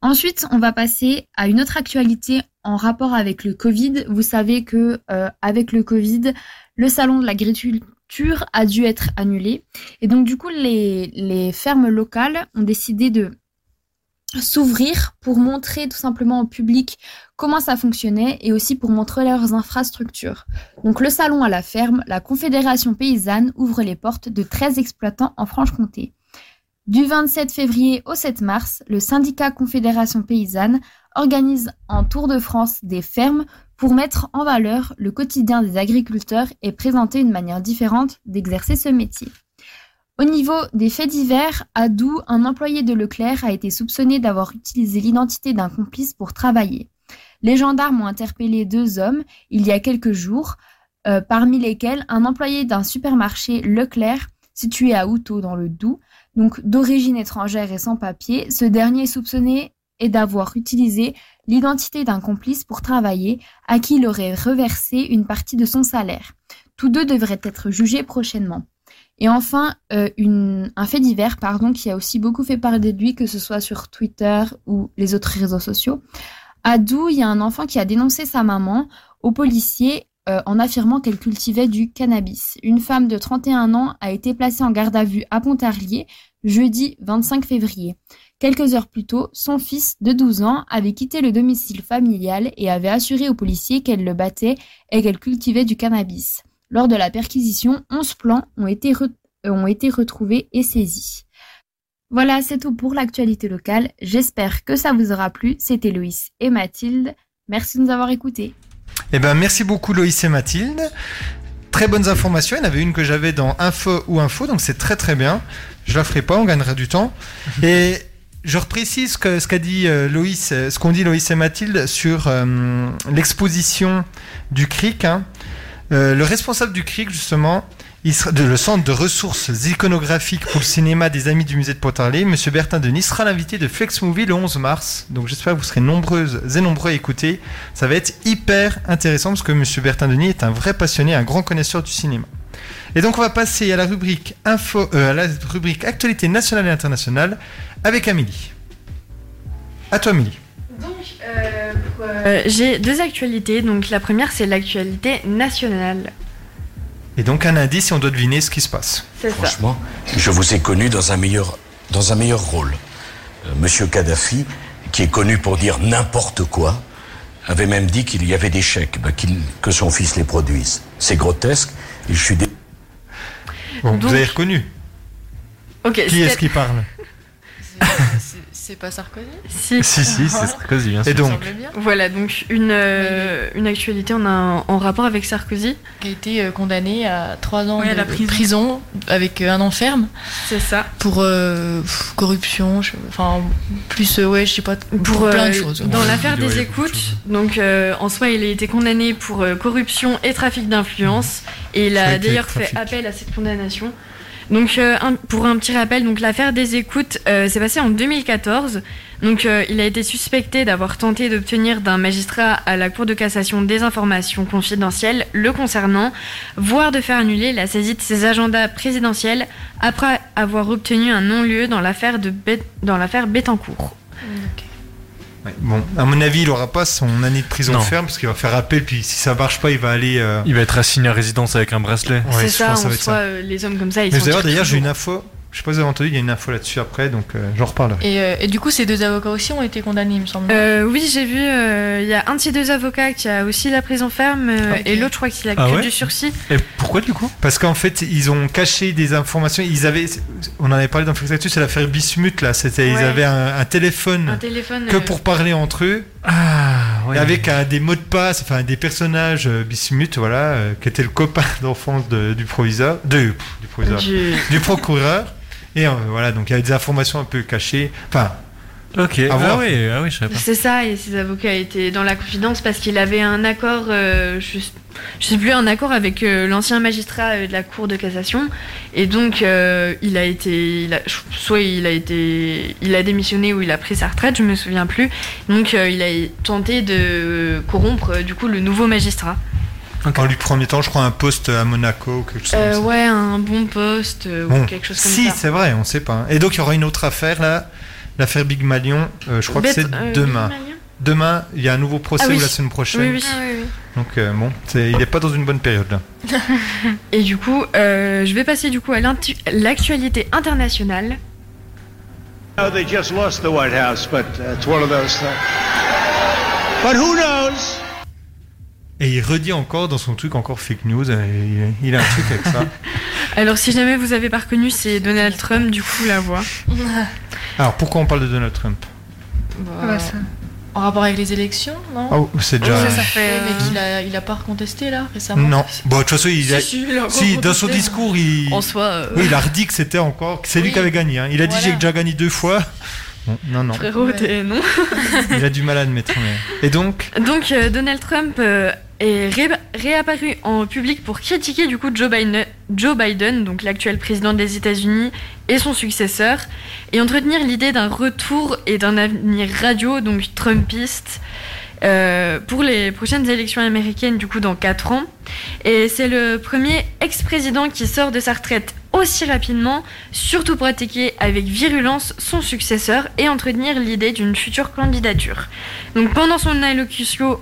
S18: Ensuite, on va passer à une autre actualité en rapport avec le Covid. Vous savez que euh, avec le Covid, le salon de l'agriculture a dû être annulé. Et donc du coup, les, les fermes locales ont décidé de s'ouvrir pour montrer tout simplement au public comment ça fonctionnait et aussi pour montrer leurs infrastructures. Donc le salon à la ferme, la Confédération paysanne ouvre les portes de 13 exploitants en Franche-Comté. Du 27 février au 7 mars, le syndicat Confédération Paysanne organise en Tour de France des fermes pour mettre en valeur le quotidien des agriculteurs et présenter une manière différente d'exercer ce métier. Au niveau des faits divers, à Doux, un employé de Leclerc a été soupçonné d'avoir utilisé l'identité d'un complice pour travailler. Les gendarmes ont interpellé deux hommes il y a quelques jours. euh, parmi lesquels un employé d'un supermarché Leclerc situé à Outo dans le Doubs, donc d'origine étrangère et sans papier, ce dernier est soupçonné et d'avoir utilisé l'identité d'un complice pour travailler, à qui il aurait reversé une partie de son salaire. Tous deux devraient être jugés prochainement. Et enfin, euh, une- un fait divers pardon, qui a aussi beaucoup fait parler de lui, que ce soit sur Twitter ou les autres réseaux sociaux. À Doux, il y a un enfant qui a dénoncé sa maman aux policiers euh, en affirmant qu'elle cultivait du cannabis. Une femme de 31 ans a été placée en garde à vue à Pontarlier jeudi 25 février. Quelques heures plus tôt, son fils de 12 ans avait quitté le domicile familial et avait assuré aux policiers qu'elle le battait et qu'elle cultivait du cannabis. Lors de la perquisition, 11 plans ont été, re- euh, ont été retrouvés et saisis. Voilà, c'est tout pour l'actualité locale. J'espère que ça vous aura plu. C'était Loïs et Mathilde. Merci de nous avoir écoutés.
S1: Eh ben, merci beaucoup Loïs et Mathilde. Très bonnes informations. Il y en avait une que j'avais dans Info ou Info, donc c'est très très bien. Je la ferai pas, on gagnera du temps. Et je reprécise que ce qu'a dit euh, Loïs, euh, ce qu'ont dit Loïs et Mathilde sur euh, l'exposition du CRIC. hein. Euh, le responsable du CRIC, justement, il sera- de, le centre de ressources iconographiques pour le cinéma des Amis du musée de Pontarlier, M. Bertin Denis sera l'invité de Flex Movie le 11 mars. Donc j'espère que vous serez nombreuses et nombreux à écouter. Ça va être hyper intéressant parce que M. Bertin Denis est un vrai passionné, un grand connaisseur du cinéma. Et donc on va passer à la rubrique, info, euh, à la rubrique Actualité nationale et internationale avec Amélie. À toi Amélie.
S10: Euh, J'ai deux actualités. Donc la première, c'est l'actualité nationale.
S1: Et donc un indice et on doit deviner ce qui se passe.
S10: C'est ça.
S16: Franchement, je vous ai connu dans un meilleur, dans un meilleur rôle. Euh, Monsieur Kadhafi, qui est connu pour dire n'importe quoi, avait même dit qu'il y avait des chèques, bah, qu'il- que son fils les produise. C'est grotesque et je suis dé-
S1: Bon,
S10: Donc-
S1: vous avez reconnu.
S10: Ok.
S1: Qui est-ce
S10: c'est-
S1: qui parle Ah.
S3: C'est pas Sarkozy
S10: Si.
S2: Sarkozy,
S1: Et donc,
S10: Voilà, donc une, euh, une actualité en, un- en rapport avec Sarkozy.
S3: Qui a été euh, condamné à 3 ans
S10: Oui, à
S3: de
S10: la prison.
S3: prison. avec euh, un an ferme.
S10: C'est ça.
S3: Pour euh, pff, corruption, je- enfin, plus, euh, ouais, je sais pas, pour,
S10: Pour,
S3: plein
S10: euh,
S3: de choses.
S10: Dans l'affaire des écoutes, donc euh, en soi, il a été condamné pour euh, corruption et trafic d'influence. Et il
S5: Ça a
S10: a
S5: été
S10: d'ailleurs
S5: trafic.
S10: fait appel à cette condamnation. Donc, euh, un- pour un petit rappel, donc l'affaire des écoutes euh, s'est passée en 2014. Donc, euh, il a été suspecté d'avoir tenté d'obtenir d'un magistrat à la Cour de cassation des informations confidentielles le concernant, voire de faire annuler la saisie de ses agendas présidentiels après avoir obtenu un non-lieu dans l'affaire de Bet- dans l'affaire Bettencourt.
S1: Bon, à mon avis, il aura pas son année de prison
S2: Non.
S1: ferme parce qu'il va faire appel. Puis si ça marche pas, il va aller. euh,
S2: Il va être assigné à résidence avec un bracelet.
S1: Ouais,
S10: c'est
S1: je
S10: ça,
S1: pense que ça
S10: en
S1: va être
S10: soi,
S1: ça.
S10: euh, les hommes comme ça, ils
S1: Mais
S10: sont
S1: d'ailleurs, d'ailleurs, j'ai une info. Je sais pas si vous avez entendu, il y a une info là-dessus après, donc euh, j'en reparlerai.
S3: Et, euh, et du coup, ces deux avocats aussi ont été condamnés, il me semble.
S10: Euh, oui, j'ai vu, euh, il y a un de ces deux avocats qui a aussi la prison ferme euh,
S3: Ok.
S10: et l'autre, je crois qu'il a
S1: Ah
S10: que
S1: ouais
S10: du sursis.
S2: Et pourquoi du coup
S1: Parce qu'en fait, ils ont caché des informations. Ils avaient, on en avait parlé dans Flix Actu, c'est l'affaire Bismuth là. C'était, ils
S10: Ouais.
S1: avaient un, un téléphone,
S10: Un téléphone.
S1: que
S10: euh,
S1: pour parler entre eux,
S2: Ah, ouais.
S1: avec euh, des mots de passe, enfin des personnages euh, Bismuth, voilà, euh, qui était le copain d'enfance de- du proviseur, de, pff, du proviseur,
S10: Du-
S1: du procureur. Et euh, voilà, donc il y avait des informations un peu cachées. Enfin,
S2: Ok.
S1: À
S2: Ah
S1: voir.
S2: oui, ah oui, je savais pas.
S10: C'est ça, et ces avocats étaient dans la confidence parce qu'il avait un accord, euh, je, sais- je sais plus, un accord avec euh, l'ancien magistrat euh, de la Cour de cassation, et donc euh, il a été, il a- soit il a été, il a démissionné ou il a pris sa retraite, je me souviens plus. Donc euh, il a tenté de corrompre euh, du coup le nouveau magistrat.
S1: en lui premier temps, je crois un poste à Monaco ou quelque chose. comme
S10: Euh,
S1: ça.
S10: ouais, un bon poste euh,
S1: Bon,
S10: ou quelque chose comme
S1: si,
S10: ça.
S1: c'est vrai, on sait pas. Et donc il y aura une autre affaire là, l'affaire Big Malion, euh, je crois
S10: Bête-
S1: que c'est
S10: euh,
S1: demain.
S10: Big Malion
S1: Demain, il y a un nouveau procès
S10: Ah oui.
S1: ou la semaine prochaine.
S10: Oui, oui. Ah oui, oui.
S1: Donc euh, bon, c'est- il n'est pas dans une bonne période là.
S10: Et du coup, euh, je vais passer du coup à l'intu- l'actualité internationale.
S6: No, they just lost the White House, but uh, it's one of those things. But who knows?
S1: Et il redit encore dans son truc encore fake news, euh, il, il a un truc avec ça.
S10: Alors, si jamais vous avez pas reconnu, c'est Donald Trump, du coup, la voix.
S1: Alors pourquoi on parle de Donald Trump
S10: bah, ça.
S3: En rapport avec les élections, non
S1: Ah, ou- c'est déjà-
S3: Oui,
S1: Ça
S10: fait, euh,
S3: Mais qu'il a, il a pas recontesté là récemment.
S1: Non. Bon, de toute façon, il a-
S3: Si, si, il a
S1: si,
S3: encore
S1: dans son
S3: protesté.
S1: discours, il,
S3: En soi, euh,
S1: oui, il a redit que c'était encore, que c'est lui
S3: Oui.
S1: qui avait gagné. hein. Il a dit
S3: Voilà.
S1: j'ai déjà gagné deux fois. Bon, non, non.
S10: Frérot, t'es- non
S1: Il a du mal à admettre. mais- Et donc,
S10: Donc, euh, Donald Trump euh, est ré- réapparu en public pour critiquer du coup Joe Biden, Joe Biden, donc l'actuel président des États-Unis et son successeur, et entretenir l'idée d'un retour et d'un avenir radio, donc Trumpiste, euh, pour les prochaines élections américaines du coup dans 4 ans. Et c'est le premier ex-président qui sort de sa retraite aussi rapidement, surtout pour attaquer avec virulence son successeur et entretenir l'idée d'une future candidature. Donc pendant son allocution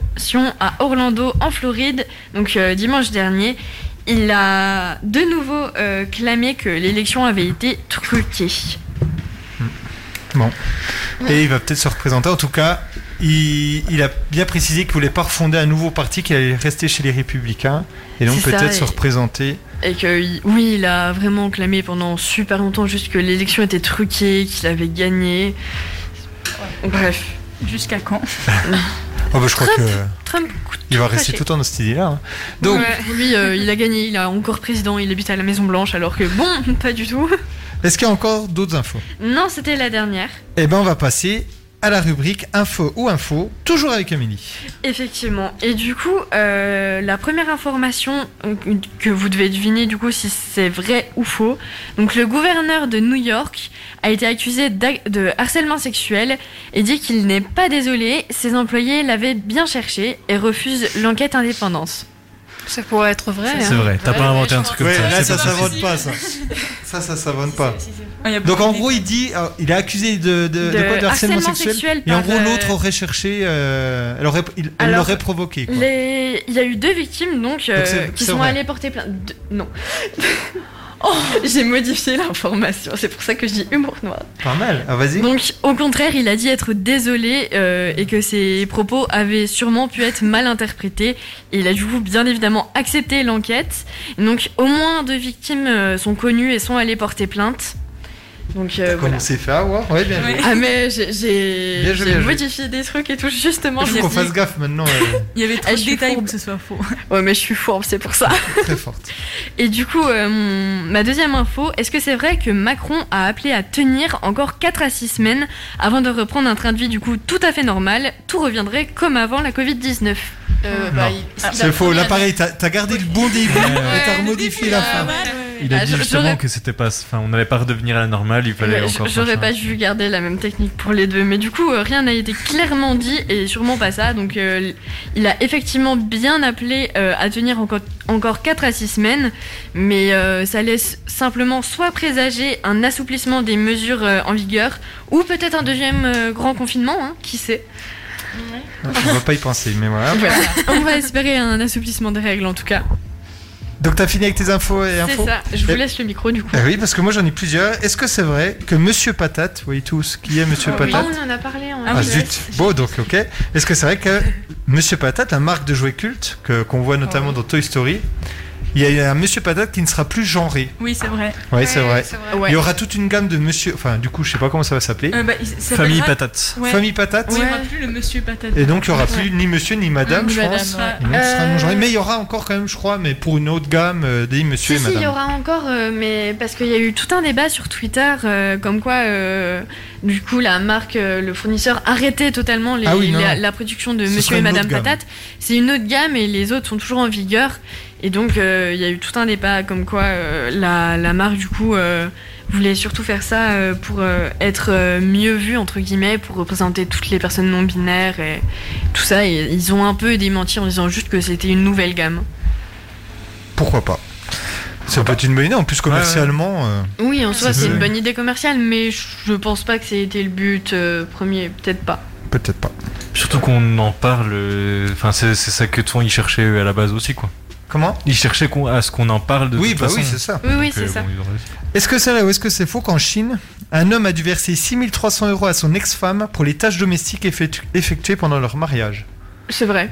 S10: à Orlando en Floride, donc euh, dimanche dernier, il a de nouveau euh, clamé que l'élection avait été truquée.
S1: Bon. Et il va peut-être se représenter. En tout cas, il, il a bien précisé qu'il voulait pas refonder un nouveau parti, qu'il allait rester chez les Républicains. Et donc
S10: C'est ça,
S1: peut-être se
S10: et-
S1: représenter.
S10: Et que il- oui, il a vraiment clamé pendant super longtemps juste que l'élection était truquée, qu'il avait gagné. Bref.
S4: Jusqu'à quand
S1: Oh, bah, je crois
S10: Trump,
S1: que.
S10: Trump,
S1: Il va rester
S10: craché.
S1: tout le temps dans cette idée-là. hein. Donc,
S10: Ouais, pour lui, euh, il a gagné, il a encore président, il habite à la Maison Blanche, alors que bon, pas du tout.
S1: est-ce qu'il y a encore d'autres infos
S10: Non, c'était la dernière.
S1: Eh ben, on va passer à la rubrique info ou info, toujours avec Amélie.
S10: Effectivement. Et du coup, euh, la première information euh, que vous devez deviner, du coup, si c'est vrai ou faux. Donc, le gouverneur de New York a été accusé d'ac- de harcèlement sexuel et dit qu'il n'est pas désolé. Ses employés l'avaient bien cherché et refusent l'enquête indépendance.
S5: Ça pourrait être vrai.
S10: hein.
S2: C'est vrai, t'as pas inventé un truc comme
S1: Ouais,
S2: ça.
S1: là, ça
S2: c'est possible.
S1: s'invente pas, ça. Ça, ça s'avonne pas.
S4: Ah, y a
S1: Donc en gros, il dit, euh, il est accusé de, de, de quoi, de harcèlement, sexuel. et en
S10: par,
S1: gros,
S10: euh,
S1: l'autre aurait cherché, euh, elle aurait, il- elle
S10: Alors,
S1: l'aurait provoqué. Quoi.
S10: Les- Il y a eu deux victimes donc, euh,
S1: c'est-
S10: qui
S1: c'est
S10: sont
S1: vrai.
S10: allées porter plainte. Deux- Non. Oh, j'ai modifié l'information. C'est pour ça que je dis humour noir.
S1: Pas mal. Ah, vas-y.
S10: Donc, au contraire, il a dit être désolé euh, et que ses propos avaient sûrement pu être mal interprétés. Et il a du coup bien évidemment accepté l'enquête. Donc, au moins deux victimes euh, sont connues et sont allées porter plainte. Donc, euh,
S1: Comme
S10: voilà.
S1: on s'est fait avoir, ouais, bien joué.
S10: Ah, mais j'ai- j'ai
S1: Bien joué,
S10: j'ai
S1: bien joué.
S10: modifié des trucs et tout, justement.
S1: Il faut
S10: j'ai
S1: qu'on
S10: dit-
S1: fasse gaffe maintenant. euh,
S10: Il y avait trop de détails pour que ce soit faux. Ouais, mais je suis fourbe, c'est pour ça.
S1: très forte.
S10: Et du coup, euh, mon- ma deuxième info, est-ce que c'est vrai que Macron a appelé à tenir encore 4 à 6 semaines avant de reprendre un train de vie du coup tout à fait normal Tout reviendrait comme avant la Covid-19 Bah,
S1: Non. C'est faux. Là, pareil, bah, t'as t'as gardé le bon début, mais t'as remodifié la fin.
S2: Il a
S10: Ah,
S2: dit
S10: je-
S2: justement
S10: j'aurais-
S2: que c'était pas. Enfin, on n'allait pas redevenir à la normale, il fallait
S10: Ouais,
S2: encore.
S10: J'aurais
S2: machin.
S10: pas dû garder la même technique pour les deux, mais du coup, euh, rien n'a été clairement dit et sûrement pas ça. Donc, euh, il a effectivement bien appelé euh, à tenir encore, encore 4 à 6 semaines, mais euh, ça laisse simplement soit présager un assouplissement des mesures euh, en vigueur ou peut-être un deuxième euh, grand confinement, hein, qui sait.
S1: On va pas y penser, mais voilà.
S10: Voilà. On va espérer un assouplissement des règles en tout cas.
S1: Donc t'as fini avec tes infos et
S10: C'est
S1: infos.
S10: ça, je vous
S1: Eh-
S10: laisse le micro du coup.
S1: Eh oui, parce que moi j'en ai plusieurs. Est-ce que c'est vrai que Monsieur Patate, vous voyez tous qui est
S10: Oh,
S1: Monsieur
S5: Ah,
S1: Patate
S5: on en a parlé. en
S1: Ah, zut. Bon, donc, ok. Est-ce que c'est vrai que Monsieur Patate, la marque de jouets cultes que- qu'on voit notamment dans Toy Story, il y a un Monsieur Patate qui ne sera plus genré.
S4: Oui, c'est vrai.
S1: Ouais, c'est vrai.
S4: Ouais.
S1: Il y aura toute une gamme de Monsieur. Enfin, du coup, je sais pas comment ça va s'appeler.
S4: Euh, bah, il s'appellera- Ouais.
S1: Famille Patate.
S4: Oui, il n'y aura plus le monsieur patate.
S1: Et donc, il n'y aura
S4: Ouais.
S1: plus ni monsieur ni madame,
S4: Ni
S1: je
S4: madame,
S1: pense.
S4: ouais.
S1: Et donc, ce sera
S10: Euh,
S1: non genré. Mais il y aura encore, quand même, je crois, mais pour une autre gamme, euh, des monsieur
S10: Si,
S1: et
S10: si,
S1: madame.
S10: il y aura encore, euh, mais parce qu'il y a eu tout un débat sur Twitter, euh, comme quoi, euh, du coup, la marque, euh, le fournisseur arrêtait totalement les-
S1: Ah oui, non,
S10: la,
S1: non.
S10: la production de
S1: Ce
S10: Monsieur
S1: serait
S10: et
S1: une
S10: Madame
S1: autre gamme.
S10: Patate. C'est une autre gamme et les autres sont toujours en vigueur. Et donc, euh, il y a eu tout un débat comme quoi euh, la, la marque, du coup, euh, voulait surtout faire ça euh, pour euh, être euh, mieux vue, entre guillemets, pour représenter toutes les personnes non binaires et tout ça. Et ils ont un peu démenti en disant juste que c'était une nouvelle gamme.
S1: Pourquoi pas Ça peut être une bonne idée. En plus, commercialement. euh,
S10: Oui, en soi,
S1: ça
S10: c'est une
S1: peut-
S10: bonne idée commerciale, mais je je pense pas que c'était le but euh, premier, peut-être pas.
S1: Peut-être pas.
S2: Surtout qu'on en parle. euh, Enfin, c'est c'est ça que toi, ils cherchaient euh, à la base aussi, quoi.
S1: Comment
S2: Ils cherchaient qu'on- à ce qu'on en parle de
S1: Oui,
S2: toute
S1: bah
S2: façon.
S1: oui, c'est ça.
S10: Oui, oui,
S2: Donc, euh,
S10: c'est ça.
S2: ils auraient-
S1: Est-ce que c'est vrai ou est-ce que c'est faux qu'en Chine, un homme a dû verser 6300 euros à son ex-femme pour les tâches domestiques effectu- effectuées pendant leur mariage
S10: C'est vrai.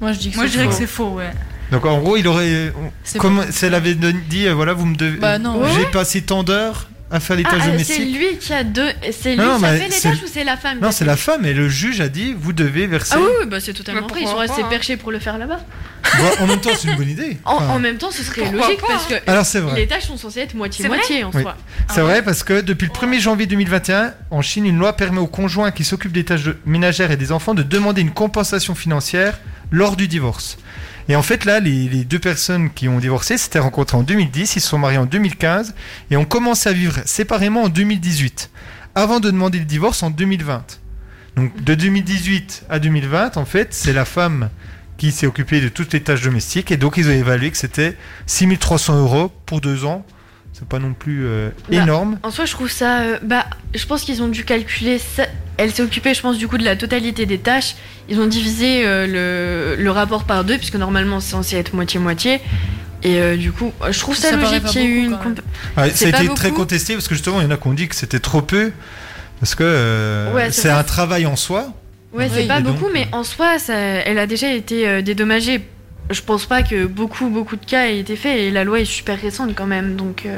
S4: Moi, je dis
S1: que
S4: Moi,
S1: c'est
S4: je dirais
S1: faux.
S4: que c'est faux, ouais.
S1: Donc en gros, il aurait. on-
S4: C'est
S1: Comme
S4: faux.
S1: si elle avait don- dit, euh, voilà, vous me devez.
S10: Bah non.
S1: J'ai
S10: Ouais.
S1: passé tant d'heures à faire les
S10: Ah,
S1: tâches
S10: ah, c'est
S1: domestiques.
S10: lui qui a deux. C'est lui
S1: Non, non,
S10: qui a
S1: mais
S10: fait les
S1: c'est-
S10: tâches ou c'est la femme
S1: Non,
S10: qui a
S1: c'est
S10: fait-
S1: la femme et le juge a dit, vous devez verser.
S10: Ah oui, oui, bah c'est totalement
S5: Mais
S10: vrai. Ils sont
S5: pourquoi
S10: restés
S5: pas, hein.
S10: perchés pour le faire là-bas.
S1: Bah, en même temps, c'est une bonne idée.
S10: En,
S1: Enfin,
S10: en même temps, ce serait
S5: Pourquoi
S10: logique
S5: pas,
S10: parce que
S1: Alors, c'est vrai.
S10: les tâches sont censées être moitié-moitié en
S1: Oui.
S10: soi. Ah
S1: C'est vrai parce que depuis le 1er janvier 2021, en Chine, une loi permet aux conjoints qui s'occupent des tâches de- ménagères et des enfants de demander une compensation financière lors du divorce. Et en fait, là, les, les deux personnes qui ont divorcé s'étaient rencontrées en 2010, ils se sont mariés en 2015 et ont commencé à vivre séparément en 2018, avant de demander le divorce en 2020. Donc de 2018 à 2020, en fait, c'est la femme qui s'est occupée de toutes les tâches domestiques et donc ils ont évalué que c'était 6300 euros pour deux ans. C'est pas non plus euh,
S10: Bah,
S1: énorme.
S10: En soi, je trouve ça. euh, bah, je pense qu'ils ont dû calculer. ça- Elle s'est occupée, je pense, du coup, de la totalité des tâches. Ils ont divisé euh, le, le rapport par deux, puisque normalement, c'est censé être moitié-moitié. Et euh, du coup, euh, je trouve ça,
S3: Ça paraît
S10: logique
S3: pas
S10: qu'il y ait eu une. compa-
S1: Ah,
S10: C'est
S1: ça a
S10: pas
S1: été très
S10: beaucoup.
S1: contesté parce que justement, il y en a qui ont dit que c'était trop peu parce que euh,
S10: Ouais, c'est
S1: c'est
S10: vrai.
S1: un travail en soi.
S10: Ouais, c'est
S1: Et
S10: pas
S1: donc,
S10: beaucoup, mais en soi, ça- elle a déjà été euh, dédommagée. Je pense pas que beaucoup, beaucoup de cas aient été faits, et la loi est super récente quand même, donc. euh,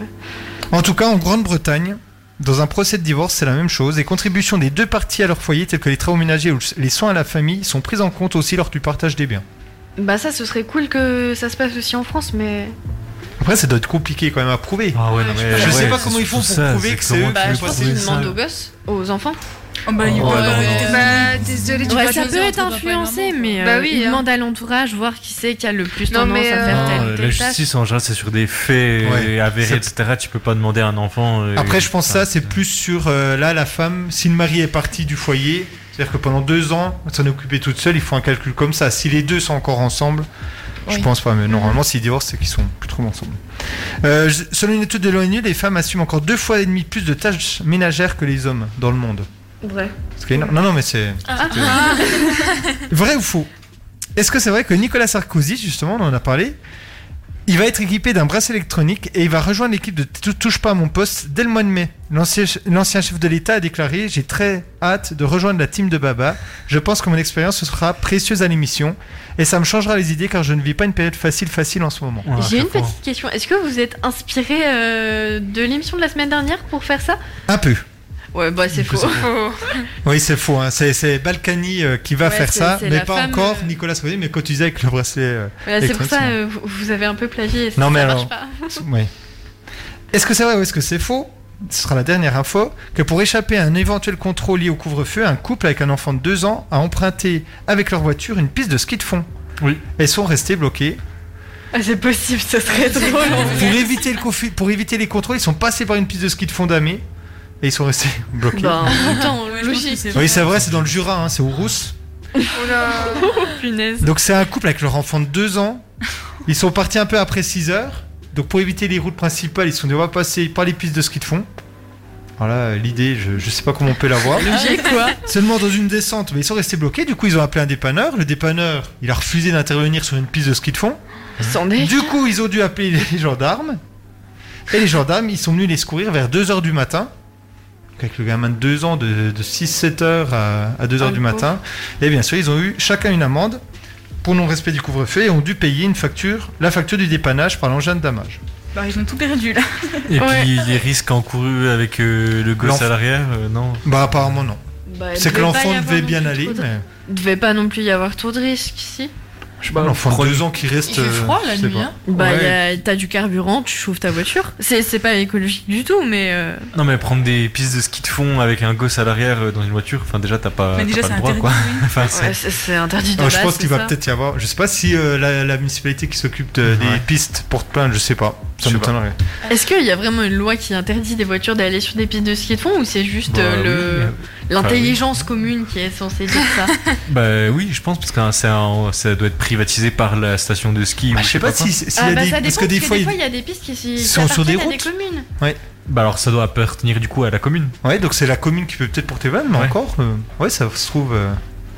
S1: En tout cas, en Grande-Bretagne, dans un procès de divorce, c'est la même chose. Les contributions des deux parties à leur foyer, telles que les travaux ménagers ou les soins à la famille, sont prises en compte aussi lors du partage des biens.
S10: Bah, ça, ce serait cool que ça se passe aussi en France, mais.
S1: Après, ça doit être compliqué quand même à prouver.
S2: mais-
S1: je sais
S2: Ah ouais,
S1: pas
S2: c'est
S1: comment ils font
S2: surtout
S1: pour
S2: ça,
S1: prouver
S2: c'est
S1: que c'est
S2: comment
S1: eux.
S2: tu Bah, veux
S10: je pense qu'ils demandent aux gosses, aux enfants.
S4: bah,
S2: ils Oh, peuvent- bah, euh,
S5: Bah, désolé, tu
S10: Ouais,
S5: vois,
S10: ça
S5: je-
S10: peut être influencé, mais euh,
S5: Bah oui,
S10: il
S5: hein.
S10: demande à l'entourage voir qui c'est qui a le plus
S5: Non,
S10: tendance
S5: mais,
S10: à faire
S2: Non,
S10: telle ou
S2: euh,
S10: telle
S2: la
S10: tâche.
S2: justice en général c'est sur des faits euh,
S1: Ouais.
S2: avérés, etc. Tu peux pas demander à un enfant. euh,
S1: Après, je pense ça, c'est plus sur euh, là la femme. Si le mari est parti du foyer, c'est-à-dire que pendant deux ans, elle s'en est occupée toute seule. Il faut un calcul comme ça. Si les deux sont encore ensemble, je
S3: Oui.
S1: pense pas. Mais normalement, s'ils divorcent, c'est qu'ils sont plus trop ensemble. Euh, je- selon une étude de l'ONU, les femmes assument encore deux fois et demi plus de tâches ménagères que les hommes dans le monde.
S10: Bref.
S1: Ce qui est énorme. Non, non, mais c'est
S10: Ah.
S1: vrai ou faux Est-ce que c'est vrai que Nicolas Sarkozy, justement, on en a parlé, il va être équipé d'un bracelet électronique et il va rejoindre l'équipe de Tou- Touche pas à mon poste dès le mois de mai. L'ancien l'ancien chef de l'État a déclaré J'ai très hâte de rejoindre la team de Baba. Je pense que mon expérience sera précieuse à l'émission et ça me changera les idées car je ne vis pas une période facile facile en ce moment.
S10: J'ai une petite question. Est-ce que vous êtes inspiré euh, de l'émission de la semaine dernière pour faire ça
S1: Un peu.
S10: Ouais, bah c'est faux.
S1: Oui, c'est faux. hein. C'est- C'est Balkany euh, qui va
S10: Ouais,
S1: faire
S10: c'est-
S1: ça,
S10: c'est
S1: mais
S10: la
S1: pas
S10: femme, euh,
S1: encore Nicolas Sarkozy, mais quand tu disais avec le bracelet. euh,
S10: Voilà, c'est pour
S1: électronique,
S10: ça euh, vous, vous avez un peu plagié.
S1: Non,
S10: ça
S1: mais
S10: marche
S1: alors-
S10: pas.
S1: Oui. Est-ce que c'est vrai ou est-ce que c'est faux Ce sera la dernière info. Que pour échapper à un éventuel contrôle lié au couvre-feu, un couple avec un enfant de 2 ans a emprunté avec leur voiture une piste de ski de fond.
S2: Oui.
S1: Et sont restés bloqués.
S10: Ah, c'est possible, ça serait drôle. en vrai.
S1: Pour éviter, le confi- pour éviter les contrôles, ils sont passés par une piste de ski de fond damée et ils sont restés bloqués.
S10: Bah, en même temps, logique.
S1: oui, c'est vrai, c'est dans le Jura, hein, c'est au Rousse.
S10: Oh, punaise.
S1: Donc c'est un couple avec leur enfant de 2 ans. Ils sont partis un peu après 6 heures. Donc pour éviter les routes principales, ils sont devoir passer par les pistes de ski de fond. Alors là, euh, l'idée, je, je sais pas comment on peut la voir.
S10: Logique, quoi.
S1: Seulement dans une descente, mais ils sont restés bloqués. Du coup, ils ont appelé un dépanneur. Le dépanneur, il a refusé d'intervenir sur une piste de ski de fond. Du coup, ils ont dû appeler les gendarmes. Et les gendarmes, ils sont venus les secourir vers 2h du matin. Donc, Avec le gamin de 2 ans, de, 6-7 heures à, 2h
S2: Ah,
S1: du
S2: le
S1: matin. Et bien sûr, ils ont eu chacun une amende pour non-respect du couvre-feu et ont dû payer une facture, la facture du dépannage par l'engin de damage.
S4: Bah, ils ont tout perdu là.
S2: Et puis les risques encourus avec euh, le gosse
S1: L'enfant.
S2: à l'arrière, euh, non
S1: Bah apparemment non.
S10: Bah, il
S1: C'est que
S10: devait pas y
S1: l'enfant
S10: avoir
S1: devait
S10: non
S1: bien
S10: plus
S1: aller,
S10: trop de-
S1: mais
S10: Il devait pas non plus y avoir trop de risques ici.
S1: je sais pas,
S2: Bah,
S1: Bah, l'enfant de 2 ans qui reste.
S10: fait froid,
S1: euh,
S10: la
S1: je sais
S10: nuit,
S1: pas.
S10: hein. Bah,
S1: Ouais.
S10: y a- t'as du carburant, tu chauffes ta voiture. C'est c'est pas écologique du tout, mais. euh,
S2: Non mais prendre des pistes de ski de fond avec un gosse à l'arrière euh, dans une voiture, enfin déjà t'as pas,
S10: Mais déjà,
S2: t'as pas
S10: c'est
S2: le droit
S10: interdit,
S2: quoi.
S10: oui.
S2: Enfin, c'est-
S10: ouais, c'est c'est interdit de
S1: Ouais,
S10: base.
S1: je pense qu'il va
S10: ça.
S1: peut-être y avoir. Je sais pas si euh, la, la municipalité qui s'occupe de- des pistes porte plainte, je sais pas. Ça
S2: Je sais pas.
S1: m'étonnerait.
S10: Est-ce qu'il y a vraiment une loi qui interdit des voitures d'aller sur des pistes de ski de fond ou c'est juste
S2: Bah,
S10: euh,
S2: oui,
S10: le
S2: mais-
S10: l'intelligence commune qui est censée dire ça
S2: Bah oui, je pense parce que hein, c'est un- ça doit être privatisé par la station de ski. ou
S1: je sais pas
S2: quoi.
S1: si- si-
S10: Ah
S1: y a
S10: bah
S1: des-
S10: ça dépend
S1: parce que des fois, il-
S10: il y a des pistes qui, s'y- qui
S1: sont sur des
S10: appartiennent à
S1: routes.
S10: des communes.
S1: Ouais.
S2: Bah alors ça doit appartenir du coup à la commune.
S1: Ouais, donc c'est la commune qui peut peut-être porter vanne, mais
S2: Ouais.
S1: encore. euh, ouais, ça se trouve. euh,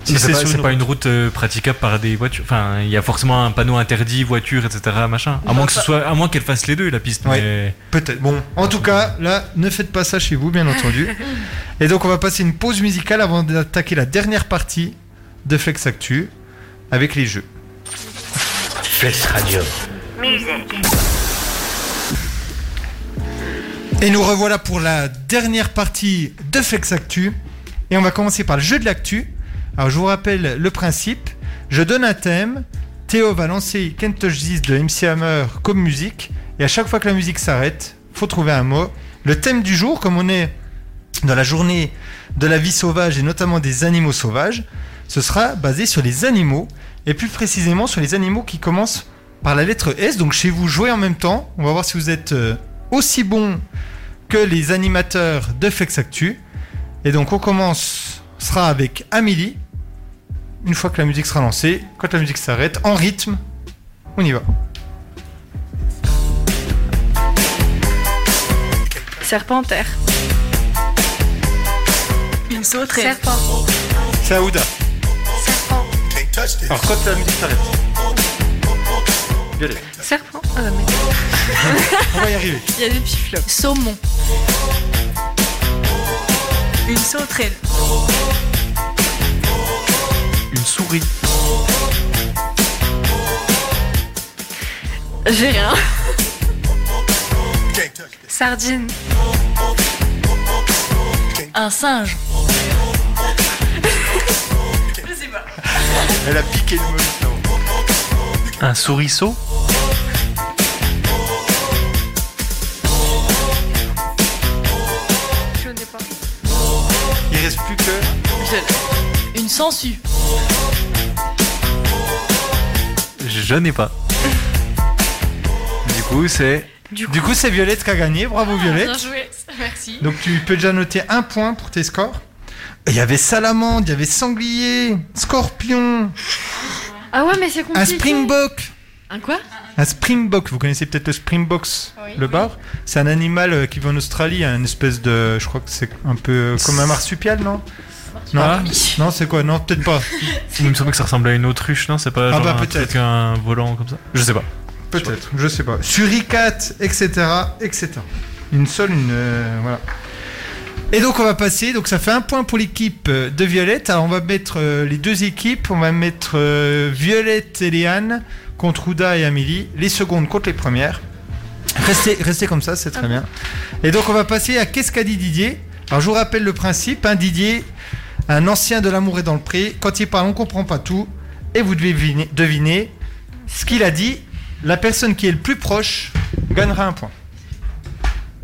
S2: Si c'est pas,
S1: sur
S2: c'est pas une route euh, praticable par des voitures. Enfin, il y a forcément un panneau interdit, voiture, etc. Machin. À
S1: Bah,
S2: moins que ce
S1: pas-
S2: soit, à moins qu'elle fasse les deux la piste.
S1: Ouais.
S2: mais-
S1: Peut-être. Bon, en tout cas, là, ne faites pas ça chez vous, bien entendu. Et donc, on va passer une pause musicale avant d'attaquer la dernière partie de Flex Actu avec les jeux.
S16: Flex Radio.
S1: Et nous revoilà pour la dernière partie de Flex Actu. Et on va commencer par le jeu de l'actu. Alors je vous rappelle le principe. Je donne un thème. Théo va lancer Kentosh 10 de MC Hammer comme musique. Et à chaque fois que la musique s'arrête, faut trouver un mot. Le thème du jour, comme on est dans la journée de la vie sauvage et notamment des animaux sauvages, ce sera basé sur les animaux. et plus précisément sur les animaux qui commencent par la lettre S. Donc chez vous, jouez en même temps. On va voir si vous êtes euh, aussi bon que les animateurs de Flex Actu. Et donc on commence on sera avec Amélie. Une fois que la musique sera lancée, quand la musique s'arrête, en rythme, on y va.
S7: Serpentaire.
S4: Une sauterelle.
S7: Serpent.
S1: C'est Aouda. Alors quand la musique s'arrête. Violet.
S7: Serpent. Ah, mais-
S1: On va y arriver.
S4: Il y a des petits flops. Saumon. Une sauterelle.
S2: Une souris.
S7: J'ai rien. Sardine.
S3: Un singe.
S1: Elle a piqué le mot.
S2: Un souriceau
S7: Je n'ai pas.
S1: Il reste plus que.
S3: Une sangsue.
S2: Je n'ai pas. Du coup, Ah, c'est.
S1: Du coup, c'est Violette qui a gagné. Bravo
S10: Ah,
S1: Violette.
S3: Bien joué. Merci.
S1: Donc tu peux déjà noter un point pour tes scores. Il y avait salamande, il y avait sanglier, scorpion,
S10: Ah ouais, mais c'est compliqué.
S1: un springbok.
S10: Un quoi
S1: Un springbok, vous connaissez peut-être le springbox, le bar. C'est un animal euh, qui vit en Australie, un espèce de, je crois que c'est un peu euh, comme un marsupial, non Non, non, c'est quoi Non, peut-être pas.
S2: Il me semblait que ça ressemblait à une autruche, non C'est pas
S1: Ah
S2: genre
S1: bah,
S2: un
S1: peut-être.
S2: truc, un volant comme ça Je sais pas.
S1: Peut-être, je sais pas. Suricate, etc., etc. Une seule, une euh, voilà. Et donc on va passer, donc ça fait un point pour l'équipe euh, de Violette. Alors on va mettre euh, les deux équipes, on va mettre euh, Violette et Léane contre Ouda et Amélie, les secondes contre les premières. Restez, restez comme ça, c'est très bien. Et donc on va passer à qu'est-ce qu'a dit Didier Alors je vous rappelle le principe, hein, Didier, un ancien de l'amour est dans le pré, quand il parle on comprend pas tout, et vous devez deviner, deviner ce qu'il a dit, la personne qui est le plus proche gagnera un point.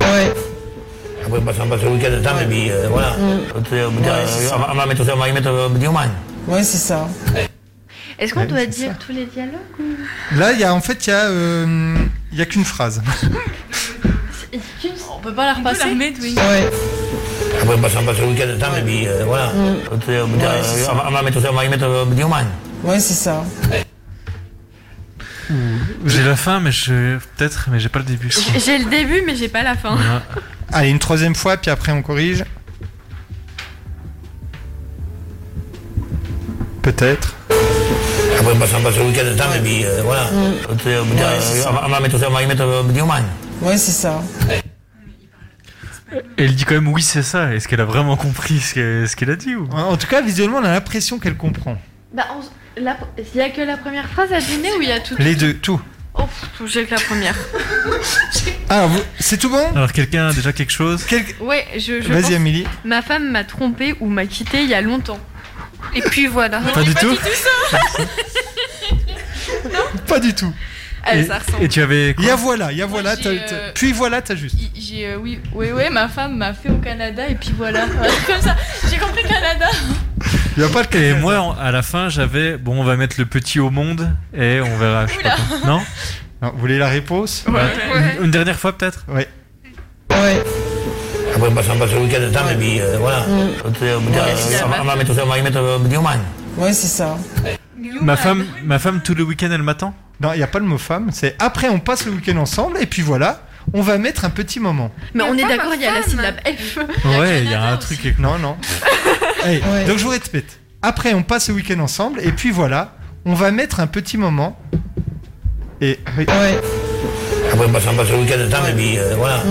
S21: Ouais. Après, on passe, on bah, passe le week-end ensemble et puis euh, voilà. Tu- euh,
S7: Mm. c'est ça.
S21: on, va, on va mettre ça, on va y mettre euh, du humain.
S7: Ouais, c'est ça.
S10: Est-ce qu'on
S1: Ouais,
S10: doit
S1: c'est
S10: dire tous les dialogues ou...
S1: Là, il y a, en fait, il y a, euh, il y a qu'une phrase.
S3: On peut pas la repasser.
S21: Après, on passe, on bah, passe le week-end ensemble et puis euh, voilà. Tu- euh,
S7: Mm. c'est ça.
S21: on, va, on va mettre ça, on va y mettre euh, Ah du humain.
S7: Ouais, c'est ça.
S2: J'ai la fin, mais je. Peut-être, mais j'ai pas le début. je crois.
S10: J'ai le début, mais j'ai pas la fin.
S2: Voilà.
S1: Allez, une troisième fois, puis après on corrige. Peut-être.
S21: Après, on passe, on bah, passe le week-end ensemble et puis euh, voilà. Tu- euh,
S7: Mm. c'est ça.
S21: on, va, on va mettre ça, on va y mettre euh, du humain.
S7: Ouais, c'est ça.
S2: Et elle dit quand même oui, c'est ça. Est-ce qu'elle a vraiment compris ce que- ce qu'elle a dit ou
S1: En, en tout cas, visuellement, on a l'impression qu'elle comprend.
S10: Bah, on s- la- il y a que la première phrase à deviner ou il y a tout
S1: Les deux, tout.
S10: Oh, pff, j'ai que la première.
S1: Alors, Ah, vous- c'est tout bon
S2: Alors, quelqu'un a déjà quelque chose
S10: ouais, je, je
S2: Vas-y,
S10: pense-
S1: Amélie.
S10: Ma femme m'a trompé ou m'a quitté il y a longtemps. Et puis voilà.
S2: Pas du tout.
S1: Pas du tout.
S3: Allez, Ah, ça ressemble.
S2: Et tu avais. quoi
S1: Y a voilà, y a voilà,
S3: j'ai,
S1: t'as-
S3: euh,
S1: t'as- puis voilà, t'as juste.
S3: J'ai euh, oui, ouais, ouais, ma femme m'a fait au Canada et puis voilà. Comme ça, j'ai compris Canada.
S1: Il a pas le
S2: Et moi, en- à la fin, j'avais. Bon, on va mettre le petit au monde et on verra. je sais pas
S3: Oula.
S2: quoi. Non
S1: Vous voulez la réponse
S2: Bah, Une, une dernière fois, peut-être
S1: Ouais.
S21: Ouais. Après, on bah, passe, on passe le week-end ensemble et puis euh, voilà. Tu- euh,
S7: Mm. c'est
S21: on, va, on va mettre ça, on va y mettre euh, du humain.
S1: Ouais, c'est ça.
S2: Ma femme, ma femme tout le week-end, elle m'attend
S1: Non, il n'y a pas le mot femme. C'est après, on passe le week-end ensemble, et puis voilà, on va mettre un petit moment.
S10: Mais on est d'accord, il y a la syllabe F.
S2: Ouais, il y a un truc.
S1: Non, non. Hey, Donc je vous répète. Après, on passe le week-end ensemble, et puis voilà, on va mettre un petit moment. Et.
S21: Après, on passe, on passe le week-end ensemble et puis euh, voilà.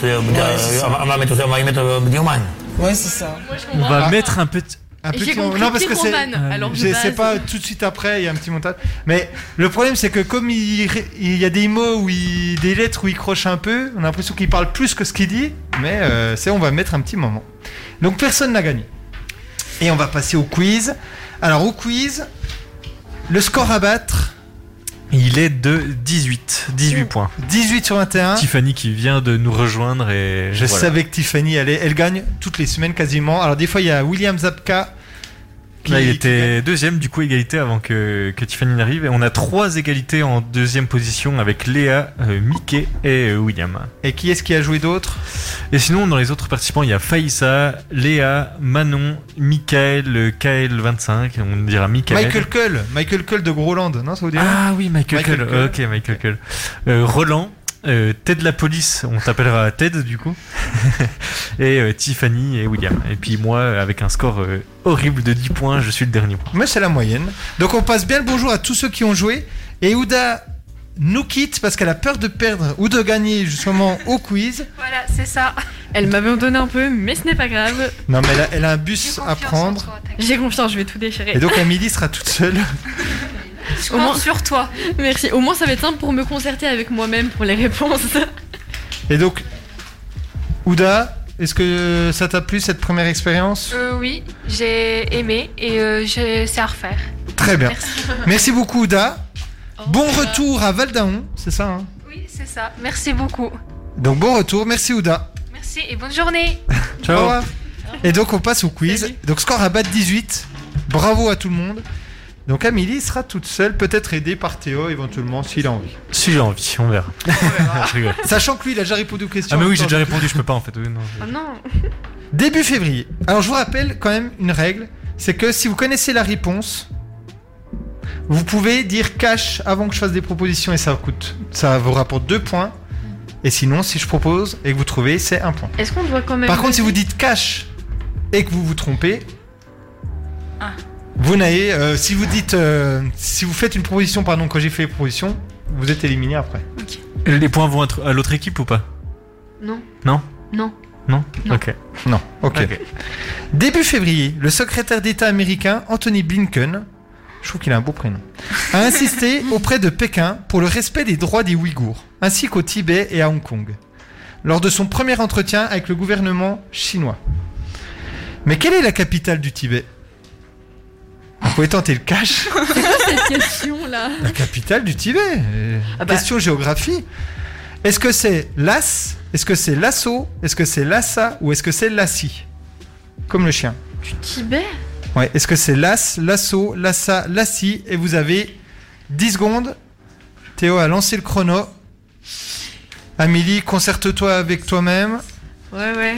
S21: Tu- euh, on, va, on va mettre ça, on va y mettre euh, du humain.
S7: Ouais, c'est ça.
S2: On va mettre un petit.
S1: Un
S7: J'ai
S1: petit
S7: compris
S1: moment. Non, parce que c'est.
S7: pyromane, alors de
S1: Je sais
S7: base.
S1: pas, euh, tout de suite après, il y a un petit montage. Mais le problème, c'est que comme il, il y a des mots, où il- des lettres où il croche un peu, on a l'impression qu'il parle plus que ce qu'il dit. Mais euh, c'est on va mettre un petit moment. Donc personne n'a gagné. Et on va passer au quiz. Alors au quiz, le score à battre.
S2: Il est de 18. 18 points.
S1: 18 sur 21.
S2: Tiffany qui vient de nous rejoindre et.
S1: Je savais que Tiffany, elle, est- elle gagne toutes les semaines quasiment. Alors des fois, il y a William Zabka qui-
S2: Là, il était deuxième, du coup, égalité avant que, que Tiffany n'arrive. Et on a trois égalités en deuxième position avec Léa, euh, Mickey et euh, William.
S1: Et qui est-ce qui a joué d'autres
S2: Et sinon, dans les autres participants, il y a Faïssa, Léa, Manon, Michael, euh, KL25, on dira Michael.
S1: Michael Cull, Michael Cull de Groland, non ça vous dit
S2: Ah oui, Michael, Cull. Ok, Michael Cull. Euh, Roland, euh, Ted la police, on t'appellera Ted du coup. et euh, Tiffany et William. Et puis moi, euh, avec un score euh, horrible de 10 points, je suis le dernier.
S1: Mais c'est la moyenne. Donc on passe bien le bonjour à tous ceux qui ont joué. Et Ouda nous quitte parce qu'elle a peur de perdre ou de gagner justement au quiz.
S5: Voilà, c'est ça.
S12: Elle m'avait donné un peu, mais ce n'est pas grave.
S1: Non mais elle a, elle a un bus à prendre.
S12: J'ai confiance, je vais tout déchirer.
S1: Et donc Amélie sera toute seule.
S12: Au moins sur toi. Merci. Au moins, ça va être simple pour me concerter avec moi-même pour les réponses.
S1: Et donc Ouda, est-ce que ça t'a plu cette première expérience
S5: Euh, oui, j'ai aimé et euh, je- c'est à refaire.
S1: Très bien. Merci beaucoup Ouda. Bon retour à Valdaon, c'est ça. hein
S5: Oui, c'est ça. Merci beaucoup.
S1: donc bon retour, merci Ouda.
S5: Merci et bonne journée.
S1: Au revoir. Et donc on passe au quiz. Donc score à bas de 18. Bravo à tout le monde. Donc Amélie sera toute seule, peut-être aidée par Théo éventuellement s'il a envie.
S2: Si j'ai envie, on verra. Je rigole.
S1: Sachant que lui il a déjà répondu aux questions.
S2: Ah mais oui,
S1: Attends,
S2: j'ai déjà
S1: je-
S2: répondu, je peux pas en fait. Oui, non.
S10: Oh
S5: non.
S1: Début février. Alors je vous rappelle quand même une règle, c'est que si vous connaissez la réponse, vous pouvez dire cash avant que je fasse des propositions et ça vous coûte, ça vous rapporte deux points. Et sinon, si je propose et que vous trouvez, c'est un point.
S12: Est-ce qu'on doit quand même.
S1: Par contre, si vous dites cash et que vous vous trompez,
S12: Ah.
S1: vous n'avez. euh, si vous dites, euh, si vous faites une proposition, pardon, quand j'ai fait les propositions, vous êtes éliminé après.
S2: Les points vont être à l'autre équipe ou pas
S5: Non.
S2: Non
S5: Non.
S2: Non Ok.
S1: Non. Ok. Début février, le secrétaire d'État américain Anthony Blinken, je trouve qu'il a un beau prénom, a insisté auprès de Pékin pour le respect des droits des Ouïghours, ainsi qu'au Tibet et à Hong Kong, lors de son premier entretien avec le gouvernement chinois. Mais quelle est la capitale du Tibet Vous pouvez tenter le cash.
S12: C'est quoi cette question là
S1: La capitale du Tibet. euh,
S12: Ah bah.
S1: Question géographie. Est-ce que c'est Las Est-ce que c'est Lasso Est-ce que c'est Lhasa Ou est-ce que c'est Lassi Comme le chien.
S12: Tibet
S1: Ouais, est-ce que c'est Las, Lasso, Lassa, Lassi Et vous avez 10 secondes. Théo a lancé le chrono. Amélie, concerte-toi avec toi-même.
S12: Ouais, ouais.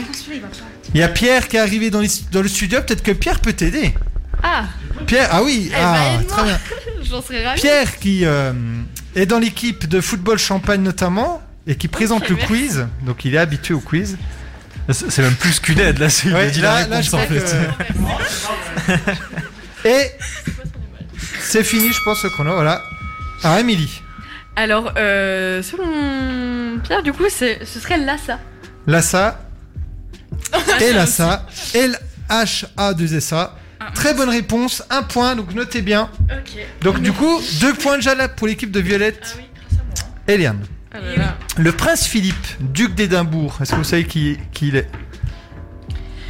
S1: Il y a Pierre qui est arrivé dans, les- dans le studio. Peut-être que Pierre peut t'aider.
S12: Ah
S1: Pierre, ah oui,
S12: Eh ben,
S1: ah,
S12: aide-moi.
S1: très bien.
S12: J'en serais ravie.
S1: Pierre qui euh, est dans l'équipe de football champagne notamment et qui présente le
S12: merci.
S1: quiz, donc il est habitué au quiz.
S2: C'est même plus qu'une aide là, c'est il a
S1: Ouais,
S2: dit
S1: là-
S2: la
S1: là, je
S2: réponse en
S1: crois
S2: fait.
S1: Et c'est fini, je pense, ce chrono. Voilà. À Amélie.
S12: Alors, euh, selon Pierre, du coup, c'est- ce serait Lhasa.
S1: Lassa. Et Lassa. L-H-A-2-S-A. Très bonne réponse. Un point, donc notez bien.
S12: Ok.
S1: Donc du coup, deux points déjà là pour l'équipe de Violette. Et Liane.
S4: Ah,
S1: Le prince Philippe, duc d'Édimbourg, est-ce que vous savez qui, qui il est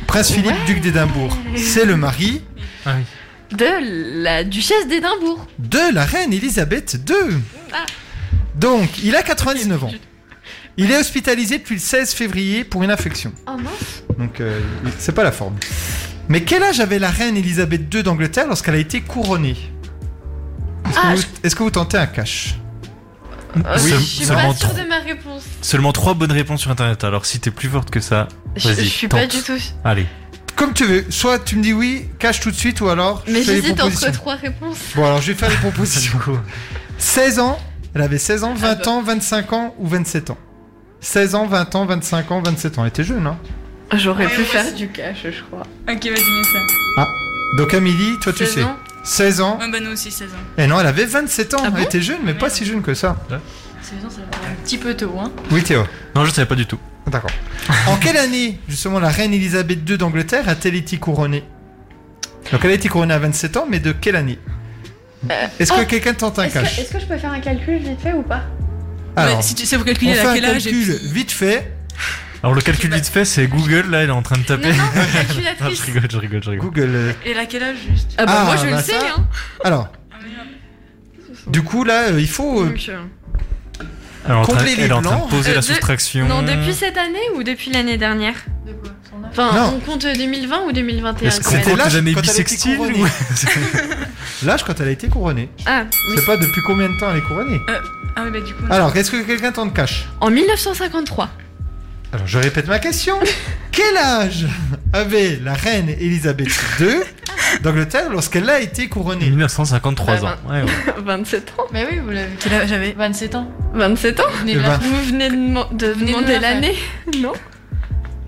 S1: Prince Philippe, duc d'Édimbourg, c'est le mari
S12: De la duchesse d'Édimbourg.
S1: de la reine Elisabeth II.
S12: Ah.
S1: Donc, il a 99 ans. Il est hospitalisé depuis le 16 février pour une infection.
S12: Oh mince.
S1: Donc, euh, il- c'est pas la forme. Mais quel âge avait la reine Elisabeth II d'Angleterre lorsqu'elle a été couronnée Est-ce que,
S12: Ah,
S1: vous- est-ce que vous tentez un cash
S2: Seul-
S12: Euh, je suis
S2: seulement
S12: pas sûre
S2: trois-
S12: de ma réponse.
S2: Seulement trois bonnes réponses sur internet. Alors si t'es plus forte que ça,
S12: Je-
S2: vas-y.
S12: je suis pas
S2: tente.
S12: du tout.
S2: Allez.
S1: Comme tu veux. Soit tu me dis oui, cache tout de suite, ou alors. je
S12: Mais
S1: fais les
S12: j'hésite entre
S1: propositions.
S12: trois réponses.
S1: Bon, alors je vais faire les propositions. 16 ans, elle avait 16 ans, 20 ans, 25 ans ou 27 ans 16 ans, 20 ans, 25 ans, 27 ans. Elle était jeune, hein
S12: J'aurais pu faire du cash, je crois. Ok, vas-y, mets ça.
S1: Ah, donc Amélie, toi tu
S4: 16
S1: sais.
S4: ans
S1: 16 ans.
S4: Ouais, bah nous aussi, 16 ans.
S1: Et non, elle avait 27 ans.
S4: Ah
S1: elle
S4: bon
S1: était jeune, mais pas si jeune que ça.
S4: 16 ans, ça va un petit peu tôt, hein.
S1: Oui, Théo.
S2: Non, je savais pas du tout.
S1: D'accord. en quelle année, justement, la reine Elisabeth II d'Angleterre a-t-elle été couronnée Donc elle a été couronnée à 27 ans, mais de quelle année Est-ce que
S13: oh.
S1: quelqu'un tente un
S13: Est-ce que,
S1: cash
S13: est-ce que je peux faire un calcul vite fait ou pas
S1: Alors,
S13: si tu sais vous calculer
S1: on
S13: à
S1: fait un
S13: quel âge et
S1: calcul vite fait.
S2: Alors le calcul vite fait, c'est Google là, elle est en train de taper.
S1: Non, non,
S2: Non,
S1: calculatrice.
S2: je rigole, je rigole, je rigole.
S1: Google. euh,
S4: Et à quel âge, juste
S1: Ah bah, Ah, moi, je bah, le sais, ça- hein. Alors, du coup là, euh, il faut euh,
S2: Elle est en train,
S1: Combler les
S2: elle est en train
S1: blancs.
S2: de poser
S1: Euh,
S2: la
S1: de-
S2: soustraction.
S12: Non, depuis cette année ou depuis l'année dernière Enfin,
S1: Non.
S12: on compte 2020 ou 2021
S1: Est-ce qu'on
S12: quand même
S1: compte les années bissextiles ou- L'âge quand elle a été couronnée.
S12: Ah,
S1: Je
S12: oui.
S1: sais pas depuis combien de temps elle est couronnée.
S12: Ah oui, bah du coup.
S1: Alors, est-ce que quelqu'un tente cache
S12: En 1953.
S1: Alors, je répète ma question. Quel âge avait la reine Elisabeth II d'Angleterre lorsqu'elle a été couronnée
S2: 1953 ans. Ouais, ouais.
S12: 27 ans.
S10: Mais oui, vous l'avez.
S3: Quel âge j'avais 27 ans.
S12: 27 ans
S3: Vous venez de
S1: Eh
S3: la-
S1: ben.
S12: Vous venez de, mo- de
S3: de
S12: demander
S3: la faire.
S12: l'année, non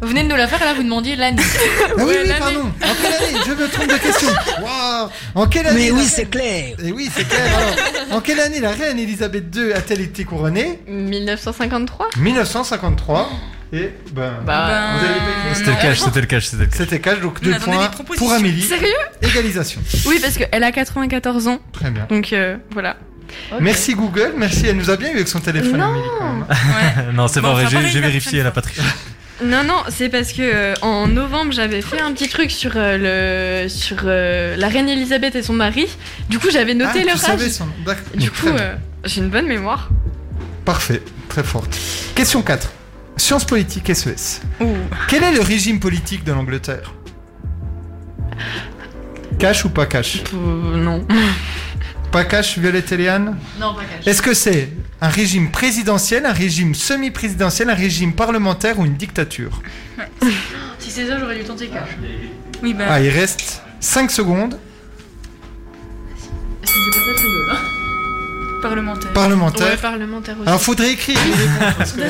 S3: Vous venez de nous la faire, là, vous demandiez l'année.
S1: Ah oui,
S3: Ouais,
S1: oui,
S3: l'année.
S1: pardon. En quelle année Je me trompe de question. Waouh En quelle année
S7: Mais
S1: la
S7: oui,
S1: reine-
S7: c'est clair.
S1: Eh oui, c'est clair. Alors, en quelle année la reine Elisabeth II a-t-elle été couronnée
S12: 1953
S1: 1953. Et ben,
S12: Bah,
S1: vous avez pas été-
S2: C'était le cash, c'était le cash, c'était le cash.
S1: C'était cash, donc
S12: On
S1: deux
S12: a donné
S1: points
S12: des propositions.
S1: pour Amélie.
S12: Sérieux
S1: Égalisation.
S12: Oui, parce qu'elle a 94 ans.
S1: Très bien.
S12: Donc euh, voilà.
S1: Merci Google, merci, elle nous a bien eu avec son téléphone.
S12: Non.
S1: Amélie, quand même.
S2: Euh, non, c'est
S1: Bon,
S2: pas vrai,
S1: ça
S2: j'ai-
S1: paraît
S2: j'ai
S1: la
S2: vérifié, elle a pas triché.
S12: Non, non, c'est parce que euh, en novembre, j'avais fait un petit truc sur, euh, le, sur euh, la reine Elisabeth et son mari. Du coup, j'avais
S1: Ah,
S12: noté
S1: tu
S12: leur
S1: savais
S12: âge.
S1: son nom. D'accord.
S12: Du
S1: Très
S12: coup,
S1: bien.
S12: euh, j'ai une bonne mémoire.
S1: Parfait, très forte. Question 4. Sciences politiques SES. E Quel est le régime politique de l'Angleterre Cash ou pas cash
S12: Euh, Non.
S1: Pas cash, Violette et Léane
S3: Non, pas cash.
S1: Est-ce que c'est un régime présidentiel, un régime semi-présidentiel, un régime parlementaire ou une dictature
S3: Si c'est ça, j'aurais dû tenter cash. Oui,
S12: Ben.
S3: bah.
S1: Ah, il reste 5 secondes.
S3: Si c'est pas ça, je rigole.
S4: Parlementaire.
S1: Parlementaire.
S12: Ouais, parlementaire aussi.
S1: Alors, faudrait écrire les réponses, parce que-
S2: ouais,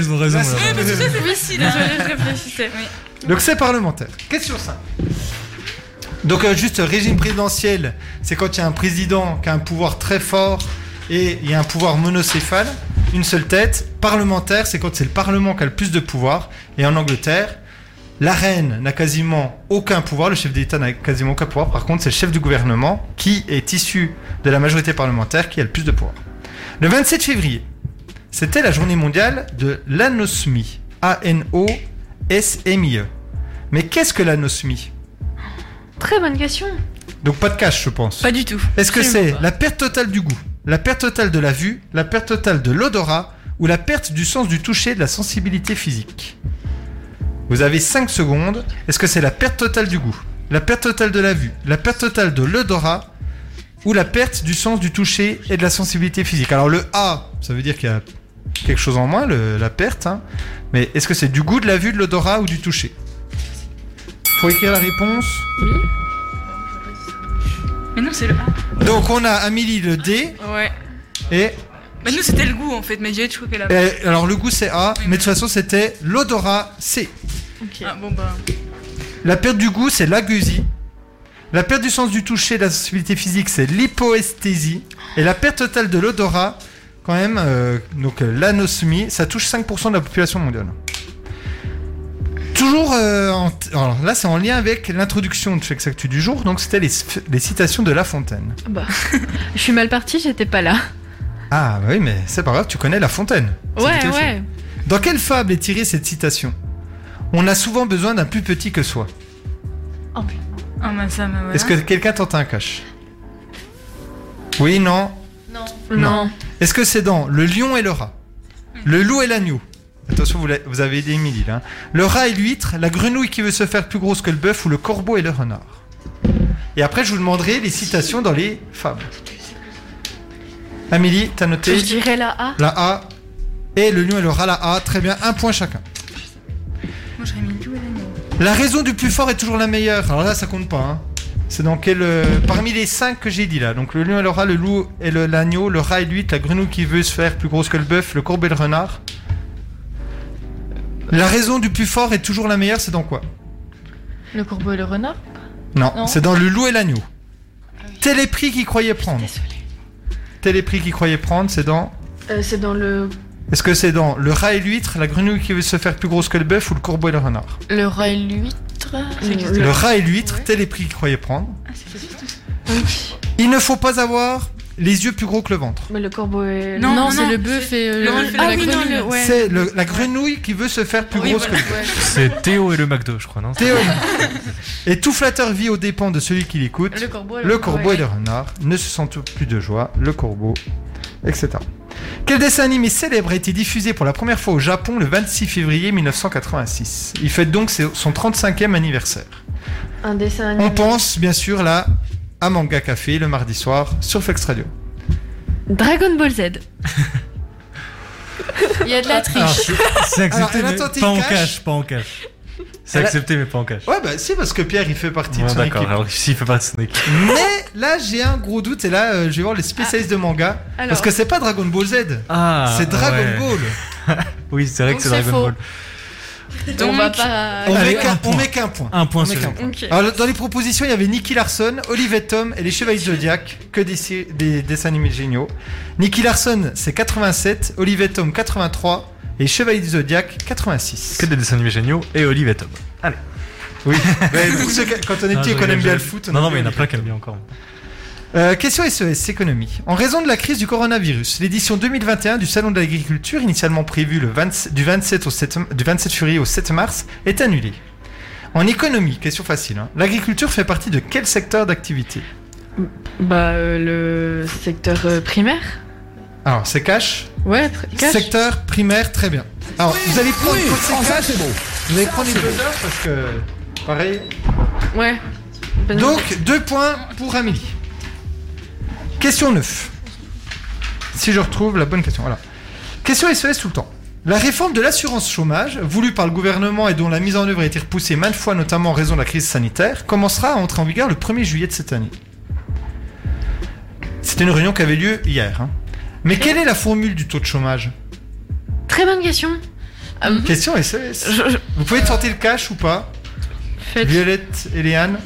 S2: ils ont raison.
S1: Là, c'est-
S4: Eh,
S2: là.
S12: parce que ça, c'est facile, désolée, je réfléchissais.
S1: Donc c'est parlementaire. Question 5. Donc euh, juste euh, régime présidentiel, c'est quand il y a un président qui a un pouvoir très fort et il y a un pouvoir monocéphale, une seule tête. Parlementaire, c'est quand c'est le Parlement qui a le plus de pouvoir. Et en Angleterre, la reine n'a quasiment aucun pouvoir, le chef d'État n'a quasiment aucun pouvoir. Par contre, c'est le chef du gouvernement qui est issu de la majorité parlementaire qui a le plus de pouvoir. Le 27 février, c'était la journée mondiale de l'anosmie. A-N-O-S-M-I-E. E. Mais qu'est-ce que l'anosmie
S12: Très bonne question.
S1: Donc pas de cash, je pense.
S12: Pas du tout.
S1: Est-ce que
S12: Absolument
S1: c'est
S12: pas.
S1: la perte totale du goût, la perte totale de la vue, la perte totale de l'odorat ou la perte du sens du toucher, de la sensibilité physique Vous avez 5 secondes. Est-ce que c'est la perte totale du goût, la perte totale de la vue, la perte totale de l'odorat ou la perte du sens du toucher et de la sensibilité physique Alors le A, ça veut dire qu'il y a quelque chose en moins, le- la perte. hein. Mais est-ce que c'est du goût, de la vue, de l'odorat ou du toucher Faut écrire la réponse.
S4: Mais non, c'est le A.
S1: Donc on a Amélie le D
S4: Ouais.
S1: et
S4: Bah nous, c'était le goût en fait, mais j'ai trouvé qu'elle a.
S1: Et alors le goût c'est A, mais de toute façon c'était l'odorat C.
S4: Ok. Ah bon, bah.
S1: La perte du goût c'est l'agusie. La perte du sens du toucher, de la sensibilité physique c'est l'hypoesthésie. Et la perte totale de l'odorat, quand même, euh, donc euh, l'anosmie, ça touche 5% de la population mondiale. Toujours, euh, en t- alors là c'est en lien avec l'introduction de Flex Actu du jour, donc c'était les, sf- les citations de La Fontaine.
S12: Bah, je suis mal partie, j'étais pas là.
S1: Ah bah oui mais c'est pas grave, tu connais La Fontaine. C'est
S12: Ouais,
S1: du téléphone.
S12: ouais.
S1: Dans quelle fable est tirée cette citation On a souvent besoin d'un plus petit que soi.
S4: Ah bah ça, bah voilà.
S1: Est-ce que quelqu'un tente un cache Oui, non
S4: Non.
S1: Est-ce que c'est dans Le lion et le rat Le loup et l'agneau Attention, vous, l'avez- vous avez aidé Émilie là. hein. Le rat et l'huître, la grenouille qui veut se faire plus grosse que le bœuf ou le corbeau et le renard. Et après, je vous demanderai les citations dans les fables. Amélie, t'as noté
S12: Je dirais la A.
S1: La A. Et le lion et le rat, la A. Très bien, un point chacun.
S4: Moi, j'aurais mis le goût et l'année.
S1: La raison du plus fort est toujours la meilleure. Alors là, ça compte pas. hein. C'est dans quel. euh, parmi les cinq que j'ai dit là. Donc le lion et le rat, le loup et le- l'agneau, le rat et l'huître, la grenouille qui veut se faire plus grosse que le bœuf, le corbeau et le renard. La raison du plus fort est toujours la meilleure, c'est dans quoi
S10: Le corbeau et le renard
S1: Non,
S10: Non.
S1: c'est dans le loup et l'agneau. Télépris qui croyait prendre. Télépris qui croyait prendre, c'est dans.
S12: c'est dans le.
S1: Est-ce que c'est dans le rat et l'huître, la grenouille qui veut se faire plus grosse que le bœuf ou le corbeau et le renard
S10: Le rat et l'huître
S1: Le rat et l'huître, télépris qui croyait prendre.
S10: Ah,
S1: Il ne faut pas avoir les yeux plus gros que le ventre.
S10: Mais le corbeau et.
S4: Non, non,
S10: c'est
S4: non,
S10: le bœuf et. euh,
S4: le
S10: le-
S4: bœuf et
S10: Ah
S4: la
S10: oui, non,
S4: grenouille.
S10: le. ouais.
S1: C'est le- la grenouille qui veut se faire plus
S10: Oui,
S1: grosse
S10: voilà,
S1: que le
S10: ouais.
S2: C'est Théo et le McDo, je crois, non
S1: Théo. Et tout flatteur vit aux dépens de celui qui l'écoute.
S10: Le corbeau et
S1: le
S10: le renard,
S1: corbeau et
S10: ouais.
S1: le renard ne se sentent plus de joie. Le corbeau, etc. Quel dessin animé célèbre a été diffusé pour la première fois au Japon le 26 février 1986 Il fête donc ses- son 35e anniversaire.
S10: Un dessin
S1: On
S10: animé.
S1: pense bien sûr là à Manga Café le mardi soir sur Flex Radio.
S10: Dragon Ball Z.
S3: Il y a de la
S1: Alors,
S3: triche.
S2: Ah, C'est accepté,
S1: Alors, elle
S2: mais
S1: a tenté
S2: pas en
S1: le cash.
S2: cash, pas en cash. C'est
S1: Elle a-
S2: accepté, mais pas en cash.
S1: Ouais, bah c'est parce que Pierre il fait partie de
S2: Bon,
S1: son
S2: D'accord,
S1: équipe.
S2: alors s'il fait pas de son équipe.
S1: Mais là j'ai un gros doute et là euh, je vais voir les spécialistes de manga
S2: Alors.
S1: parce que c'est pas Dragon Ball Z.
S2: Ah,
S1: c'est Dragon
S2: ouais.
S1: Ball.
S2: Oui, c'est vrai
S1: Donc
S2: que c'est
S1: c'est
S2: Dragon
S1: faux.
S2: Ball.
S10: Donc, on va
S1: On
S10: pas.
S1: met qu'un- on met qu'un point.
S2: Un point
S1: On met
S2: sur
S1: qu'un
S2: les
S10: Ok.
S1: Alors, dans les propositions, il y avait Nicky Larson, Olivier Tom et les Chevaliers du Zodiac, que des, sé- des dessins animés géniaux. Nicky Larson, c'est 87, Olivier Tom, 83 et les Chevaliers du Zodiac, 86.
S2: Que des dessins animés géniaux et Olive et Tom. Allez.
S1: Oui, mais pour ceux qui- quand on est
S2: Non,
S1: petit et
S2: je
S1: qu'on aime
S2: rigole,
S1: bien le
S2: je-
S1: foot. on
S2: Non, non,
S1: aime
S2: mais il y en
S1: bien
S2: a plein qui aiment bien encore.
S1: euh, question SES, économie. En raison de la crise du coronavirus, l'édition 2021 du Salon de l'agriculture, initialement prévue le 20 du, 27 au 7 du 27 février au 7 mars, est annulée. En économie, question facile, hein, l'agriculture fait partie de quel secteur d'activité
S10: Bah, euh, le secteur euh, primaire.
S1: Alors, c'est cash
S10: Ouais, pr- cash.
S1: Secteur primaire, très bien. Alors, vous allez prendre pour ces cash, Vous allez prendre les deux heures parce que, pareil.
S10: Ouais. Bonne idée.
S1: Donc, deux points pour Amélie. Question 9. Si je retrouve la bonne question, voilà. Question SES tout le temps. La réforme de l'assurance chômage, voulue par le gouvernement et dont la mise en œuvre a été repoussée maintes fois, notamment en raison de la crise sanitaire, commencera à entrer en vigueur le 1er juillet de cette année. C'était une réunion qui avait lieu hier. hein. Mais quelle est la formule du taux de chômage
S10: Très bonne question. Euh,
S1: Question SES.
S10: Je- je-
S1: Vous pouvez tenter le cash ou pas
S10: Faites.
S1: Violette et Léane.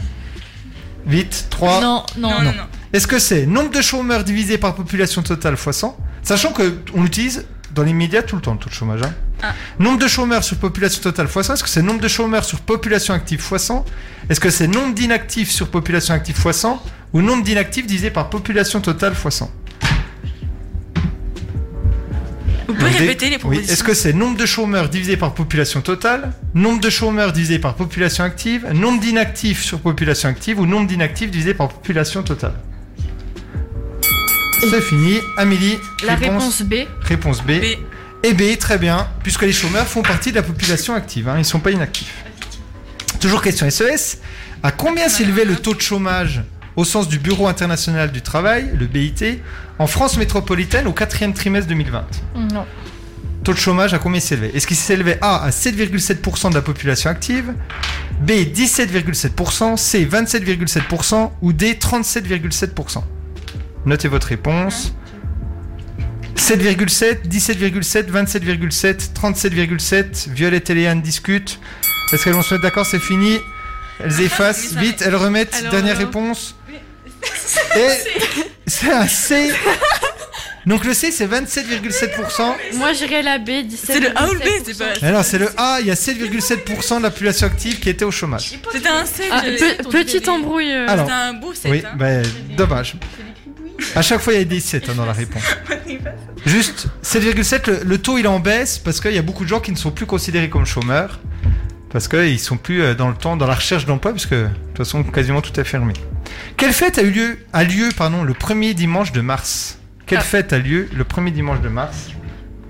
S1: Vite, 3.
S3: Non, non, non, non.
S1: Est-ce que c'est nombre de chômeurs divisé par population totale fois 100 Sachant que on l'utilise dans les médias tout le temps, le taux de chômage. hein.
S3: Ah.
S1: Nombre de chômeurs sur population totale fois 100. Est-ce que c'est nombre de chômeurs sur population active fois 100 Est-ce que c'est nombre d'inactifs sur population active fois 100 Ou nombre d'inactifs divisé par population totale fois 100
S4: Vous pouvez
S1: Donc,
S4: répéter les
S1: oui,
S4: propositions
S1: Est-ce que c'est nombre de chômeurs divisé par population totale, nombre de chômeurs divisé par population active, nombre d'inactifs sur population active ou nombre d'inactifs divisé par population totale C'est fini. Amélie,
S10: La réponse B.
S1: Réponse B. Et B, très bien, puisque les chômeurs font partie de la population active, hein, ils ne sont pas inactifs. Toujours question SES. À combien s'élevait le taux de chômage au sens du Bureau international du travail, le BIT, en France métropolitaine au quatrième trimestre 2020
S3: Non.
S1: Taux de chômage à combien il s'élevait Est-ce qu'il s'élevait A à 7,7% de la population active, B 17,7%, C 27,7% ou D 37,7% Notez votre réponse. 7,7, 17,7, 27,7, 37,7. Violette et Léane discutent. Est-ce qu'elles vont se mettre d'accord C'est fini. Elles effacent vite, elles remettent.
S4: Alors,
S1: Dernière
S4: euh,
S1: réponse. Et c'est un C. Donc le C c'est 27,7%.
S10: Moi, j'irais la B, 17.
S4: C'est le A ou le B, c'est pas.
S1: Alors c'est le A, il y a 7,7% de la population active qui était au chômage.
S4: C'était un 7.
S10: Ah, pe- petite embrouille. euh,
S1: Alors,
S4: C'était un beau hein. 7.
S1: Oui, bah, dommage. À chaque fois, il y a des 7 hein, dans la réponse. Juste, 7,7, le, le taux il est en baisse parce qu'il y a beaucoup de gens qui ne sont plus considérés comme chômeurs. Parce qu'ils sont plus euh, dans le temps, dans la recherche d'emploi, puisque de toute façon, quasiment tout est fermé. Quelle fête a eu lieu, a lieu pardon, le premier dimanche de mars
S4: Ah.
S1: Quelle fête a lieu le premier dimanche de mars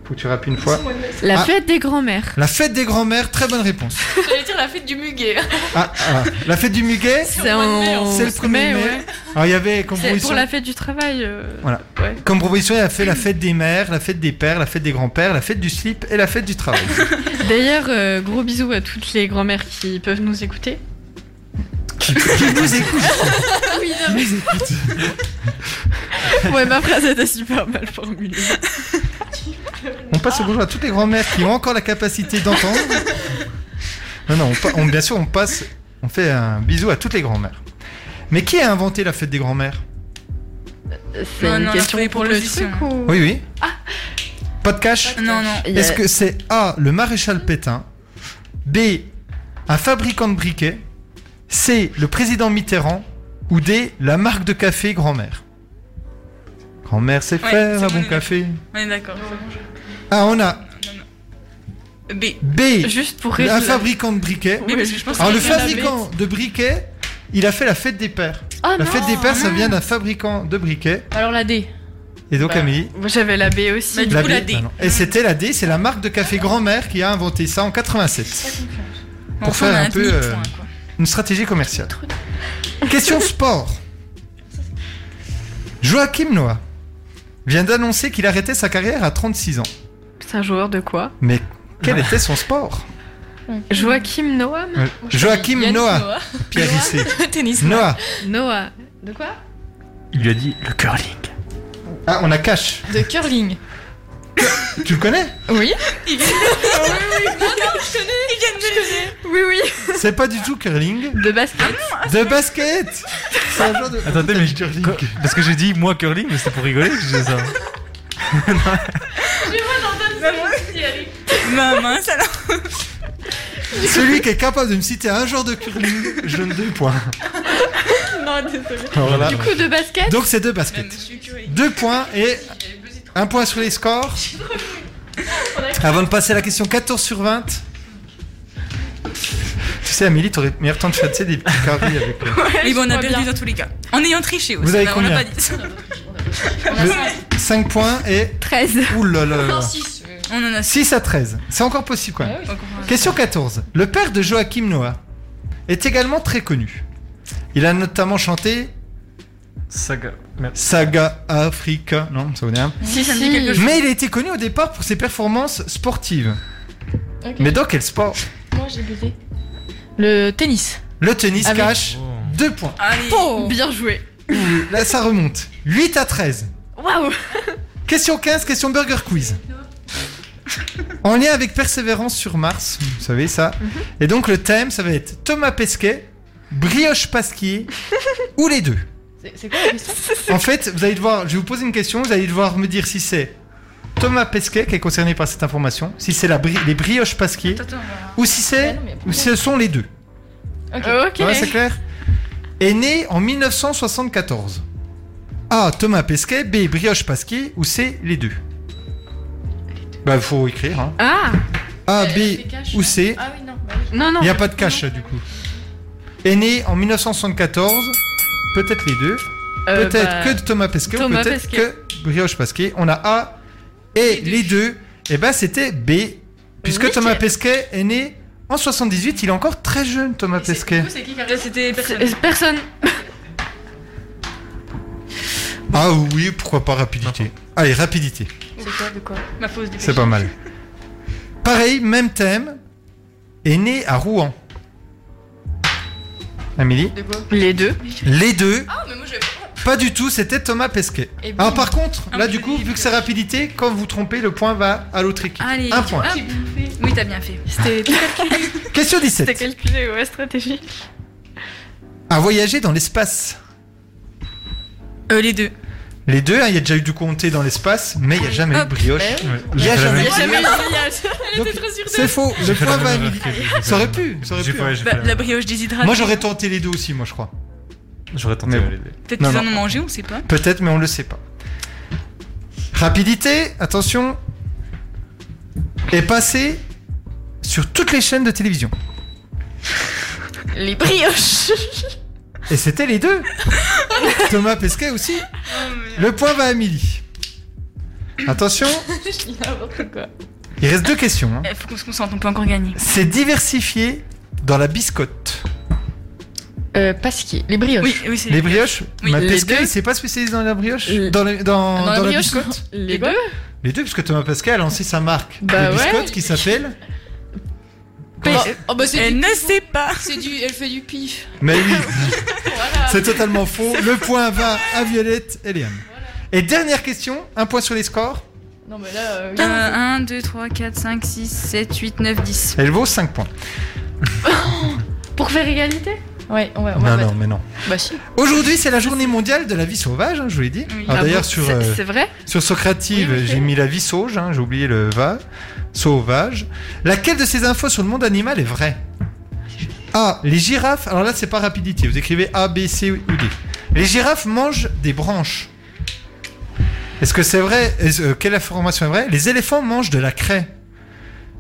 S1: Faut que tu rappes une fois.
S10: La
S1: Ah,
S10: fête des grands-mères.
S1: La fête des grands-mères, très bonne réponse.
S10: J'allais dire la fête du muguet.
S1: Ah, ah, la fête du muguet
S10: C'est en
S1: C'est le premier mai.
S10: ouais.
S1: Alors il y avait comme
S10: C'est
S1: proposition,
S10: pour la fête du travail. euh,
S1: voilà.
S10: ouais.
S1: comme proposition, il y a fait la fête des mères, la fête des pères, la fête des grands-pères, la fête du slip et la fête du travail.
S10: D'ailleurs, euh, gros bisous à toutes les grand-mères qui peuvent nous écouter.
S1: Qui nous écoute
S10: Oui, non, mais- ouais, ma phrase était super mal formulée.
S1: On passe le bonjour à toutes les grands-mères qui ont encore la capacité d'entendre. Non, non, on pa- on- bien sûr, on passe, on fait un bisou à toutes les grands-mères. Mais qui a inventé la fête des grands-mères
S10: C'est une question pour le truc ou...
S1: Oui, oui. Pas de cash
S4: Ah. Non, non. Il y a-
S1: Est-ce que c'est A, le maréchal Pétain B, un fabricant de briquets C, le président Mitterrand Ou D, la marque de café grand-mère Grand-mère, c'est
S4: Ouais,
S1: faire
S4: c'est
S1: un
S4: bon,
S1: bon
S4: on est
S1: café.
S4: On est d'accord.
S1: Ah, on a
S4: B.
S1: B,
S4: Juste pour
S1: un
S4: résoudre.
S1: fabricant de briquets.
S4: Oui, parce que je pense
S1: Alors,
S4: que
S1: le
S4: c'est la
S1: fabricant de briquets, il a fait la fête des pères.
S10: Ah
S1: la
S10: non,
S4: Ah.
S1: fête des pères, ça
S10: non.
S1: vient d'un fabricant de briquets.
S10: Alors la D.
S1: Et donc,
S10: Bah,
S1: Amélie
S10: moi, J'avais la B aussi.
S1: La B, bah non. Et c'était la D, c'est la marque de café grand-mère qui a inventé ça en 87. Pour
S4: Enfin, on a
S1: faire un
S4: un
S1: peu
S4: demi-point,
S1: euh, une stratégie commerciale. Question sport. Joachim Noah vient d'annoncer qu'il arrêtait sa carrière à 36 ans.
S10: C'est un joueur de quoi
S1: Mais quel était son sport
S10: Joachim Noah
S1: Euh, Joachim Noah. Pierre Rissé.
S10: Tennis.
S1: Noah.
S10: Noah. De quoi
S1: Il lui a dit le curling. Ah, on a cash.
S3: De curling.
S1: Tu le connais
S3: Oui Il vient de
S10: je connais. Ils viennent de Oui, oui.
S1: C'est pas du tout curling.
S10: De basket.
S1: De basket C'est un genre de-
S2: Attendez, mais co- parce que j'ai dit moi curling, mais c'était pour rigoler que j'ai ça.
S4: Maman, ça
S1: Celui qui est capable de me citer un genre de curling, je donne deux points.
S10: non, désolé.
S1: Alors là-
S10: Du coup, de basket
S1: Donc c'est deux baskets. Deux points et un point sur les scores. Avant de passer à la question 14 sur 20. Tu sais, Amélie, t'aurais meilleur temps de chasser des petits caries avec. euh,
S4: Mais bon, on a perdu dans tous les cas. En ayant triché aussi.
S1: Vous avez
S4: on a-
S1: combien
S4: on l'a pas dit.
S1: Le 5 points et.
S10: 13.
S1: Ouh là là là.
S4: On en a Ah
S1: 6 à 13. C'est encore possible quand même. Question 14. Le père de Joachim Noah est également très connu. Il a notamment chanté
S2: Saga.
S1: Saga Africa. Non, ça vous dit rien.
S4: Si, ça me dit quelque chose.
S1: Mais il a été connu au départ pour ses performances sportives. Mais dans quel sport
S3: Moi j'ai buté. Le tennis. Ah Oh.
S1: Le tennis
S3: Avec-
S1: cache 2 points.
S4: Allez.
S10: Oh. Bien joué.
S1: Ouh, Là, ça remonte. 8 à 13.
S10: Waouh.
S1: Question 15, question Burger Quiz. En lien avec Persévérance sur Mars, vous savez ça.
S10: Mhm.
S1: Et donc le thème, ça va être Thomas Pesquet, Brioche Pasquier ou les deux.
S3: C'est quoi la question
S1: En fait, vous allez devoir, je vais vous poser une question, vous allez devoir me dire si c'est Thomas Pesquet qui est concerné par cette information, si c'est la bri- les brioches pasquier, ou si c'est, ou si ce sont les deux.
S10: Euh, Ok.
S1: Ah, Ouais, c'est clair. Est né en 1974. A. Thomas Pesquet, B. Brioche Pasquier ou C. Les deux. Bah faut écrire. Hein.
S10: Ah
S1: A, B ou C.
S3: Ah oui, non.
S10: Non, hein. non.
S1: Il n'y a pas de cache du coup. Est né en 1974. Peut-être les deux.
S10: Euh,
S1: peut-être
S10: bah,
S1: que de Thomas Pesquet ou
S10: Thomas
S1: peut-être
S10: Pesquet.
S1: que Brioche Pasquier. On a A et les deux. Et bah c'était B. Puisque Thomas Pesquet est né en 78. Il est encore très jeune Thomas Pesquet.
S4: C'était
S10: C'est- Personne.
S1: Ah oui, pourquoi pas rapidité. Allez, rapidité,
S3: C'est quoi de quoi
S4: Ma fausse du
S1: c'est pas mal. Pareil, même thème, est né à Rouen. Amélie
S10: Les deux.
S1: Les deux,
S4: Ah, mais moi j'ai.
S1: pas du tout, c'était Thomas Pesquet.
S4: Et bim.
S1: Ah, par contre, là du coup, vu que c'est rapidité, quand vous trompez, le point va à l'autre équipe.
S4: Allez.
S1: Un point.
S4: Ah, Oui, t'as bien fait.
S10: C'était
S1: Question 17.
S10: C'était calculé, ouais, stratégique.
S1: À voyager dans l'espace.
S4: Euh, les deux.
S1: Les deux, hein, il y a déjà eu du compté dans l'espace, mais il n'y a jamais eu de brioche. Bah
S3: Eh
S1: Il n'y a
S2: J'ai
S1: jamais eu
S2: fait
S1: de brioche.
S2: la même-
S4: Elle était très sûre
S1: C'est faux, le
S2: J'ai fait la
S1: point va à
S2: même
S1: Amélie.
S2: erreur que-
S1: Ça aurait pu, ça aurait
S2: J'ai
S1: pu. hein.
S2: fait- j'ai fait
S4: Bah,
S2: la même.
S4: la brioche déshydratée.
S1: Moi j'aurais tenté les deux aussi, moi je crois.
S2: J'aurais tenté
S1: Mais bon.
S2: les deux.
S4: Peut-être
S1: Non,
S4: qu'ils en ont
S1: non.
S4: mangé, on sait pas.
S1: Peut-être, mais on le sait pas. Rapidité, attention, est passé sur toutes les chaînes de télévision.
S10: Les brioches.
S1: Et c'était les deux. Thomas Pesquet aussi.
S4: Oh,
S1: Le point va à Amélie. Attention,
S4: Je dis n'importe quoi.
S1: il reste deux questions. hein.
S4: Eh, Faut qu'on se concentre, on peut encore gagner.
S1: C'est diversifié dans la biscotte.
S10: Euh, Pasquier. Les brioches.
S4: Oui, oui, c'est
S1: Les brioches,
S4: Oui,
S1: ma
S4: les
S1: Pesquet,
S4: deux.
S1: il s'est pas spécialisé dans la brioche Dans, les- dans,
S10: Euh, Dans la
S1: dans la
S10: brioche,
S1: biscotte
S10: Les deux
S1: Les deux, puisque Thomas Pesquet a lancé sa marque
S10: Bah
S1: de
S10: ouais.
S1: biscotte qui s'appelle.
S3: Oh, bah, c'est
S4: Elle
S3: du-
S4: ne sait pas.
S3: C'est du. Elle fait du pif.
S1: Mais oui, c'est totalement faux. Le point va à Violette et Liam. Et dernière question, un point sur les scores.
S3: Non, mais là. euh,
S4: 1, 2, 3, 4, 5, 6, 7, 8, 9, 10.
S1: Elle vaut 5 points.
S10: Pour faire égalité
S3: Ouais, on
S10: Ah
S3: va. on
S1: non, non,
S3: va battre.
S1: mais non.
S3: Bah, si.
S1: Aujourd'hui, c'est la journée mondiale de la vie sauvage, hein, je vous l'ai dit. Ah, D'ailleurs, sur, euh,
S10: C'est vrai
S1: sur Socrative, j'ai mis la vie sauge, hein, j'ai oublié le va, sauvage. Laquelle de ces infos sur le monde animal est vraie A. Les girafes, alors là, c'est pas rapidité, vous écrivez A, B, C ou D. Les girafes mangent des branches. Est-ce que c'est vrai Est-ce- euh, Quelle information est vraie Les éléphants mangent de la craie.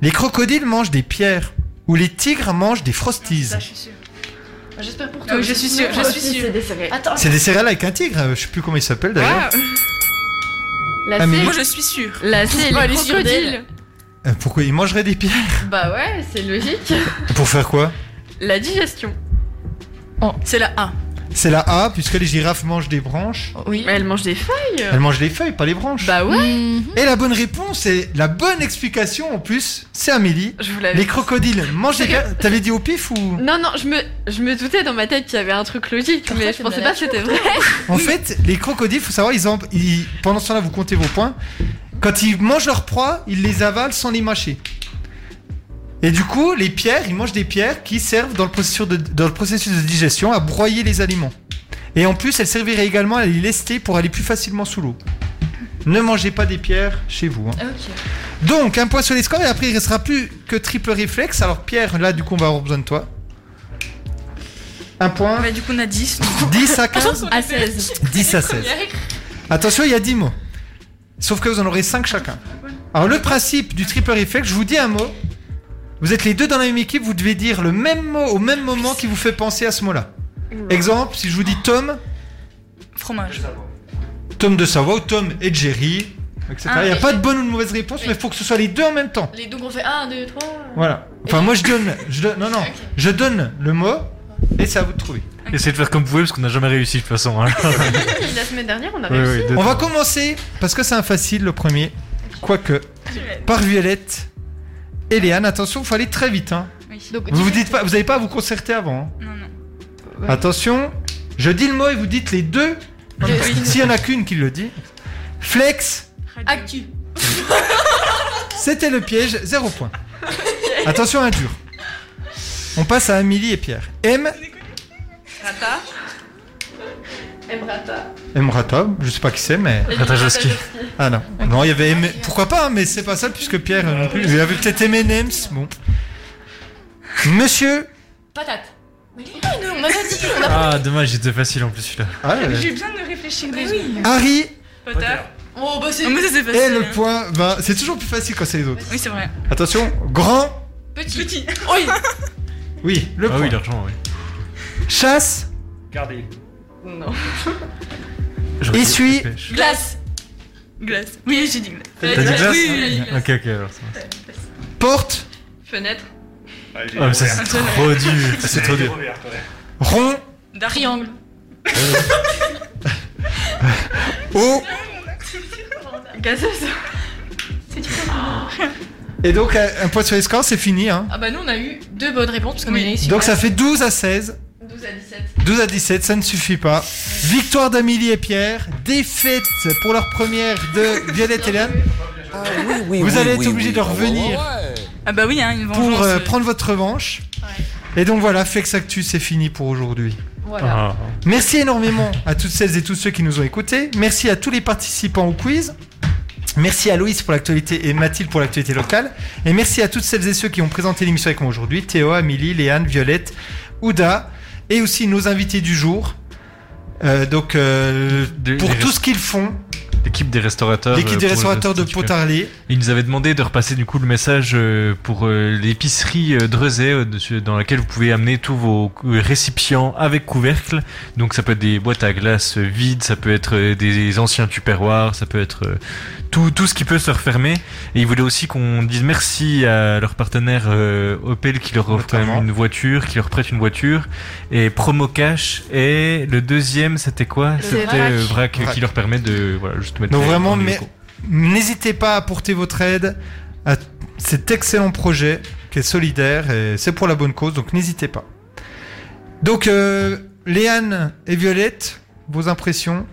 S1: Les crocodiles mangent des pierres. Ou les tigres mangent des frosties.
S10: Bah, J'espère pour
S4: toi. Oui, je suis sûre, je suis sûre.
S10: C'est des céréales.
S1: hein. C'est des céréales avec un tigre, euh, je sais plus comment il s'appelle d'ailleurs.
S10: La
S1: Ah, mais-
S10: C.
S1: Moi, je
S4: suis sûre.
S10: La C,
S1: Bon, elle
S10: les
S1: est sûre
S10: crocodiles.
S1: Euh, Pourquoi il mangerait des pierres
S10: Bah ouais, c'est logique.
S1: Pour faire quoi
S10: La digestion.
S4: c'est la A.
S1: C'est la A, puisque les girafes mangent des branches.
S10: Oui. Mais elle mange des feuilles.
S1: Elles mangent les feuilles, pas les branches.
S10: Bah ouais.
S4: Hmm.
S1: Et la bonne réponse et la bonne explication en plus, c'est Amélie.
S10: Je vous l'avais
S1: Les
S10: dit.
S1: crocodiles mangent des
S10: Sérieux
S1: pierres. T'avais dit au pif ou
S10: Non, non, je me, je me doutais dans ma tête qu'il y avait un truc logique, mais je pensais pas que c'était vrai.
S1: En fait, les crocodiles, faut savoir, ils, en- ils- pendant ce temps-là, vous comptez vos points. Quand ils mangent leur proie, ils les avalent sans les mâcher. Et du coup, les pierres, ils mangent des pierres qui servent dans le processus de, dans le processus de digestion à broyer les aliments. Et en plus, elles serviraient également à les lester pour aller plus facilement sous l'eau. Ne mangez pas des pierres chez vous.
S3: Euh.
S1: hein. Donc, un point sur les scores, et après, il restera plus que triple réflexe. Alors, Pierre, là, du coup, on va avoir besoin de toi. Un point.
S3: Bah,
S4: du coup, on a 10.
S1: 10 à 15
S10: À 16.
S1: 10 à 16. Attention, il y a 10 mots. Sauf que vous en aurez 5 chacun. Alors, le principe du triple réflexe, je vous dis un mot. Vous êtes les deux dans la même équipe, vous devez dire le même mot au même moment qui vous fait penser à ce mot-là. Exemple, si je vous dis Tom,
S4: Fromage.
S1: Tom de Savoie ou Tom et Jerry, etc.
S10: Ah,
S1: il n'y a
S10: mais-
S1: pas de bonne ou de mauvaise réponse, mais il faut que ce soit les deux en même temps.
S10: Les, donc on fait 1, 2, 3.
S1: Voilà. Enfin, moi, je donne. Je donne non, non. Je donne le mot et c'est à vous de trouver.
S2: Essayez de faire comme vous pouvez parce qu'on n'a jamais réussi de toute façon. hein.
S10: La semaine dernière, on a
S2: Oui,
S10: réussi.
S2: oui, deux-
S1: On va commencer parce que c'est un facile le premier. Quoique. Par Violette et Léane. Attention, il faut aller très vite. Hein.
S10: Donc,
S1: Vous vous dites pas, vous n'avez pas à vous concerter avant. hein.
S10: Ouais.
S1: Attention, je dis le mot et vous dites les deux. S'il y en a qu'une qui le dit. Flex,
S10: Actu.
S1: c'était le piège, zéro point. Attention, un dur. On passe à Amélie et Pierre. M,
S10: Rata. Emrata.
S1: M Rata, je sais pas qui c'est, mais.
S10: Ratajowski.
S1: Ah non, non, il y avait M. Pourquoi pas, mais c'est pas ça puisque Pierre euh, non plus. Il y avait peut-être M&M's, bon. Monsieur
S3: Patate. Mais non, on a pas dit. On a pas
S2: Ah, dommage, il était facile en plus celui-là.
S1: Ah,
S4: J'ai besoin de réfléchir déjà.
S1: Harry
S4: Potter. Oh, bah c'est.
S1: et
S4: Mais ça, c'est
S3: hein.
S4: facile.
S1: le point va. C'est toujours plus facile quand c'est les autres.
S4: Oui, c'est vrai.
S1: Attention, grand.
S4: Petit. Petit. Oui.
S1: Oui, le
S2: Ah
S1: point.
S2: oui, l'argent, oui.
S1: Chasse,
S2: Gardez.
S4: Non.
S1: essuie.
S4: Glace. Glace. Oui, j'ai dit glace. Euh,
S2: T'as dit glace
S4: Oui, oui, oui.
S2: Ok, ok, alors.
S1: Porte,
S10: Fenêtre.
S2: Ah, mais ça, c'est trop dur. Ça, C'est trop dur.
S1: rond,
S3: Triangle.
S1: haut.
S10: Gazeuse.
S3: C'est du coup.
S1: Et donc, euh, un point sur les scores, c'est fini. Hein.
S3: Ah bah nous on a eu deux bonnes réponses parce qu'on est allé sur
S1: Donc, ça
S3: la-
S1: fait 12 à 16.
S10: 12 à 17.
S1: 12 à 17, ça ne suffit pas. Victoire d'Amélie et Pierre. Défaite pour leur première de Violette et Léane.
S4: Ah oui,
S1: Vous
S4: oui,
S1: allez
S4: oui,
S1: être obligé
S4: oui.
S1: de revenir
S4: Ah, bah oui, hein, une vengeance.
S1: pour euh,
S4: euh,
S1: prendre votre revanche. Et donc voilà, Flex Actu, c'est fini pour aujourd'hui.
S4: Voilà.
S1: Merci énormément à toutes celles et tous ceux qui nous ont écoutés. Merci à tous les participants au quiz. Merci à Loïs pour l'actualité et Mathilde pour l'actualité locale. Et merci à toutes celles et ceux qui ont présenté l'émission avec moi aujourd'hui. Théo, Amélie, Léane, Violette, Ouda. Et aussi nos invités du jour. Euh, donc, euh, pour
S2: les
S1: tout
S2: res-
S1: ce qu'ils font,
S2: L'équipe des restaurateurs.
S1: L'équipe
S2: euh,
S1: des
S2: pour le-
S1: restaurateurs de Pontarlier.
S2: Ils nous avaient demandé de repasser du coup le message euh, pour euh, l'épicerie euh, Drezet euh, dessus- dans laquelle vous pouvez amener tous vos cou- récipients avec couvercle. Donc ça peut être des boîtes à glace euh, vides, ça peut être euh, des anciens tupperwares, ça peut être euh, tout, tout ce qui peut se refermer. Et ils voulaient aussi qu'on dise merci à leur partenaire euh, Opel qui leur offre quand même une voiture, qui leur prête une voiture. Et Promo Cash. Et le deuxième, c'était quoi C'était
S1: Vrac.
S2: euh, Vrac,
S1: Vrac.
S2: qui leur permet de voilà, juste mettre
S1: Donc
S2: les-
S1: vraiment,
S2: les
S1: mais
S2: locaux.
S1: n'hésitez pas à apporter votre aide à cet excellent projet qui est solidaire et c'est pour la bonne cause, donc n'hésitez pas. Donc, euh, Léane et Violette, vos impressions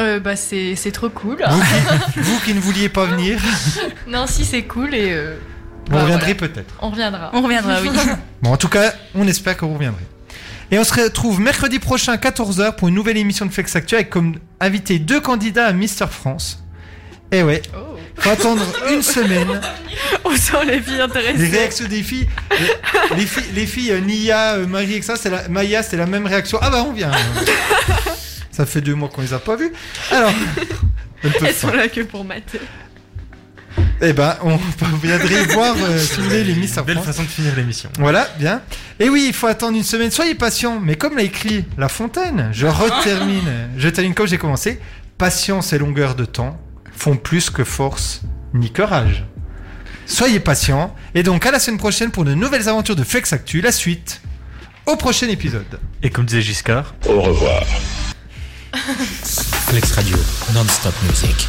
S3: Euh, bah c'est c'est trop cool.
S1: vous qui, vous qui ne vouliez pas venir,
S3: non si c'est cool et euh,
S1: vous
S3: Bah,
S1: reviendrez
S3: voilà.
S1: peut-être.
S3: on reviendra.
S4: On reviendra, oui.
S1: Bon, en tout cas, on espère que vous reviendrez. Et on se retrouve mercredi prochain à 14h pour une nouvelle émission de Flex Actu avec comme invité deux candidats à Mister France. Et ouais, faut attendre une semaine.
S10: Oh. On sent les filles intéressées.
S1: Les réactions des filles, les, les filles, les filles, euh, Nia, euh, Marie, etc. C'est la, Maya, c'est la même réaction. Ah bah on vient. Ça fait deux mois qu'on les a pas vues. Alors, elles peuvent
S10: Elles sont
S1: pas.
S10: là que pour mater.
S1: Eh ben, on vous viendrez voir euh, si vous voulez les Miss
S2: Belle
S1: France.
S2: façon de finir l'émission.
S1: Voilà, bien. Et oui, il faut attendre une semaine. Soyez patient. Mais comme l'a écrit La Fontaine, je retermine. Je termine comme j'ai commencé. Patience et longueur de temps font plus que force ni courage. Soyez patients et donc à la semaine prochaine pour de nouvelles aventures de Flex Actu, la suite au prochain épisode.
S2: Et comme disait Giscard,
S1: Au revoir.
S20: Flex Radio, non-stop music.